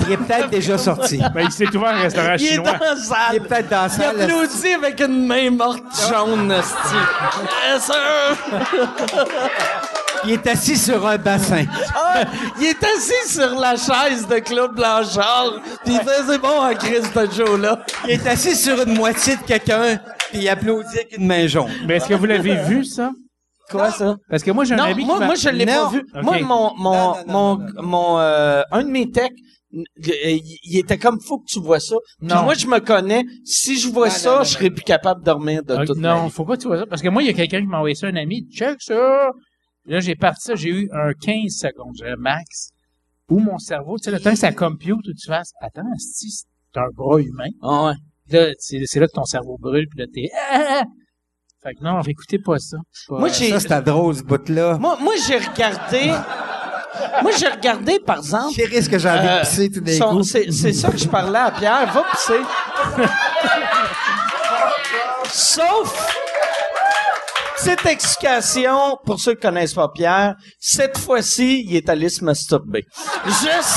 Il est peut-être déjà sorti.
Ben, il s'est ouvert un restaurant
Il est
chinois.
dans la
Ah, Il est
salle.
peut-être dans la
Il
salle.
applaudit avec une main morte jaune, esti. Yes, sir!
Il est assis sur un bassin.
Ah, il est assis sur la chaise de Claude Blanchard, puis il faisait bon en crise de Joe-là.
Il est assis sur une moitié de quelqu'un, puis il applaudit avec une main jaune.
Mais est-ce que vous l'avez vu, ça?
Quoi, ça?
Parce que moi, j'ai un
Non,
ami
moi,
qui m'a-
moi, je l'ai pas
Non.
vu.
Ok.
Moi, mon, mon,
Non, non, non,
mon, mon, euh, un de mes techs il il était comme faut que tu vois ça. Puis moi je me connais, si je vois ça, je serais plus capable de dormir de
Ah,
toute ma
non,
vie.
faut pas que tu vois ça. Parce que moi, il y a quelqu'un qui m'a envoyé ça, un ami. Check ça! Là, j'ai parti ça, j'ai eu un 15 secondes, je dirais, max, où mon cerveau, tu sais, le temps que ça compute, où tu fasses, attends, si c'est un bras humain.
Ah ouais.
Là, c'est c'est là que ton cerveau brûle, puis là, t'es, Ah! Fait que non, écoutez pas ça. C'est pas-
Moi j'ai
Ça, c'est ta drôle, ce bout-là.
moi, moi j'ai regardé Moi j'ai regardé par exemple
Qui risque que j'ai envie
Euh,
de pisser tout d'un
Son-
coup?
C'est c'est ça que je parlais à Pierre. Va pisser. Sauf cette explication, pour ceux qui connaissent pas Pierre, cette fois-ci, il est allé se masturber. Juste...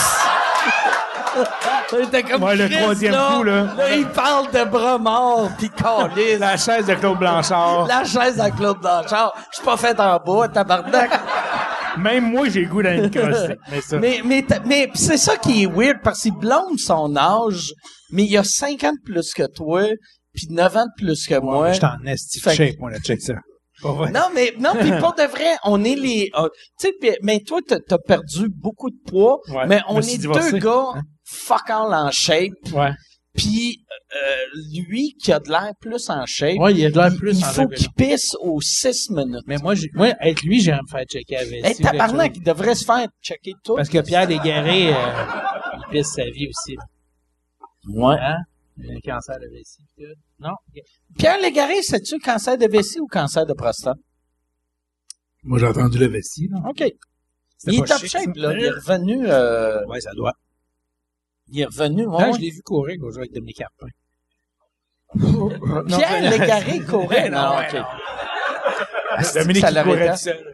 Il était comme
Ouais, le
Christ,
troisième
là,
coup, là.
Là, il parle de bras morts, pis calé.
La chaise de Claude Blanchard.
La chaise à Claude Blanchard. Je suis pas fait en bois, tabarnak.
euh, Même moi, j'ai le goût d'aller me crosser. Mais ça.
Mais, mais, t'as- mais pis c'est ça qui est weird, parce qu'il blâme son âge, mais il a 5 ans de plus que toi, puis 9 ans de plus que moi.
Je t'en esti de
euh, Fait que-
shape, moi, là, check ça. Pas vrai.
Non, mais, non, pis pour de vrai, on est les, euh, tu sais, pis- mais toi, t'as, t'as perdu beaucoup de poids,
Ouais,
mais
je
on
me suis
est
divorcé. Hein?
deux gars fuck all en shape,
Ouais.
puis euh, lui qui a de l'air plus en shape,
Ouais, il y a de l'air
il-
plus
il
en
faut
shape,
qu'il pisse aux 6 minutes.
Mais moi, j'ai- moi, avec lui, j'ai à me faire checker avec.
Hey, tabarnak, il devrait se faire checker tout.
Parce que Pierre Desgarrés, euh, il pisse sa vie aussi. Ouais. Hein? Le cancer de vessie. tout. Non?
Pierre Légaré, sais-tu cancer de vessie ou cancer de prostate?
Moi, j'ai entendu le vessie, là.
OK. Il est top shape, là. Il est revenu. Euh...
Ouais, ça doit.
Il est revenu. ouais,
Quand
ouais.
je l'ai vu courir aujourd'hui avec Dominique Carpin.
Pierre Légaré courait. Non, OK.
Ah,
Asti,
Dominique
ça
qui
l'aurait
courait
été.
tout seul.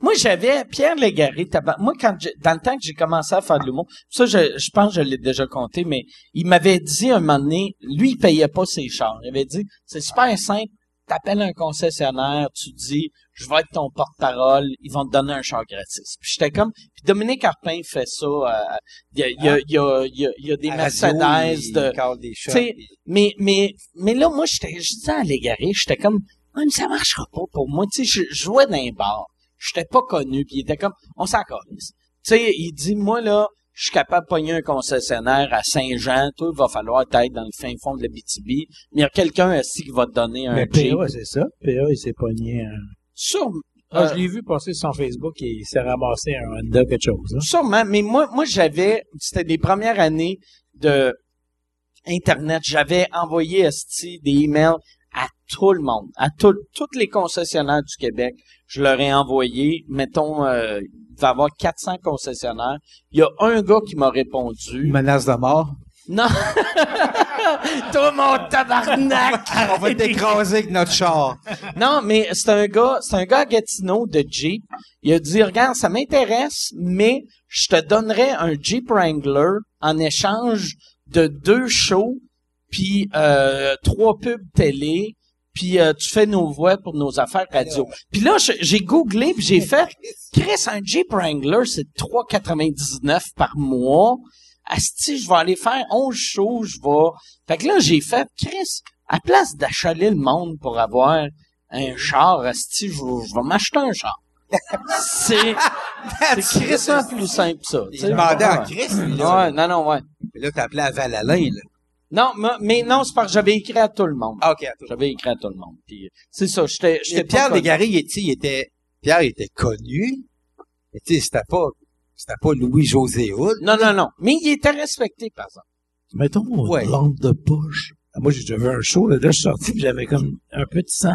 Moi, j'avais Pierre Légaré. tabar- Moi, quand j'ai- dans le temps que j'ai commencé à faire de l'humour, ça, je, je pense que je l'ai déjà compté, mais il m'avait dit un moment donné, lui, il payait pas ses chars. Il avait dit, c'est super simple, t'appelles un concessionnaire, tu dis, je vais être ton porte-parole, ils vont te donner un char gratis. Puis j'étais comme, puis Dominique Arpin fait ça. euh, Il y, a, il y, a, il y, a, il y a des
À radio,
Mercedes
il-
de...
il cale des shots.
Tu sais, mais, mais, mais là, moi, j'étais, je disais à l'égaré, j'étais comme, ah, mais ça marchera pas pour moi. Tu sais, je je jouais dans un bar. J'étais pas connu, puis il était comme, on s'en calisse. Tu sais, il dit, moi, là, je suis capable de pogner un concessionnaire à Saint-Jean. Toi, il va falloir t'être dans le fin fond de la BTB. Mais il y a quelqu'un ici qui va te donner un
Mais
Jeep.
PA, c'est ça. PA, il s'est pogné un...
Sur-
Ah,
euh,
je l'ai vu passer sur son Facebook et il s'est ramassé un Honda quelque chose. hein.
Sûrement, mais moi, moi j'avais, c'était les premières années de Internet, j'avais envoyé esti, des emails à tout le monde, à tout, tous les concessionnaires du Québec. Je leur ai envoyé, mettons, euh, il va y avoir 400 concessionnaires. Il y a un gars qui m'a répondu.
Une menace de mort.
Non! Toi, mon tabarnak!
Ah, On va t'écraser avec notre char.
Non, mais c'est un gars, c'est un gars à Gatineau de Jeep. Il a dit, regarde, ça m'intéresse, mais je te donnerai un Jeep Wrangler en échange de deux shows, puis euh, trois pubs télé, puis euh, tu fais nos voix pour nos affaires radio. Puis là, je- j'ai googlé, puis j'ai fait, Chris, un Jeep Wrangler, c'est 3,99 par mois. Asti, je vais aller faire 11 shows, je vais... Fait que là, j'ai fait, Chris, à place d'achaler le monde pour avoir un char, asti, je, vais- je vais m'acheter un char. c'est c'est crissement plus simple que ça. tu
Il
sais.
demandait en Christ.
Ouais, non, non, ouais.
Là, t'as appelé à Val-Alain, là.
Non, mais, mais non, c'est parce que j'avais écrit à tout le monde.
Ah, OK, à toi.
J'avais écrit à tout le monde. Puis, euh, c'est ça, j'étais,
Mais
j'étais pas
Pierre
connu.
Légaré, il, était- il était, Pierre il était connu. Mais tu sais, c'était pas, c'était pas Louis-José Hood.
Non, non, non. Mais il était respecté, par exemple.
Mettons,
euh,
une
Ouais.
lampe de poche. Ah, Moi, j'ai déjà vu un show, là, là, je suis sorti, puis j'avais comme un peu de sang.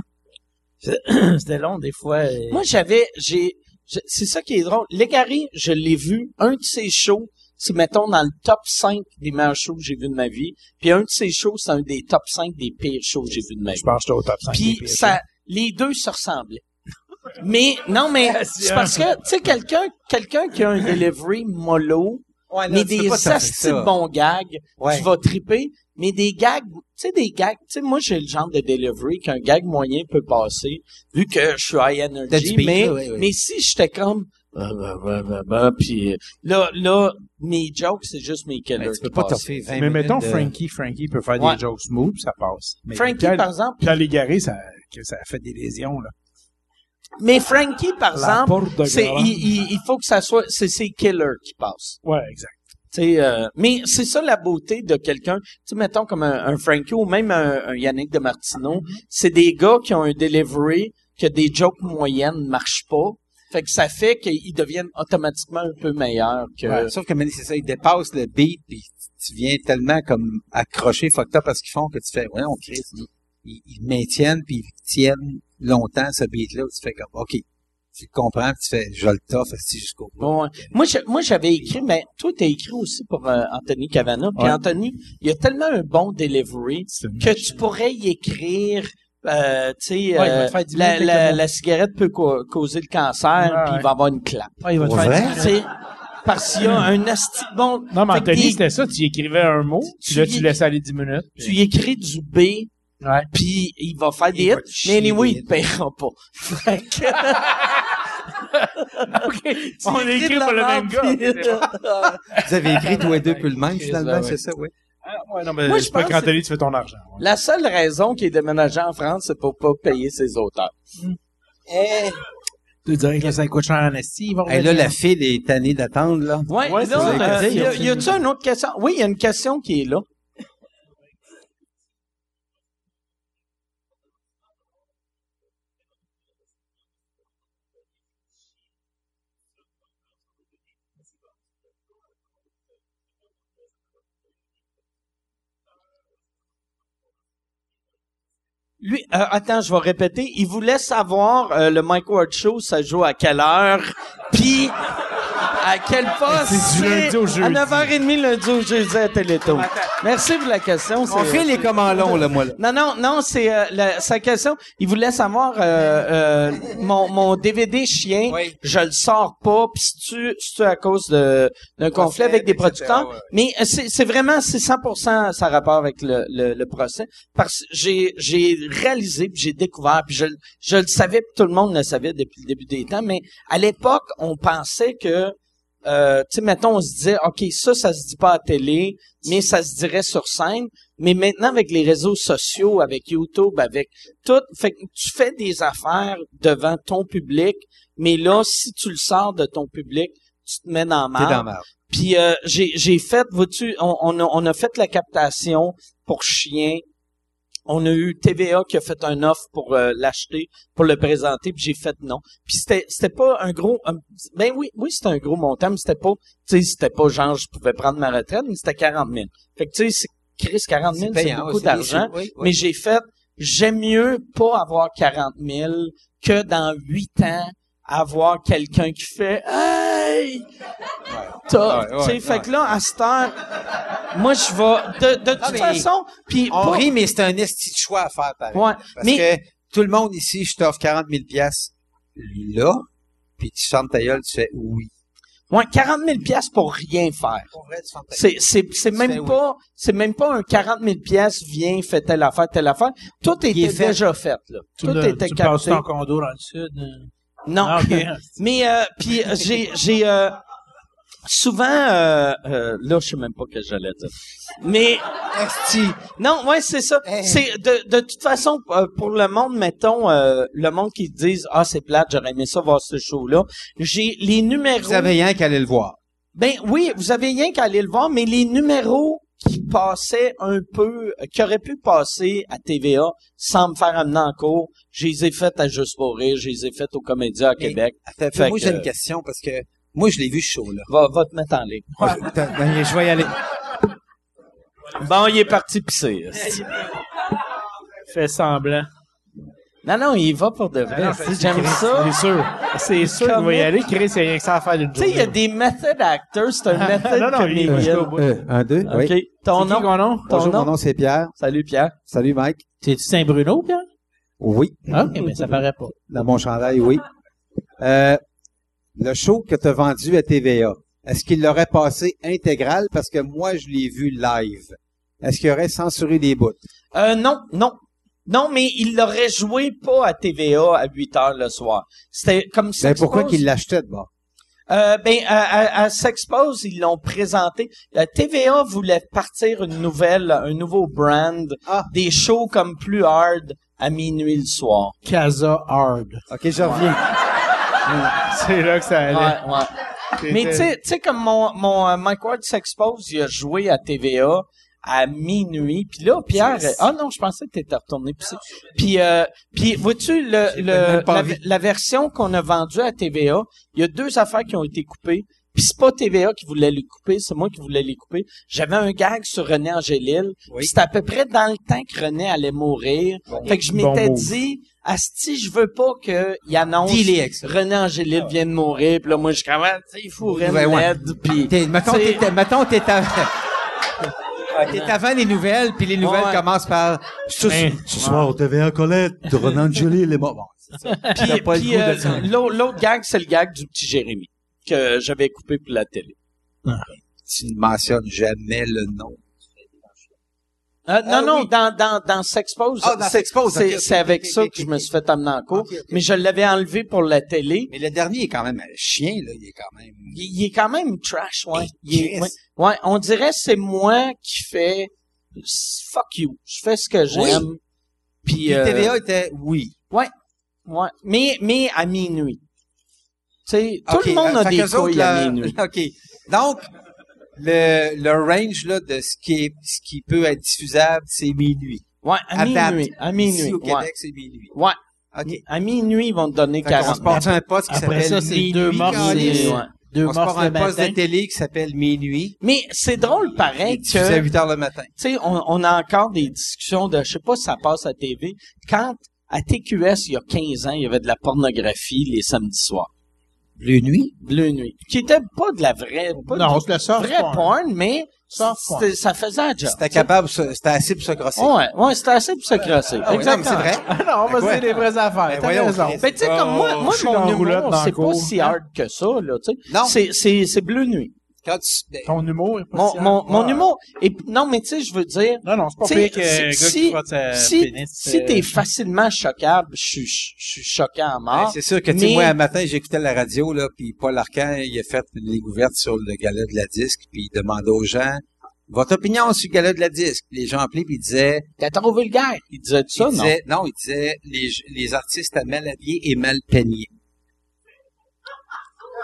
C'était c'était long, des fois. euh, et-
Moi, j'avais, j'ai, je- c'est ça qui est drôle. Légaré, je l'ai vu, un de ses shows, c'est, mettons, dans le top 5 des meilleurs shows que j'ai vu de ma vie. Puis un de ses shows, c'est un des top 5 des pires shows que j'ai vu de ma vie.
je pense que j'étais au top 5.
Puis ça, les deux se ressemblaient. Mais, non, mais, c'est parce que, tu sais, quelqu'un, quelqu'un qui a un delivery mollo,
Ouais,
mais des astis de bons gags,
Ouais.
tu vas triper, mais des gags, tu sais, des gags, tu sais, moi, j'ai le genre de delivery qu'un gag moyen peut passer, vu que je suis high
T'as du
energy,
beat,
mais,
là, ouais, ouais.
mais si j'étais comme, bah, bah, bah, bah, bah, puis euh, là, là, mes jokes, c'est juste mes killers
Tu peux
qui
pas
passent.
toffer 20
Mais
minutes
mettons
de-
Frankie. Frankie peut faire
Ouais.
des jokes smooth, ça passe. Mais
Frankie,
Pierre,
par exemple,
Pierre Légaré, ça, que ça fait des lésions, là.
mais Frankie, par
La
exemple,
porte de
c'est,
garage.
il, il- il faut que ça soit, c'est ses killers qui passent.
Ouais, exact.
Tu sais, euh, mais c'est ça la beauté de quelqu'un. Tu sais, mettons comme un, un Frankie ou même un, un Yannick de Martineau, c'est des gars qui ont un delivery que des jokes moyennes marchent pas. Fait que ça fait qu'ils deviennent automatiquement un peu meilleurs que.
Ouais, sauf que Manny, c'est ça, ils dépassent le beat, puis tu viens tellement comme accroché, fucked up à ce qu'ils font que tu fais, ouais, on crie. Ils, ils maintiennent, puis ils tiennent longtemps ce beat-là. Tu fais comme, OK, tu le comprends, puis tu fais, je le toffe esti, jusqu'au bout.
Bon, ouais. Moi, je- moi, j'avais écrit, mais toi, t'as écrit aussi pour euh, Anthony Cavana. Puis Anthony, il y a tellement un bon delivery que tu pourrais y écrire, euh, tu sais,
va te
euh,
faire dix
la,
minutes
la-
avec le
la cigarette peut co- causer le cancer,
Ouais,
puis il va avoir une claque.
Ah, il va te
Pour
faire
vrai?
dire-
Tu sais, parce qu'il y a un asti de bon.
Non, mais
Fait que
Anthony,
des-
c'était ça. Tu y écrivais un mot,
Tu
puis là, tu
y-
laissais aller 10 minutes.
tu y écris du B,
Ouais.
puis il va faire des
va te
hits, mais
chier
anyway,
des
il ne paiera pas. Fait que...
On
Tu écris
écrit
de la
pour le même
merde,
gars.
puis-
Vous avez écrit tous les deux plus le même, finalement,
ouais.
c'est ça, oui.
Ouais, non, mais
Moi, je
c'est pas
pense
quand
que-
Anthony, tu fais ton argent. ouais.
La seule raison qu'il est déménagé en France, c'est pour pas payer ses auteurs.
Tu dirais que ça coûte cher en esti, ils vont
Et là, la file est tannée d'attendre, là.
Ouais,
Ouais, c'est
là,
ça,
euh,
les
y a- y a-tu une autre question? Oui, il y a une question qui est là. Lui, euh, attends, je vais répéter. Il voulait savoir euh, le Mike Ward Show, ça joue à quelle heure, puis à quel poste.
C'est du lundi au jeudi.
À 9h30 lundi au jeudi à Téléthon. Merci pour la question.
Mon
c'est-
fil est comme en long, là, moi, là.
non, non, non, c'est euh, la- sa question. Il voulait savoir euh, euh, mon, mon DVD chien,
Oui.
je le sors pas, pis c'est-tu c'est-tu à cause de- d'un conflit avec des
etc.,
producteurs.
ouais, ouais.
Mais euh, c'est c'est vraiment, c'est 100% ça rapport avec le, le, le procès. Parce que j'ai j'ai réalisé, puis j'ai découvert, puis je, le- je le savais, puis tout le monde le savait depuis le début des temps, mais à l'époque, on pensait que... Euh, tu sais, mettons, on se disait, OK, ça, ça se dit pas à télé, mais ça se dirait sur scène. Mais maintenant, avec les réseaux sociaux, avec YouTube, avec tout, fait que tu fais des affaires devant ton public, mais là, si tu le sors de ton public, tu te mets dans
T'es dans la
mal.
merde.
Puis euh, j'ai j'ai fait, vois-tu, on, on a, on a fait la captation pour Chien. On a eu TVA qui a fait un offre pour euh, l'acheter, pour le présenter, puis j'ai fait non. Puis c'était c'était pas un gros un- ben oui, oui, c'était un gros montant, mais c'était pas tu sais, c'était pas genre je pouvais prendre ma retraite, mais c'était 40 000. Fait que tu sais, c'est- Chris 40 000, c'est
payant,
beaucoup
ouais, c'est des
d'argent,
sous, oui, oui.
mais j'ai fait j'aime mieux pas avoir 40 000 que dans 8 ans avoir quelqu'un qui fait hey T'as-
Ouais, ouais,
tu sais, Fait
ouais.
que là, à cette heure, moi, je vais... De, de toute
mais
façon, puis...
On
pas-
rit, mais c'est un esti de choix à faire, pareil.
Ouais,
Parce
mais-
que tout le monde ici, je t'offre 40 000 piastres là, puis tu fermes ta gueule, tu fais oui.
Ouais, 40 000 pièces pour rien faire.
Pour vrai, tu fermes ta
C'est, c'est, c'est
fais oui.
même pas, c'est même pas un 40 000 pièces, viens, fais telle affaire, telle affaire. Tout était
est fait.
déjà fait, là.
Tu,
Tout
l'as-
était
tu passes
capté.
ton condo dans le sud. euh.
Non.
Ah, ok.
Mais euh, puis euh, j'ai j'ai euh, souvent euh, euh, là je sais même pas ce que j'allais dire. Mais non, ouais, c'est ça.
Eh.
C'est de, de toute façon euh, pour le monde mettons euh, le monde qui disent ah c'est plate, j'aurais aimé ça voir ce show là. J'ai les numéros
Vous avez rien qu'à aller le voir.
ben oui, vous avez rien qu'à aller le voir, mais les numéros qui passaient un peu, euh, qui auraient pu passer à TVA sans me faire amener en cours, je les ai faites à Juste pour rire, je les ai faites au Comédia à
Mais-
Québec.
Attends,
Fait
moi,
que-
j'ai une question parce que moi, je l'ai vu ce show, là.
Va, va te mettre en ligne.
Attends, ben, je vais y aller.
Euh, Bon, il est parti pisser. esti.
Fais semblant.
Non, non, il va pour de vrai. esti. J'aime ça.
C'est sûr. C'est sûr qu'il va y aller. Chris, il y a rien que ça à faire d'une
Tu sais, il
journée.
y a des method actors, c'est un method
non, non, il est
comedian.
jusqu'au bout.
Euh, un, deux,
OK. Ton nom? Ton
Bonjour,
nom?
mon nom, c'est Pierre.
Salut, Pierre.
Salut, Mike.
T'es-tu Saint-Bruno, Pierre?
Oui,
Ah, OK, mais ça paraît pas.
dans mon chandail, oui. Euh, le show que t'as vendu à TVA, est-ce qu'il l'aurait passé intégral parce que moi, je l'ai vu live? Est-ce qu'il aurait censuré des bouts?
Euh, non, non. Non, mais il l'aurait joué pas à TVA à 8 heures le soir. C'était comme ça.
Ben, pourquoi qu'il l'achetait de bord?
Euh, ben, à, à, à Sexpose, ils l'ont présenté. Euh, La TVA voulait partir une nouvelle, un nouveau brand,
Ah.
des shows comme plus hard à minuit le soir.
Casa Hard.
OK, je reviens.
C'est là que ça allait.
Ouais, ouais. Mais tu sais- tu sais, comme mon, mon euh, Mike Ward s'expose, il a joué à TVA à minuit. Puis là, Pierre... Ah non, je pensais que t'étais retourné pisser. Puis, euh, puis vois-tu, le, le-
même pas
la,
envie.
la version qu'on a vendue à TVA, il y a deux affaires qui ont été coupées. Puis c'est pas TVA qui voulait les couper, c'est moi qui voulais les couper. J'avais un gag sur René Angélil.
Oui.
Puis C'était à peu près dans le temps que René allait mourir. Fait que je
Bon
m'étais
move.
dit, Asti, je veux pas qu'il annonce
Dealer avec ça. Ah
René Angélil vient de mourir. Puis là, moi, je travaille, tu sais, il faut René
Ouais, ouais. Ah,
Led, puis-
T'es- mettons,
C'est-
t'es, mettons, t'es à- Ah, t'es avant les nouvelles, puis les nouvelles
Ouais.
commencent par ce,
Hein.
ce soir au TVA Colette, de Ronan Jolie, les morts. Bon, c'est ça. T'as
Puis,
pas le
puis,
goût de
euh,
ça.
l'au- l'autre gag, c'est le gag du petit Jérémy que j'avais coupé pour la télé.
Tu ne mentionnes jamais le nom.
Euh, non,
Ah,
non,
oui.
dans, dans, dans S'expose,
Ah, dans
c'est-
S'expose,
c'est
ok,
c'est
ok,
avec
ok,
ça
ok,
que je
ok.
me suis fait amener en cours,
Ok, ok.
mais je l'avais enlevé pour la télé.
Mais le dernier est quand même un chien, là. Il est quand même.
Il, il est quand même trash, ouais.
Hey,
Il est-
Chris.
ouais, ouais, on dirait que c'est moi qui fais s- fuck you. Je fais ce que j'aime. Puis
Puis
euh,
TVA était oui.
ouais, mais mais à minuit. Tu sais, tout
Ok,
le monde
euh,
a
fait
des
qu'eux autres,
couilles à
la-
minuit.
OK. Donc, le, le range là, de ce qui, est, ce qui peut être diffusable, c'est minuit.
Ouais, à,
date.
minuit, à
Ici,
minuit,
au
ouais.
Québec, c'est minuit.
Ouais.
OK.
À minuit, ils vont te donner
Fait qu'on
40
se porte sur un poste qui
Après ça,
s'appelle
c'est
Minuit,
deux morts,
C'est-
Caroline.
ouais.
Deux
On se porte
morts
sur
le
un poste
matin.
de télé qui s'appelle Minuit.
Mais c'est drôle
Et
pareil
diffusé à
que, tu
8 heures le matin.
sais, on, on a encore des discussions de, je sais pas si ça passe à TV, quand à TQS, il y a 15 ans, il y avait de la pornographie les samedis soirs.
Bleu nuit.
Bleu nuit. Qui était pas de la vraie, pas
Non,
du
c'est le surf
vrai
porn.
porn, mais
Soft
c'était- ça faisait un job.
C'était capable, de se- c'était assez pour se grosser.
Ouais, ouais, c'était assez pour se crosser.
Ah oui, non, mais
Exactement.
c'est vrai.
Ah non, mais
Ouais.
c'est des vraies
Ben
affaires. T'as
voyons,
raison.
Chris.
Ben, tu sais, comme moi, moi,
je suis dans
mon
la roulette
humour,
dans
c'est
le
pas
cours.
si hard que ça, là, tu sais.
Non.
C'est, c'est, c'est bleu nuit.
Quand tu, ben,
Ton humour est pas
Mon,
si
mon,
hard.
mon
Ouais.
humour, et, non, mais tu sais, je veux dire,
Non, non, c'est pas
T'sais,
pire que
si-
le gars
si-
qui frotte sa
si,
pénis,
si
euh,
t'es facilement choquable, je suis, je suis choquant à
ben,
mort.
c'est sûr que, tu
mais-
sais, moi, un matin, j'écoutais la radio, là, puis Paul Arcan, il a fait une ligue ouverte sur le gala de la disque, puis il demandait aux gens, votre opinion sur le gala de la disque. Les gens appelaient, puis ils disaient,
T'as trop vulgaire. Il disait ça,
il
non?
disait, non, il disait, les, les artistes à mal habillés et mal peignés.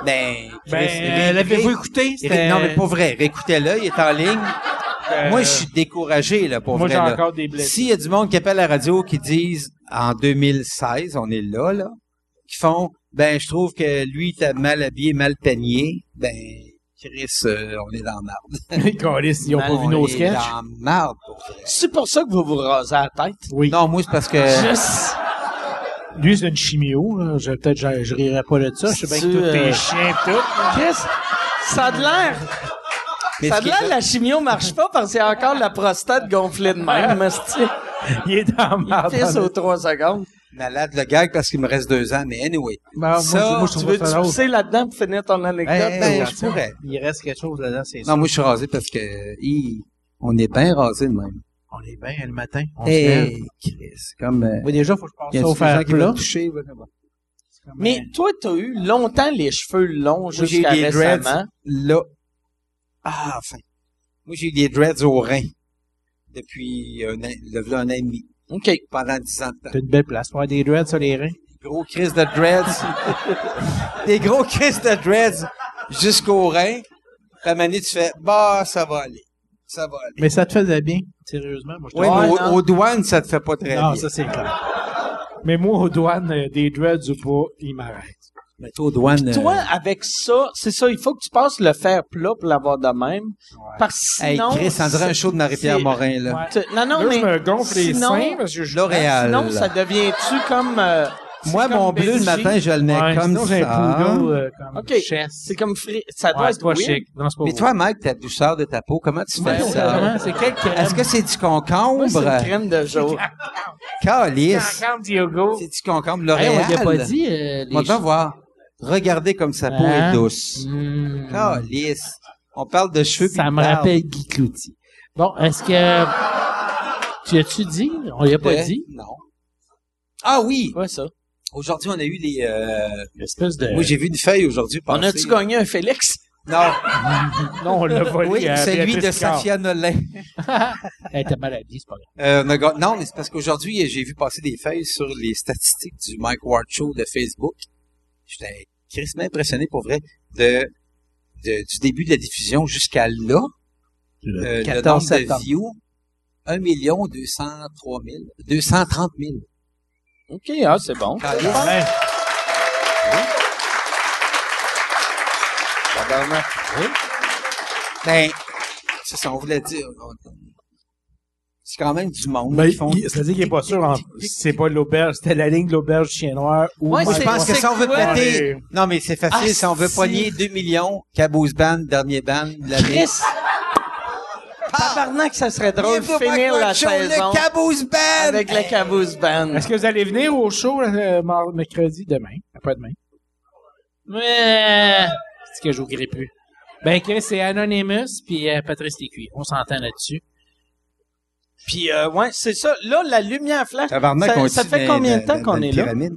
Ben,
Ben,
Chris,
euh, l'avez-vous écouté?
Ré-
C'était-
Non, mais pas vrai. Réécoutez-le, il est en ligne.
Euh,
moi, je suis découragé, là, pour
Moi,
vrai.
j'ai
là.
encore des blessés.
S'il y a du monde qui appelle à la radio qui disent, en 2016, on est là, là, qui font, ben, je trouve que lui, t'as mal habillé, mal peigné, ben, Chris, euh, on est dans la marde. Ben,
Câlisse, ils ont pas vu
on
nos
est
sketchs.
dans la marde, pour vrai.
C'est pour ça que vous vous rasez la tête.
Oui.
Non, moi, c'est parce que...
Lui, c'est une chimio. là. Je, peut-être je, je rirais pas de ça. Je sais bien que
Tu,
tous
euh,
tes chiens, tout.
Chris, ça a de l'air.
Mais
Ça a
ce
de
qui est-
l'air, la chimio marche pas parce qu'il y a encore la prostate gonflée de même. esti.
Il est dans ma
Pisse aux trois secondes.
malade, le gag, parce qu'il me reste deux ans, mais anyway.
Ah,
Ben,
Ça,
moi, je- moi, je
Tu
trouve
veux
ça drôle.
pousser là-dedans pour finir ton anecdote?
Ben,
Ben,
je pourrais.
Il reste quelque chose là-dedans, c'est sûr.
Non, moi, je suis rasé parce que, hi, on est bien rasé de même.
On est bien le matin. On se lève.
Hey, Chris, comme... euh,
Oui, déjà, faut que je
Il y
passe ça au
a des gens
fer
qui veulent
plat.
toucher. voilà, voilà.
mais toi, t'as eu longtemps les cheveux longs
Moi, j'ai eu
jusqu'à
des dreads
récemment.
là. Ah, enfin. Moi, j'ai eu des dreads au rein depuis un an, le, v'là un an et demi,
OK.
pendant dix ans de temps.
T'as une belle place. Ouais, des dreads sur les reins.
Des gros crises de dreads. des gros crises de dreads jusqu'au rein. La manie, tu fais, bah, ça va aller. Ça va aller.
Mais ça te faisait bien. Sérieusement, moi, je
Oui,
trouve-
mais
Ouais,
au-
non.
aux, douanes, ça te fait pas très
Non,
bien.
ça, c'est clair.
Mais moi, aux douanes, euh, des dreads ou pas, ils m'arrêtent.
Mais toi, aux douanes.
Toi, avec ça, c'est ça, il faut que tu passes le fer plat pour l'avoir de même. Parce que
hey,
sinon...
Chris, ça dirait un show de Marie-Pierre
c'est-
Morin, là.
Tu- Non, non,
là,
mais
je me gonfle les
sinon-
seins parce que je
L'Oréal.
Ah, sinon, ça devient-tu comme... euh, c'est
Moi,
comme
mon bleu, le
Benji.
matin, je le mets
Ouais,
comme
sinon, j'ai un
ça.
poodle euh, comme
OK,
chest.
c'est comme... fri- Ça doit
Ouais,
être
c'est pas
weird.
chic. Non, c'est pas
Mais
beau.
toi, Mike, ta douceur de ta peau, comment tu fais
Ouais,
ça?
Ben Vraiment, c'est quel crème?
Est-ce que c'est du
Moi, c'est une
concombre?
crème de jour.
Calice!
Quand Diogo,
C'est du concombre,
Hey,
L'Oréal.
on l'a pas dit, euh, les
On va voir. Regardez comme sa peau
Hein?
est douce.
Hmm.
Calice! On parle de cheveux puis
Ça
de
me
barbe.
rappelle Guy Cloutier. Bon, est-ce que... Tu as-tu dit? On l'a pas
De-
dit?
hein? Non. Ah oui!
Quoi, ça?
Aujourd'hui, on a eu les... euh,
L'espèce de...
Moi, j'ai vu une feuille aujourd'hui
On
passer.
a-tu gagné un Félix?
Non.
non, on l'a volé
Oui,
à
celui
Béatrice
de
Picard.
Safia Nolin.
Elle était mal habillée, c'est pas grave.
Euh, on a ga- non, mais c'est parce qu'aujourd'hui, j'ai vu passer des feuilles sur les statistiques du Mike Ward Show de Facebook. J'étais crissement impressionné pour vrai de de- du début de la diffusion jusqu'à là, euh, le
14
nombre
septembre.
de views, 1 203 000, 230 000.
OK, ah, c'est bon.
Ouais.
Tabarnak. Ben, c'est ça, on voulait dire. on- C'est quand même du monde
Ben,
qui font.
il- c'est-à-dire qu'il n'est pas sûr en- si c'est pas l'auberge, c'était la ligne de l'auberge chien noir ou.
Ouais,
Mike
c'est-
Je pense que
c'est
si on veut
quoi?
péter. Non, mais c'est facile.
Ah,
si on veut
si.
pogner 2 millions, Caboose Band, dernier band de l'année.
Chris!
Ah!
Tabarnak, ça serait drôle de
Bienvenue au
finir
Mike
la
Ward Show,
saison
Le Caboose Band!
avec la Caboose Band.
Est-ce que vous allez venir au show euh, mar- mercredi demain, après-demain? Mais c'est que je vous grille plus. Ben Chris, c'est Anonymous puis euh, Patrice Lécuyer. On s'entend là-dessus.
Puis, euh, ouais, c'est ça. Là, la lumière flash.
Tabarnak,
Ça-
on
ça
dit
fait
dans-
combien de
dans-
temps qu'on
dans
est
une
là?
pyramide.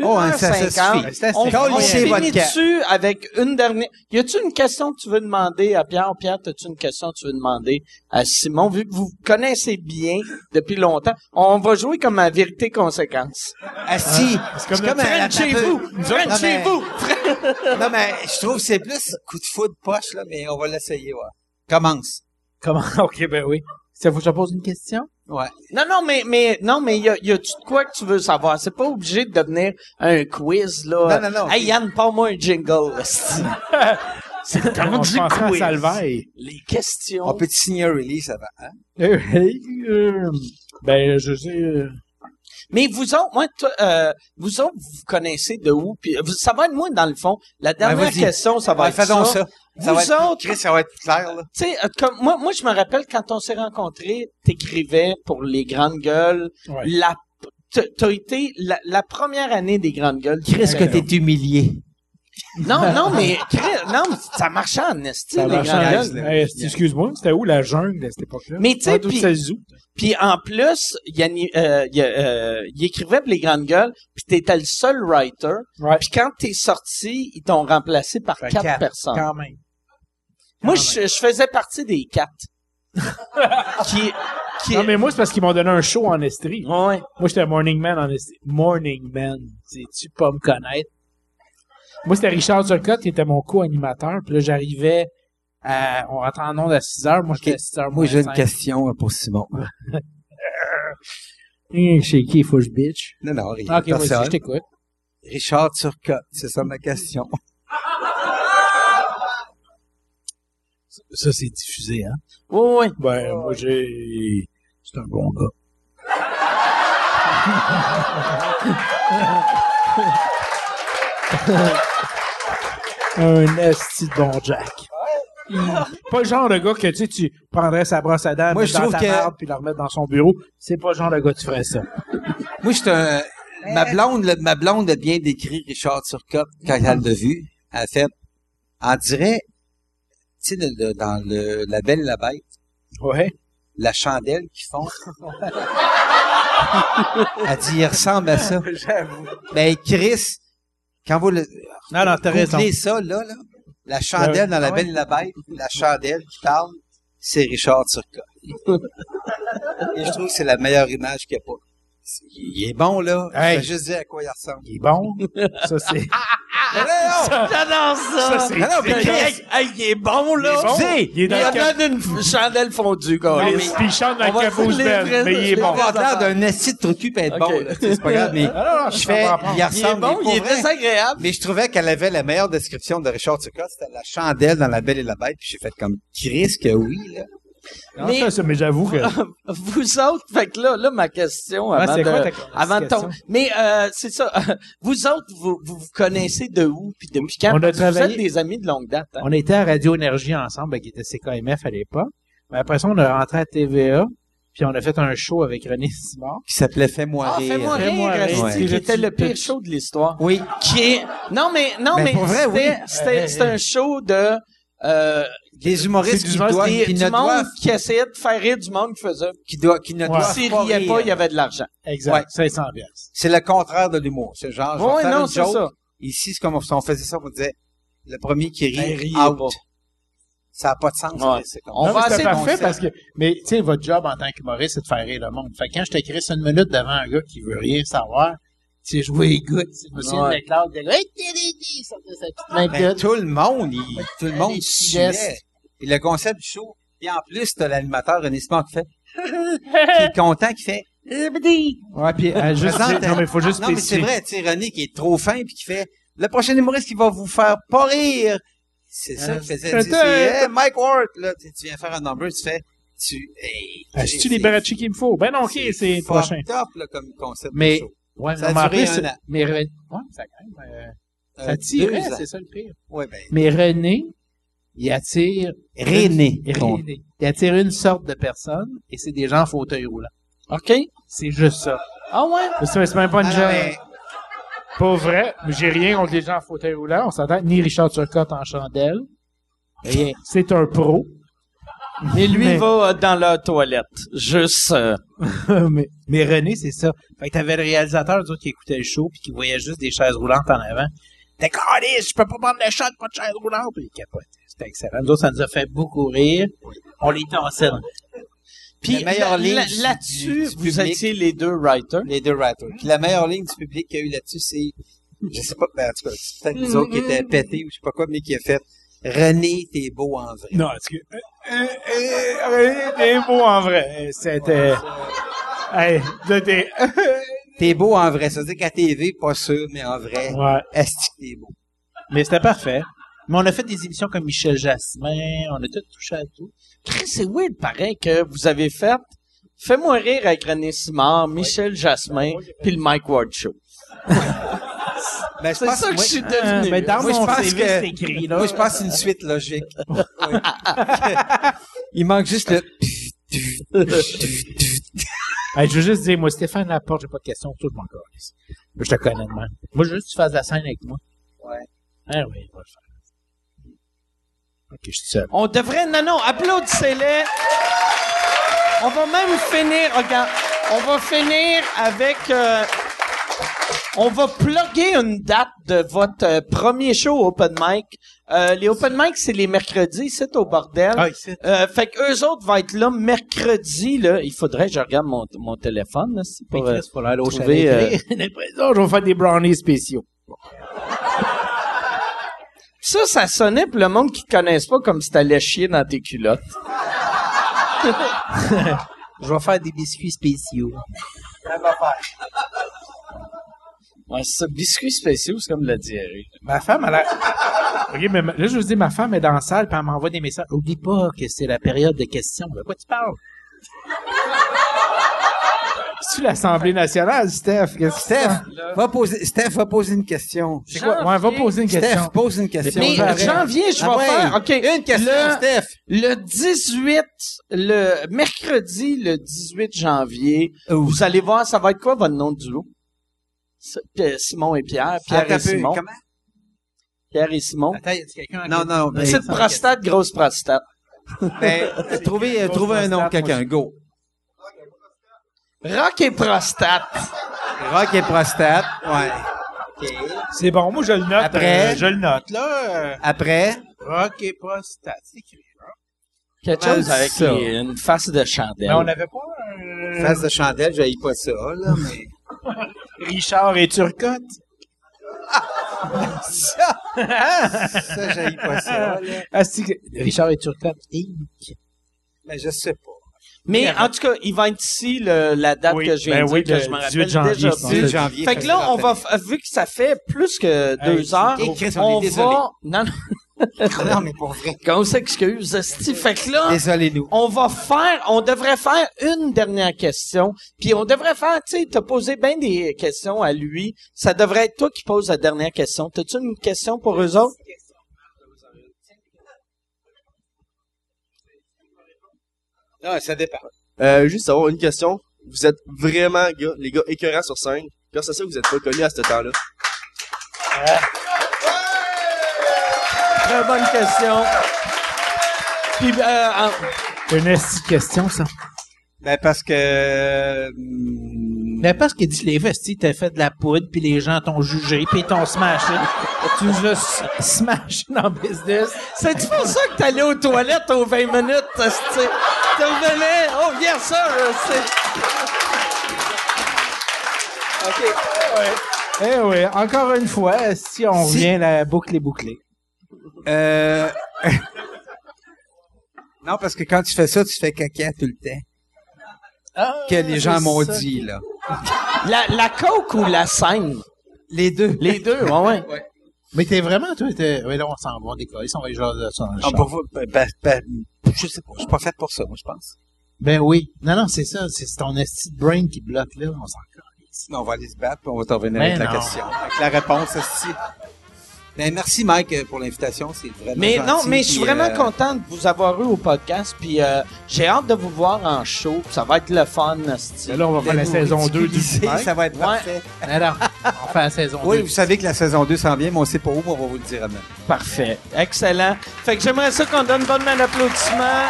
Une
Oh,
heure
ça, ça
cinquante.
suffit.
Ben, C'est assez.
On, on
Colissez votre
finit
camp.
dessus avec une dernière. Y a-tu une question que tu veux demander à Pierre? Pierre, as-tu une question que tu veux demander à Simon? Vu que vous vous connaissez bien depuis longtemps, on va jouer comme à vérité-conséquence.
Assis.
comme le
à-
French chez
attends,
vous!
non,
French
mais-
chez vous!
Non, mais je trouve que c'est plus coup de foudre poche, là, mais on va l'essayer, ouais. Commence.
Comment? OK, ben oui. Ça vous je te pose une question?
Ouais.
Non, non, mais, mais, non, mais y a, y a-tu de quoi que tu veux savoir? C'est pas obligé de devenir un quiz, là.
Non, non, non.
Hey, Yann, parle-moi un jingle, esti.
C'est
rendu
je pensais à
quiz.
Salvaille.
Les questions.
On peut te signer un release avant, hein?
Euh, euh, ben, je sais. euh,
Mais vous autres, moi, toi, euh, vous autres, vous connaissez de où? Puis, euh, vous- ça va être moi, dans le fond. La dernière
vas-y.
question, Ben, ça va
Ouais,
être
fais donc ça. Ça
Vous
va être,
autres-
Chris, ça va être clair, là.
Tu sais, euh, comme moi, moi, je me rappelle quand on s'est rencontrés, t'écrivais pour les grandes gueules.
Ouais.
La, t'as t'as été la, la première année des grandes gueules.
Chris, que t'es humilié.
Non, non, mais Chris, non, mais ça marchait en esti, les grandes
marchait en
gueules.
esti. Là,
hey,
yeah.
Excuse-moi, c'était où la jungle à cette époque-là?
Mais tu sais,
Ah, d'où
puis-
ça se joue?
Puis en plus, Yanni- euh, il, euh, il écrivait pour les grandes gueules, puis t'étais le seul writer.
Ouais.
Puis quand t'es sorti, ils t'ont remplacé par
Fait
quatre,
quatre.
personnes.
Quand même.
Moi, je, je faisais partie des quatre. qui, qui,
Non, mais moi, c'est parce qu'ils m'ont donné un show en Estrie.
Ouais.
Moi, j'étais Morning Man en Estrie. Morning Man. Sais-tu pas me connaître? Moi, c'était Richard Turcotte qui était mon co-animateur. Puis là, j'arrivais à. On rentrait en onde à 6 h. Moi, j'étais à 6 h.
Moi, j'ai une question euh, pour Simon.
Chez qui, faut que je bitch?
Non, non, rien.
Ok, moi,
personne.
je t'écoute.
Richard Turcotte, c'est ça ma question.
Ça, c'est diffusé, hein?
Oui, oui.
Ben, moi, j'ai. C'est un bon gars.
Un esti de bon Jack. Pas le genre de gars que tu sais, tu prendrais sa brosse à dents,
Moi,
mettre
je
dans
trouve
ta
que-
marde, puis la remettre dans son bureau. C'est pas le genre de gars que tu ferais ça.
Moi, j'étais un... Euh, Ma blonde, le- ma blonde a bien décrit Richard Turcotte quand elle l'a vu. Elle a fait, on dirait, tu sais, le- le- dans le, La Belle et la Bête,
Ouais.
la chandelle qu'ils font. elle dit, il ressemble à ça. Ben, Chris, quand vous le,
Non, non, t'as raison.
Googlez ça, là, là. La chandelle dans La Belle et la Bête, la chandelle qui parle, c'est Richard Turcotte. et je trouve que c'est la meilleure image qu'il n'y a pas. Il est bon, là.
Hey.
Je vais juste dire à quoi il ressemble.
Il est bon. Ça, c'est.
J'adore Ah, ça.
c'est-
Non, non, mais
Hey, hey, hey, il est bon, là.
bon.
Dis,
Il est dans
il
le
en
cap-
donne une chandelle fondue, quoi.
Puis il chante dans
on va
le caboose
se les
belle, mais il est
vrais-
bon.
on va avoir l'air d'un assis de trou de cul pour être bon, là. Tu sais, C'est pas grave, mais
Alors,
je fais, il
Il est
ressemble.
bon,
mais pour
il est
vrai,
désagréable.
mais je trouvais qu'elle avait la meilleure description de Richard Turcotte. C'était la chandelle dans La Belle et la Bête. Puis j'ai fait comme, Chris, que oui, là.
mais-
mais, mais j'avoue que.
Vous autres, fait que là, là, ma question
Ouais,
avant
Ah, c'est
de,
quoi ta-
avant de
question?
tomber. Mais euh, c'est ça. Vous autres, vous, vous vous connaissez de où puis depuis quand?
On a
Parce que
travaillé-
Vous êtes des amis de longue date. hein?
On était à Radio Énergie ensemble, ben, qui était CKMF à l'époque. Mais après ça, on est rentré à TVA, puis on a fait un show avec René Simard.
Qui s'appelait euh, Fais-moi
Ah,
rire.
fais-moi
Fais-moi
rire,
rire.
Asti,
Ouais.
qui
J'ai
était
dit
le pire
pitch.
show de l'histoire.
Oui.
Qui est... Non, mais, non,
Ben,
mais
pour vrai, oui. Ben,
c'était- c'était c'était un show de... Euh,
Des humoristes
C'est du
qui,
humoriste
doivent,
des-
qui
du
ne
monde
doivent,
qui essayait de faire rire du monde qui faisait.
qui doivent, qui ne
Ouais.
doivent
S'il
pas
riait
rire.
pas, il y avait de l'argent.
Exact.
Ouais.
500 piastres.
C'est le contraire de l'humour. C'est genre, je vais
Ouais,
faire
non,
une
c'est
joke.
ça.
Ici, c'est comme on, si on faisait ça, on disait, le premier qui rit,
Ben, riez
out.
pas.
Ça n'a pas de sens.
Ouais.
mais c'est comme-
On va
Non, mais
essayer
c'était
de
parfait
faire-
parce que, mais tu sais, votre job en tant qu'humoriste, c'est de faire rire le monde. Fait que quand je t'écris une minute devant un gars qui veut rien savoir, tu sais, jouer les gouttes, tu sais, monsieur de la classe, le gars, Hey, t'es des
Hi, ça faisait sa petite main
Ben,
toute.
tout le monde, il, tout le monde
Les petits
suait.
gestes.
Et le concept du show. Et en plus, t'as l'animateur René Simard qui fait, qui est content, qui fait,
Ouais, puis euh, juste,
Présente-
non, mais faut juste
Ah, non, mais c'est
spécifier.
vrai, tu sais, René qui est trop fin puis qui fait, le prochain humoriste qui va vous faire pas rire. C'est ça qu'il faisait. Tu sais,
peut-être.
c'est, hey, Mike Ward, là, tu sais, tu viens faire un number, tu fais, tu, hey,
Ah,
tu sais,
C'est-tu les barachis qu'il me faut? Ben non, ok, c'est le
fucked
prochain.
up, là, comme concept de
Mais-
show.
Ouais,
Ça a
mais en
duré
plus,
un an.
Mais René, ouais, ça quand même, euh, ça
Euh,
tirait,
deux ans.
c'est ça le pire.
Ouais, ben,
Mais René, il attire.
René.
René. Il attire une sorte de personne et c'est des gens en fauteuil roulant.
OK?
C'est juste ça. Ah ouais? C'est c'est même pas une
Ah, non,
job.
mais-
Pas vrai. J'ai rien contre les gens en fauteuil roulant. On s'entend. Ni Richard Turcotte en chandelle. Rien. C'est un pro.
Et lui
Mais-
va euh, dans la toilette. Juste. euh,
mais, mais René, c'est ça. Fait que t'avais le réalisateur, eux autres, qui écoutait le show puis qui voyait juste des chaises roulantes en avant. T'es calé, je peux pas prendre le shot, pas de chaise roulante. Puis il capotait. C'était excellent. Nous autres, ça nous a fait beaucoup rire. On les torsait. dans-
Puis
La meilleure
là-
ligne
là-
du-
là-dessus,
du
vous
public.
étiez les deux writers.
les deux writers. Puis la meilleure ligne du public qu'il y a eu là-dessus, c'est, je sais pas, ben, en tout cas, c'est peut-être nous autres qui étaient pétés ou je sais pas quoi, mais qui a fait, René, t'es beau en vrai.
Non, est-ce que. euh, des mots en vrai. C'était. Hey, là, t'es- euh.
T'es beau en vrai. Ça veut dire qu'à TV, pas sûr, mais en vrai,
Ouais.
est-ce que t'es beau?
Mais c'était parfait. Mais on a fait des émissions comme Michel Jasmin, on a tout touché à tout.
Chris, c'est weird pareil que vous avez fait. Fais-moi rire avec René Simard, Michel Jasmin, puis le Mike Ward Show.
Ben, je
C'est
pense-
ça que
moi-
je suis devenu.
Mais Euh, ben, dans
Euh, moi, je
mon
pense
CV,
que-
c'est écrit, là.
Moi, je pense que c'est une suite logique. Oui. Il manque juste le...
Hey, je veux juste dire, moi, Stéphane Laporte, j'ai pas de questions, tout le monde calisse. Je te connais de même. Moi, je veux juste que tu fasses la scène avec moi.
Ouais.
Ah oui, on va le faire. Ok, je suis seul.
On devrait. Non, non, applaudissez-les. On va même finir. Regarde, on va finir avec. euh, on va plugger une date de votre euh, premier show Open Mic. Euh, les Open Mic, c'est les mercredis, c'est au bordel.
Ah, ici.
Euh, fait que eux autres vont être là mercredi. Là. Il faudrait que je regarde mon, mon téléphone. Là, c'est
Mais
pour, euh,
Ben, Chris, faut aller au
trouver,
chalet.
euh,
Les présents, je vais faire des brownies spéciaux.
Ça, ça sonnait pour le monde qui te connaisse pas comme si t'allais chier dans tes culottes.
Je vais faire des biscuits spéciaux.
Ouais, c'est ça. Biscuits spéciaux, c'est comme de la diarrhée.
Ma femme, elle a... OK, mais ma- là, je vous dis, ma femme est dans la salle, puis elle m'envoie des messages.
Oublie pas que c'est la période de questions. De quoi tu parles?
C'est-tu l'Assemblée nationale, Steph? Qu'est-ce que
Steph, va poser, Steph va poser une question.
c'est quoi? Ouais, va poser une
Steph,
question.
pose une question.
Mais
Jean-
janvier, je vais
Ah ouais.
faire. OK.
Une question,
Le-
Steph.
Le 18, le mercredi, le 18 janvier, vous allez voir, ça va être quoi votre nom de duo? C'est- euh, Simon et Pierre, Pierre
Attends
et
un peu,
Simon.
comment?
Pierre et Simon.
Ah,
Attends, y a quelqu'un?
Non, non, mais,
Petite prostate, grosse prostate.
mais trouvez, euh, trouvez un nom de quelqu'un. Go.
Rock et prostate.
Rock et prostate. Ouais. OK.
C'est bon, moi, je le note.
Après?
euh, je le note.
Là, euh,
Après,
rock et prostate. C'est écrit.
Quelque
Comment
chose avec
ça?
les- une face de chandelle.
Mais on n'avait pas euh,
face de chandelle, j'aille pas ça, là, mais...
Richard et Turcotte.
Ça, j'aille pas ça, là.
Ah, si, Richard et Turcotte. hic.
Mais Ben, je sais pas.
Mais en tout cas, il va être ici le- la date
Oui,
que j'ai
ben
dit,
oui,
que
le
je me
18
rappelle
janvier,
déjà
je pense.
plus.
18
janvier.
Fait que là, on va, f- vu que ça fait plus que deux
c'est
heures,
trop. Hey, Chris, on est
on,
désolé.
va, non, non,
Non, mais pour vrai.
qu'on s'excuse, esti. Fait que là,
Désolé-nous.
on va faire, on devrait faire une dernière question, puis on devrait faire, tu sais, t'as posé bien des questions à lui, ça devrait être toi qui poses la dernière question. T'as-tu une question pour eux autres?
Non, ça dépend.
Euh, juste avoir une question. Vous êtes vraiment, gars, les gars, écœurants sur scène. Grâce à ça, vous êtes pas connus à ce temps-là.
Très bonne question. Puis, euh, en-
Une esti de question, ça.
Ben, parce que... euh, hmm,
Mais Ben, parce que dit les vestis, t'as fait de la poudre, puis les gens t'ont jugé, puis ils t'ont smashé. tu nous as s- smashé dans le business.
C'est-tu pour ça que t'allais aux toilettes aux 20 minutes, esti? T'en revenais, oh yes sir, c'est...
OK.
Eh oui, encore une fois, si on
Si-
revient la boucle est bouclée.
Euh... non, parce que quand tu fais ça, tu fais caca tout le temps.
Ah,
que les gens m'ont dit, là.
La, la coke ou la scène?
Les deux.
Les deux, ouais, ouais.
Mais t'es vraiment, toi, t'es. Oui, là, on s'en va décoller, on va y jaser de ça dans le
Ah,
char.
pour vous, ben, ben, ben, je sais pas, je suis pas fait pour ça, moi, je pense.
Ben oui. Non, non, c'est ça. C'est ton esti de brain qui bloque, là. On s'en
Sinon, on va aller se battre, puis on va t'en revenir
Mais
avec la
non.
question. Avec la réponse, aussi. Ben, merci, Mike, euh, pour l'invitation. C'est vraiment
Mais
gentil,
non, mais je suis
puis,
vraiment
euh,
content de vous avoir eu au podcast, puis euh, j'ai hâte de vous voir en show, puis ça va être le fun, hostie.
Et là, on va faire la
de nous
saison 2 du
ridiculiser,
Mike.
Ça va être
Ouais.
parfait.
Alors, on fait la saison
Oui,
deux.
vous savez que la saison 2 s'en vient, mais on sait pas où, mais on va vous le dire à
Parfait. Excellent. Fait que j'aimerais ça qu'on donne bonne main d'applaudissement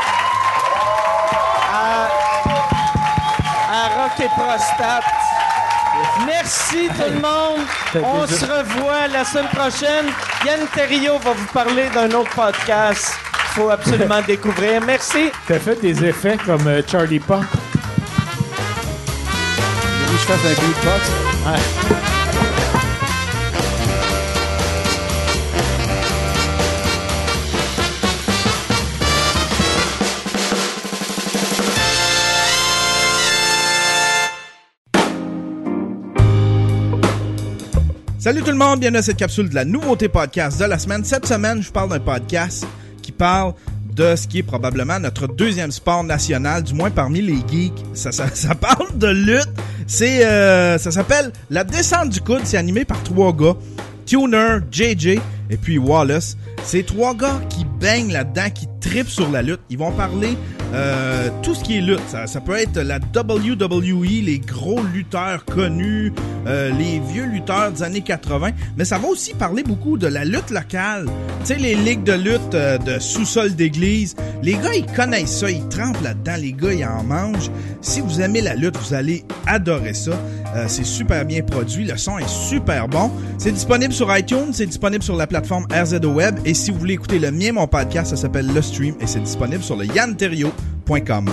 à, à Rock et Prostate. Merci tout le monde. On se revoit la semaine prochaine. Yann Terriot va vous parler d'un autre podcast qu'il faut absolument découvrir. Merci.
T'as fait des effets comme euh, Charlie Pop.
Je fasse un beatbox.
Salut tout le monde, bienvenue à cette capsule de la nouveauté podcast de la semaine. Cette semaine, je vous parle d'un podcast qui parle de ce qui est probablement notre deuxième sport national, du moins parmi les geeks. Ça, ça, ça parle de lutte. C'est, euh, ça s'appelle La descente du coude. C'est animé par trois gars. Tuner, JJ et puis Wallace. C'est trois gars qui baignent là-dedans, qui tripent sur la lutte. Ils vont parler euh, tout ce qui est lutte. Ça, ça peut être la WWE, les gros lutteurs connus, euh, les vieux lutteurs des années 80. Mais ça va aussi parler beaucoup de la lutte locale. Tu sais, les ligues de lutte euh, de sous-sol d'église. Les gars, ils connaissent ça. Ils trempent là-dedans. Les gars, ils en mangent. Si vous aimez la lutte, vous allez adorer ça. Euh, c'est super bien produit. Le son est super bon. C'est disponible sur iTunes, c'est disponible sur la plateforme RZO Web. Et si vous voulez écouter le mien, mon podcast, ça s'appelle Le Stream et c'est disponible sur le yanterio.com.